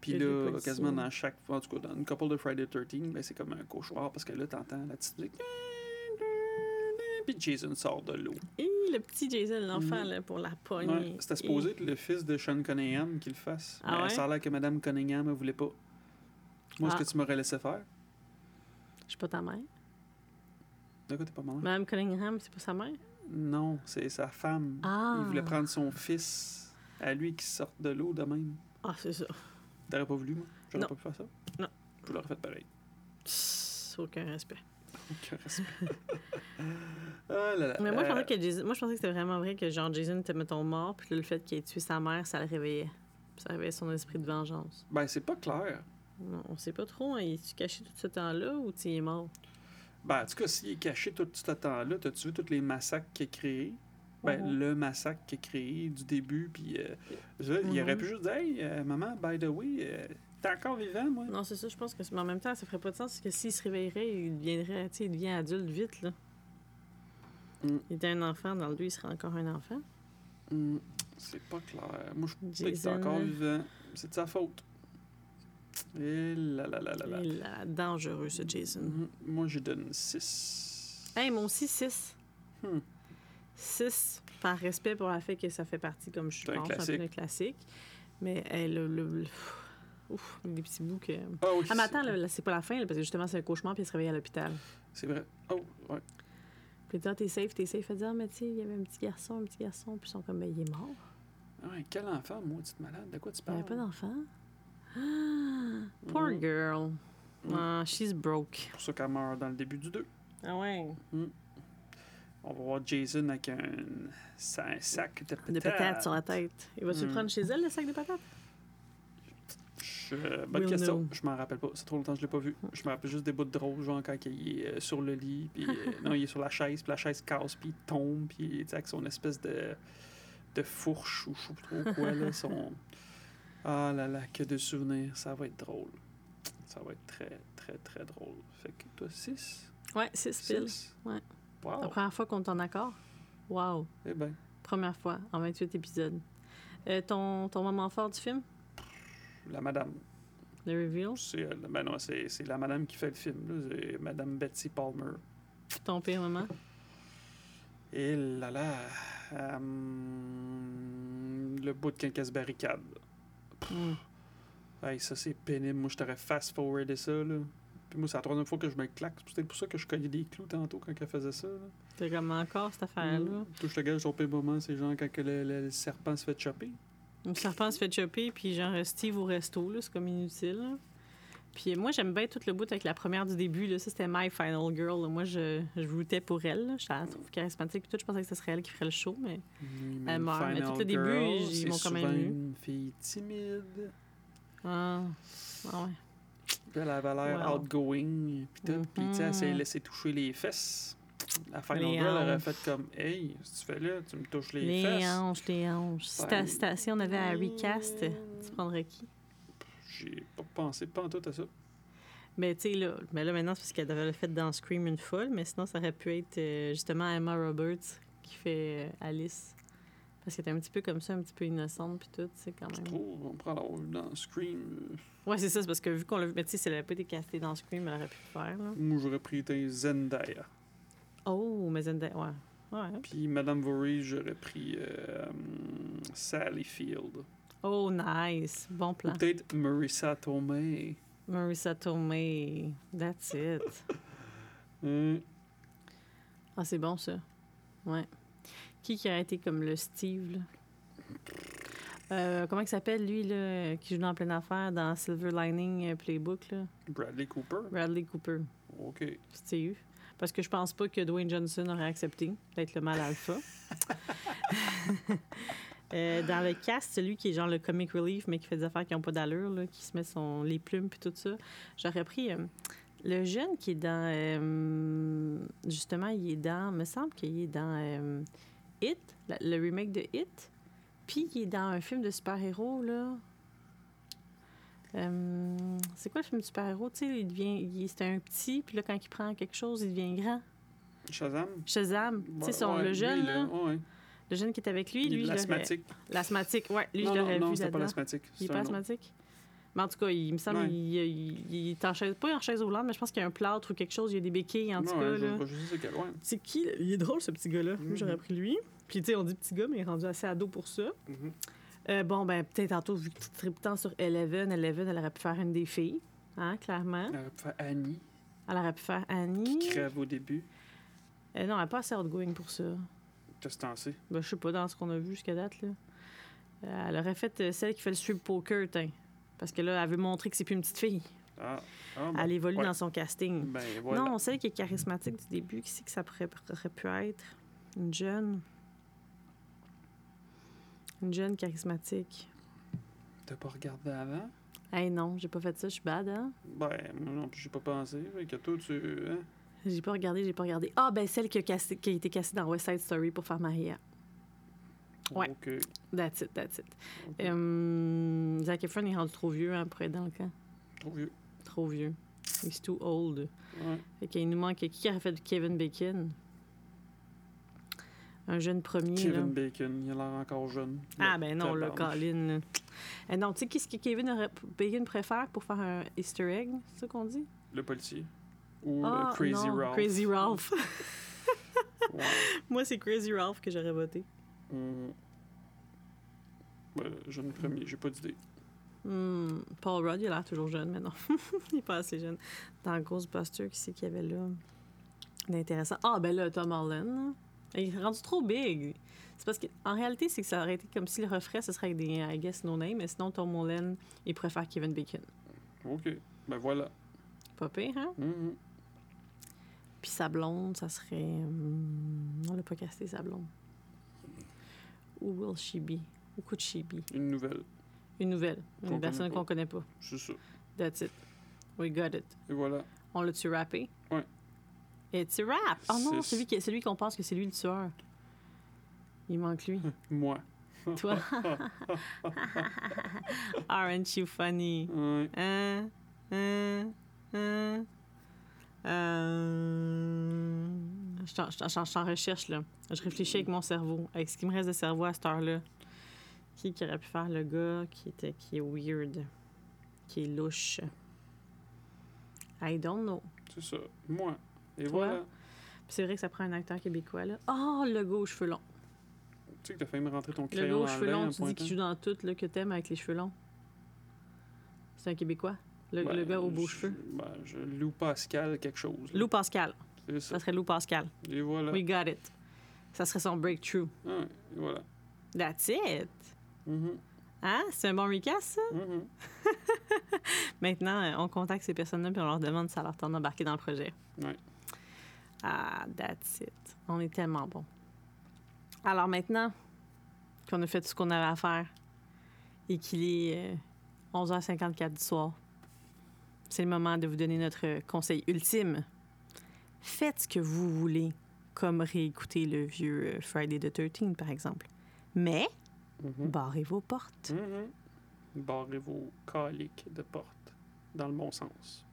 [SPEAKER 1] Puis
[SPEAKER 2] Il y a des
[SPEAKER 1] là,
[SPEAKER 2] policiers.
[SPEAKER 1] quasiment dans chaque. En tout cas, dans une couple de Friday 13, ben, c'est comme un cauchemar parce que là, t'entends la petite musique. Puis Jason sort de l'eau.
[SPEAKER 2] Hi, le petit Jason, l'enfant,
[SPEAKER 1] Mhm.
[SPEAKER 2] là, pour la
[SPEAKER 1] Ouais,
[SPEAKER 2] poignée.
[SPEAKER 1] C'était supposé être le fils de Sean Cunningham qui le fasse.
[SPEAKER 2] Ah
[SPEAKER 1] mais
[SPEAKER 2] ouais?
[SPEAKER 1] ça a l'air que Madame Cunningham, elle voulait pas. Moi,
[SPEAKER 2] Ah.
[SPEAKER 1] est-ce que tu m'aurais laissé faire?
[SPEAKER 2] Je suis pas ta mère.
[SPEAKER 1] De quoi t'es pas malin?
[SPEAKER 2] Madame Cunningham, c'est pas sa mère?
[SPEAKER 1] Non, c'est sa femme.
[SPEAKER 2] Ah!
[SPEAKER 1] Il voulait prendre son fils à lui qui sort de l'eau de même.
[SPEAKER 2] Ah, c'est ça.
[SPEAKER 1] T'aurais pas voulu, moi?
[SPEAKER 2] Non.
[SPEAKER 1] J'aurais pas pu faire ça?
[SPEAKER 2] Non.
[SPEAKER 1] Je l'aurais fait pareil.
[SPEAKER 2] Pss, Aucun respect.
[SPEAKER 1] Aucun respect. Ah là là.
[SPEAKER 2] Mais moi,
[SPEAKER 1] Euh,
[SPEAKER 2] je pensais que Jason- moi, je pensais que c'était vraiment vrai que genre Jason était, mettons, mort, puis là, le fait qu'il ait tué sa mère, ça le réveillait. Ça réveillait son esprit de vengeance.
[SPEAKER 1] Ben, c'est pas clair.
[SPEAKER 2] On on sait pas trop, hein, il est caché tout ce temps-là ou tu sais, il est mort?
[SPEAKER 1] Ben, en tout cas, s'il est caché tout ce temps-là, t'as-tu vu tous les massacres qu'il a créés? Ben,
[SPEAKER 2] Mhm.
[SPEAKER 1] le massacre qu'il a créé du début, puis... euh, là, Il
[SPEAKER 2] Mhm.
[SPEAKER 1] aurait pu juste dire « Hey, euh, maman, by the way, euh, t'es encore vivant, moi?
[SPEAKER 2] Non, c'est ça, je pense que... c'est- Mais en même temps, ça ferait pas de sens, parce que s'il se réveillerait, il deviendrait, tu sais, il devient adulte vite, là.
[SPEAKER 1] Mm.
[SPEAKER 2] Il était un enfant, dans le deux, il serait encore un enfant.
[SPEAKER 1] Hmm, C'est pas clair. Moi, je sais que t'es
[SPEAKER 2] Jason,
[SPEAKER 1] encore
[SPEAKER 2] là.
[SPEAKER 1] vivant. C'est de sa faute. Et là là là là là.
[SPEAKER 2] Il est dangereux, ce Jason. Hein?
[SPEAKER 1] Mhm. Moi, je donne 6.
[SPEAKER 2] Hey, mon aussi, 6.
[SPEAKER 1] Hmm.
[SPEAKER 2] 6, par respect pour le fait que ça fait partie, comme je
[SPEAKER 1] C'est un
[SPEAKER 2] pense, un peu
[SPEAKER 1] classique.
[SPEAKER 2] d'un classique. Mais hey, le, le- le- Ouf, des petits bouts que...
[SPEAKER 1] Ah oui,
[SPEAKER 2] Ah, mais
[SPEAKER 1] c'est-
[SPEAKER 2] attends, là, là, c'est pas la fin, là, parce que justement, c'est un cauchemar, puis il se réveille à l'hôpital.
[SPEAKER 1] C'est vrai. Oh, ouais.
[SPEAKER 2] Puis il dit, ah, t'es safe, t'es safe. Elle dit, ah, mais tu sais, il y avait un petit garçon, un petit garçon, puis ils sont comme, ben, il est mort.
[SPEAKER 1] Ah Ouais, quel enfant, moi, petite malade? De quoi tu
[SPEAKER 2] Il n'y
[SPEAKER 1] parles?
[SPEAKER 2] avait pas d'enfant. Ah, Oh. poor
[SPEAKER 1] Mm.
[SPEAKER 2] girl.
[SPEAKER 1] Mm.
[SPEAKER 2] Ah, she's broke.
[SPEAKER 1] pour ça qu'elle meurt dans le début du 2.
[SPEAKER 2] Ah ouais.
[SPEAKER 1] On va voir Jason avec un, sa- un sac de patates.
[SPEAKER 2] De patates sur la tête. Il va-tu le
[SPEAKER 1] Mm.
[SPEAKER 2] prendre chez elle, le sac de patates?
[SPEAKER 1] Je- euh, bonne
[SPEAKER 2] We'll
[SPEAKER 1] question.
[SPEAKER 2] know.
[SPEAKER 1] Je m'en rappelle pas. C'est trop longtemps que je l'ai pas vu. Je me rappelle juste des bouts de drôle, genre quand il est euh, sur le lit, puis euh, non, il est sur la chaise, puis la chaise casse, puis il tombe, puis tu sais, avec son espèce de, de fourche ou je sais pas trop quoi, là, son... Ah là là, que de souvenirs. Ça va être drôle. Ça va être très, très, très drôle. Fait que toi, 6?
[SPEAKER 2] Ouais, c'est pile. ouais. La
[SPEAKER 1] Wow.
[SPEAKER 2] première fois qu'on est en accord? Wow.
[SPEAKER 1] Eh ben.
[SPEAKER 2] Première fois en 28 épisodes. Euh, ton, ton moment fort du film?
[SPEAKER 1] La madame.
[SPEAKER 2] The Reveal?
[SPEAKER 1] C'est, euh, ben non, c'est, c'est la madame qui fait le film. là. C'est Madame Betsy Palmer.
[SPEAKER 2] Ton pire moment?
[SPEAKER 1] Et là là. euh, le bout de quelqu'un se barricade.
[SPEAKER 2] Mm.
[SPEAKER 1] Hey, ça, c'est pénible. Moi, je t'aurais fast-forwardé ça. Là. Puis moi, c'est la troisième fois que je me claque. C'est peut-être pour ça que je cognais des clous tantôt quand elle faisait ça. Là.
[SPEAKER 2] T'as comme encore cette affaire-là?
[SPEAKER 1] Mm. Puis je te gage, son pire moment, c'est genre quand que le, le- le serpent se fait chopper.
[SPEAKER 2] Le serpent se fait choper, puis genre Steve au resto, là, c'est comme inutile. là. Puis euh, moi, j'aime bien tout le bout avec la première du début. Là. Ça, c'était My Final Girl. là. Moi, je, je rootais pour elle. là. Je la trouve charismatique. puis tout, je pensais que ce serait elle qui ferait le show, mais
[SPEAKER 1] Elle
[SPEAKER 2] meurt, mais tout le début, ils m'ont quand même eu.
[SPEAKER 1] une fille timide.
[SPEAKER 2] ah, ah ouais.
[SPEAKER 1] Puis elle avait l'air
[SPEAKER 2] Wow.
[SPEAKER 1] outgoing, puis tout. Puis tu sais, elle s'est
[SPEAKER 2] Mhm.
[SPEAKER 1] laissée toucher les fesses. La Final
[SPEAKER 2] Les
[SPEAKER 1] Girl aurait
[SPEAKER 2] hanches.
[SPEAKER 1] fait comme « Hey, si tu fais là, tu me touches les,
[SPEAKER 2] Les,
[SPEAKER 1] fesses.
[SPEAKER 2] hanches, les hanches. Si,
[SPEAKER 1] Ouais.
[SPEAKER 2] t'as- si t'as- si on avait à recast, tu prendrais qui?
[SPEAKER 1] Euh, J'ai pas pensé pas en tout à ça.
[SPEAKER 2] Mais tu sais, là, mais là, maintenant, c'est parce qu'elle avait le fait dans Scream une folle, mais sinon, ça aurait pu être euh, justement Emma Roberts qui fait euh, Alice. Parce que t'es un petit peu comme ça, un petit peu innocente, puis tout, c'est quand
[SPEAKER 1] Je
[SPEAKER 2] même.
[SPEAKER 1] trouve, on pourrait l'avoir eu dans Scream.
[SPEAKER 2] Ouais, c'est ça, c'est parce que vu qu'on l'a vu, mais tu sais, si elle avait pas été castée dans Scream, elle aurait pu le faire, là.
[SPEAKER 1] euh, Moi, j'aurais pris été Zendaya.
[SPEAKER 2] Oh, mais Zendaya, ouais. Ouais.
[SPEAKER 1] Puis Madame Vory, j'aurais pris euh, hum, Sally Field.
[SPEAKER 2] Oh, nice. Bon
[SPEAKER 1] Ou
[SPEAKER 2] plan.
[SPEAKER 1] peut-être Marissa Tomei.
[SPEAKER 2] Marissa Tomei. That's it.
[SPEAKER 1] Hum,
[SPEAKER 2] Ah, c'est bon, ça. Ouais. Qui qui a été comme le Steve, là? Euh, comment il s'appelle, lui, là, qui joue dans pleine affaire dans Silver Lining euh, Playbook, là?
[SPEAKER 1] Bradley Cooper.
[SPEAKER 2] Bradley Cooper.
[SPEAKER 1] OK.
[SPEAKER 2] Steve. Parce que je pense pas que Dwayne Johnson aurait accepté d'être le mal alpha. Euh, dans le cast, celui qui est genre le comic relief, mais qui fait des affaires qui n'ont pas d'allure, là, qui se met son, les plumes puis tout ça, j'aurais pris euh, le jeune qui est dans. euh, justement, il est dans. me semble qu'il est dans euh, Hit, la- le remake de Hit. Puis il est dans un film de super-héros, là. Euh, c'est quoi le film de super-héros? Tu sais, il devient. il- c'est un petit, puis là, quand il prend quelque chose, il devient grand.
[SPEAKER 1] Shazam.
[SPEAKER 2] Shazam, tu sais,
[SPEAKER 1] Ouais,
[SPEAKER 2] son-
[SPEAKER 1] ouais,
[SPEAKER 2] le
[SPEAKER 1] lui,
[SPEAKER 2] jeune,
[SPEAKER 1] là,
[SPEAKER 2] là,
[SPEAKER 1] ouais.
[SPEAKER 2] le jeune qui est avec lui, lui, je l'aurais-
[SPEAKER 1] L'asthmatique.
[SPEAKER 2] L'asthmatique, ouais, lui,
[SPEAKER 1] non,
[SPEAKER 2] je l'aurais
[SPEAKER 1] non, non,
[SPEAKER 2] vu
[SPEAKER 1] c'était pas
[SPEAKER 2] là-dedans.
[SPEAKER 1] l'asthmatique.
[SPEAKER 2] Il est
[SPEAKER 1] c'était
[SPEAKER 2] pas
[SPEAKER 1] un autre.
[SPEAKER 2] asthmatique? Mais en tout cas, il me semble
[SPEAKER 1] Ouais.
[SPEAKER 2] qu'il il, il est en chaise, pas en chaise roulante, mais je pense qu'il y a un plâtre ou quelque chose, il y a des béquilles, en tout
[SPEAKER 1] Ouais,
[SPEAKER 2] cas,
[SPEAKER 1] hein, je-
[SPEAKER 2] là.
[SPEAKER 1] Je sais c'est quel, ouais.
[SPEAKER 2] C'est qui? Il est drôle, ce petit gars-là.
[SPEAKER 1] Mhm.
[SPEAKER 2] J'aurais pris lui. Puis, tu sais, on dit petit gars, mais il est rendu assez ado pour ça.
[SPEAKER 1] Mhm.
[SPEAKER 2] Euh, bon, ben, peut-être tantôt, vu que tu tripes tant sur Eleven, Eleven, elle aurait pu faire une des filles, hein, clairement.
[SPEAKER 1] Elle aurait pu faire Euh, Annie,
[SPEAKER 2] Elle aurait pu faire
[SPEAKER 1] qui
[SPEAKER 2] Annie.
[SPEAKER 1] crève au début.
[SPEAKER 2] Euh, non, elle n'est pas assez outgoing pour ça.
[SPEAKER 1] Qu'est-ce que t'en sais?
[SPEAKER 2] Ben, je sais pas, dans ce qu'on a vu jusqu'à date, là. Euh, elle aurait fait euh, celle qui fait le strip poker, tiens. Parce que là, elle veut montrer que c'est plus une petite fille.
[SPEAKER 1] Ah, ah, bon.
[SPEAKER 2] Elle évolue
[SPEAKER 1] ouais.
[SPEAKER 2] dans son casting.
[SPEAKER 1] Ben voilà.
[SPEAKER 2] Non, celle qui est charismatique du début, qui c'est que ça pourrait- aurait pu être? Une jeune. Une jeune charismatique.
[SPEAKER 1] T'as pas regardé avant?
[SPEAKER 2] Hey non, j'ai pas fait ça, je suis bad, hein?
[SPEAKER 1] Ben, moi non plus, j'ai pas pensé. Fait que toi, tu. hein?
[SPEAKER 2] J'ai pas regardé, j'ai pas regardé. Ah, ben celle qui a, cassé- qui a été cassée dans West Side Story pour faire Maria. Ouais.
[SPEAKER 1] Oh,
[SPEAKER 2] Euh,
[SPEAKER 1] Ok. Oh,
[SPEAKER 2] That's it, that's it.
[SPEAKER 1] Ok.
[SPEAKER 2] Hum, Zac Efron est rendu trop vieux, hein, pour être dans le camp.
[SPEAKER 1] Trop vieux.
[SPEAKER 2] Trop vieux. He's too old.
[SPEAKER 1] Ouais.
[SPEAKER 2] Fait qu'il nous manque qui aurait fait du Kevin Bacon? Un jeune premier, là.
[SPEAKER 1] Kevin Bacon, il a l'air encore jeune.
[SPEAKER 2] Ah,
[SPEAKER 1] Le
[SPEAKER 2] ben non, le
[SPEAKER 1] tabarnouche.
[SPEAKER 2] Colin. là. Eh non, tu sais, qu'est-ce que Kevin aurait- Bacon préfère pour faire un Easter egg? C'est ça qu'on dit?
[SPEAKER 1] Le policier. Ou
[SPEAKER 2] Ah,
[SPEAKER 1] le Euh, Crazy
[SPEAKER 2] non,
[SPEAKER 1] Ralph.
[SPEAKER 2] Crazy Ralph.
[SPEAKER 1] Ouais.
[SPEAKER 2] Moi, c'est Crazy Ralph que j'aurais voté.
[SPEAKER 1] Hum. Ben, jeune premier, j'ai pas d'idée.
[SPEAKER 2] Hmm, Paul Rudd, il a l'air toujours jeune, mais non. il est pas assez jeune. Dans Ghostbusters, qui c'est qu'il y avait là d'intéressant? Ah, ben là, Tom Holland. là. Il est rendu trop big. C'est parce qu'en réalité, c'est que ça aurait été comme s'il le referait, ce serait avec des, I guess, no name, mais sinon, Tom Holland, il préfère Kevin Bacon.
[SPEAKER 1] Ok. Ben voilà.
[SPEAKER 2] Pas pire, hein?
[SPEAKER 1] Hum,
[SPEAKER 2] Puis sa blonde, ça serait. hum, on l'a pas casté, sa blonde. Où will she be? Où could she be?
[SPEAKER 1] Une nouvelle.
[SPEAKER 2] Une nouvelle. Une
[SPEAKER 1] Qu'on
[SPEAKER 2] personne
[SPEAKER 1] connaît pas.
[SPEAKER 2] qu'on connaît pas.
[SPEAKER 1] C'est ça.
[SPEAKER 2] That's it. We got it.
[SPEAKER 1] Et voilà.
[SPEAKER 2] On l'a-tu rappé?
[SPEAKER 1] Ouais.
[SPEAKER 2] It's a rap! Oh non,
[SPEAKER 1] C'est-
[SPEAKER 2] celui qui- celui qu'on pense que c'est lui le tueur. Il manque lui.
[SPEAKER 1] Moi.
[SPEAKER 2] Toi. Aren't you funny?
[SPEAKER 1] Ouais.
[SPEAKER 2] Hein? Hein? Hein? Euh, Je t'en- je t'en- je t'en- je t'en recherche, là. Je réfléchis avec mon cerveau, avec ce qui me reste de cerveau à cette heure-là. Qui, qui aurait pu faire le gars qui, était, qui est weird, qui est louche? I don't know.
[SPEAKER 1] C'est ça. Moi. Et
[SPEAKER 2] Toi?
[SPEAKER 1] voilà.
[SPEAKER 2] Puis c'est vrai que ça prend un acteur québécois, là. Oh, le gars aux cheveux longs.
[SPEAKER 1] Tu sais que t'as failli me rentrer ton
[SPEAKER 2] Le gars
[SPEAKER 1] crayon
[SPEAKER 2] aux
[SPEAKER 1] dans
[SPEAKER 2] cheveux
[SPEAKER 1] l'œil
[SPEAKER 2] longs,
[SPEAKER 1] en
[SPEAKER 2] tu dis
[SPEAKER 1] pointant.
[SPEAKER 2] qu'il joue dans tout, là, que t'aimes avec les cheveux longs. C'est un québécois. Le, le
[SPEAKER 1] Ben,
[SPEAKER 2] gars aux beaux
[SPEAKER 1] je-
[SPEAKER 2] cheveux.
[SPEAKER 1] Ben, je Lou Pascal quelque chose. là.
[SPEAKER 2] Lou Pascal.
[SPEAKER 1] C'est ça.
[SPEAKER 2] Ça serait Lou Pascal.
[SPEAKER 1] Et voilà.
[SPEAKER 2] We got it. Ça serait son breakthrough.
[SPEAKER 1] Ah, ouais, et voilà.
[SPEAKER 2] That's it.
[SPEAKER 1] Mhm,
[SPEAKER 2] Hein? C'est un bon recast, ça?
[SPEAKER 1] mhm.
[SPEAKER 2] Maintenant, euh, on contacte ces personnes-là puis on leur demande si ça leur tente d'embarquer dans le projet.
[SPEAKER 1] Ouais.
[SPEAKER 2] Ah, that's it. On est tellement bon. Alors maintenant qu'on a fait tout ce qu'on avait à faire et qu'il est euh, 11h54 du soir, c'est le moment de vous donner notre conseil ultime. Faites ce que vous voulez, comme réécouter le vieux euh, Friday the 13 par exemple. Mais
[SPEAKER 1] Mhm,
[SPEAKER 2] barrez vos portes.
[SPEAKER 1] Mm-hmm. mhm. Barrez vos caliques de porte. Dans le bon sens.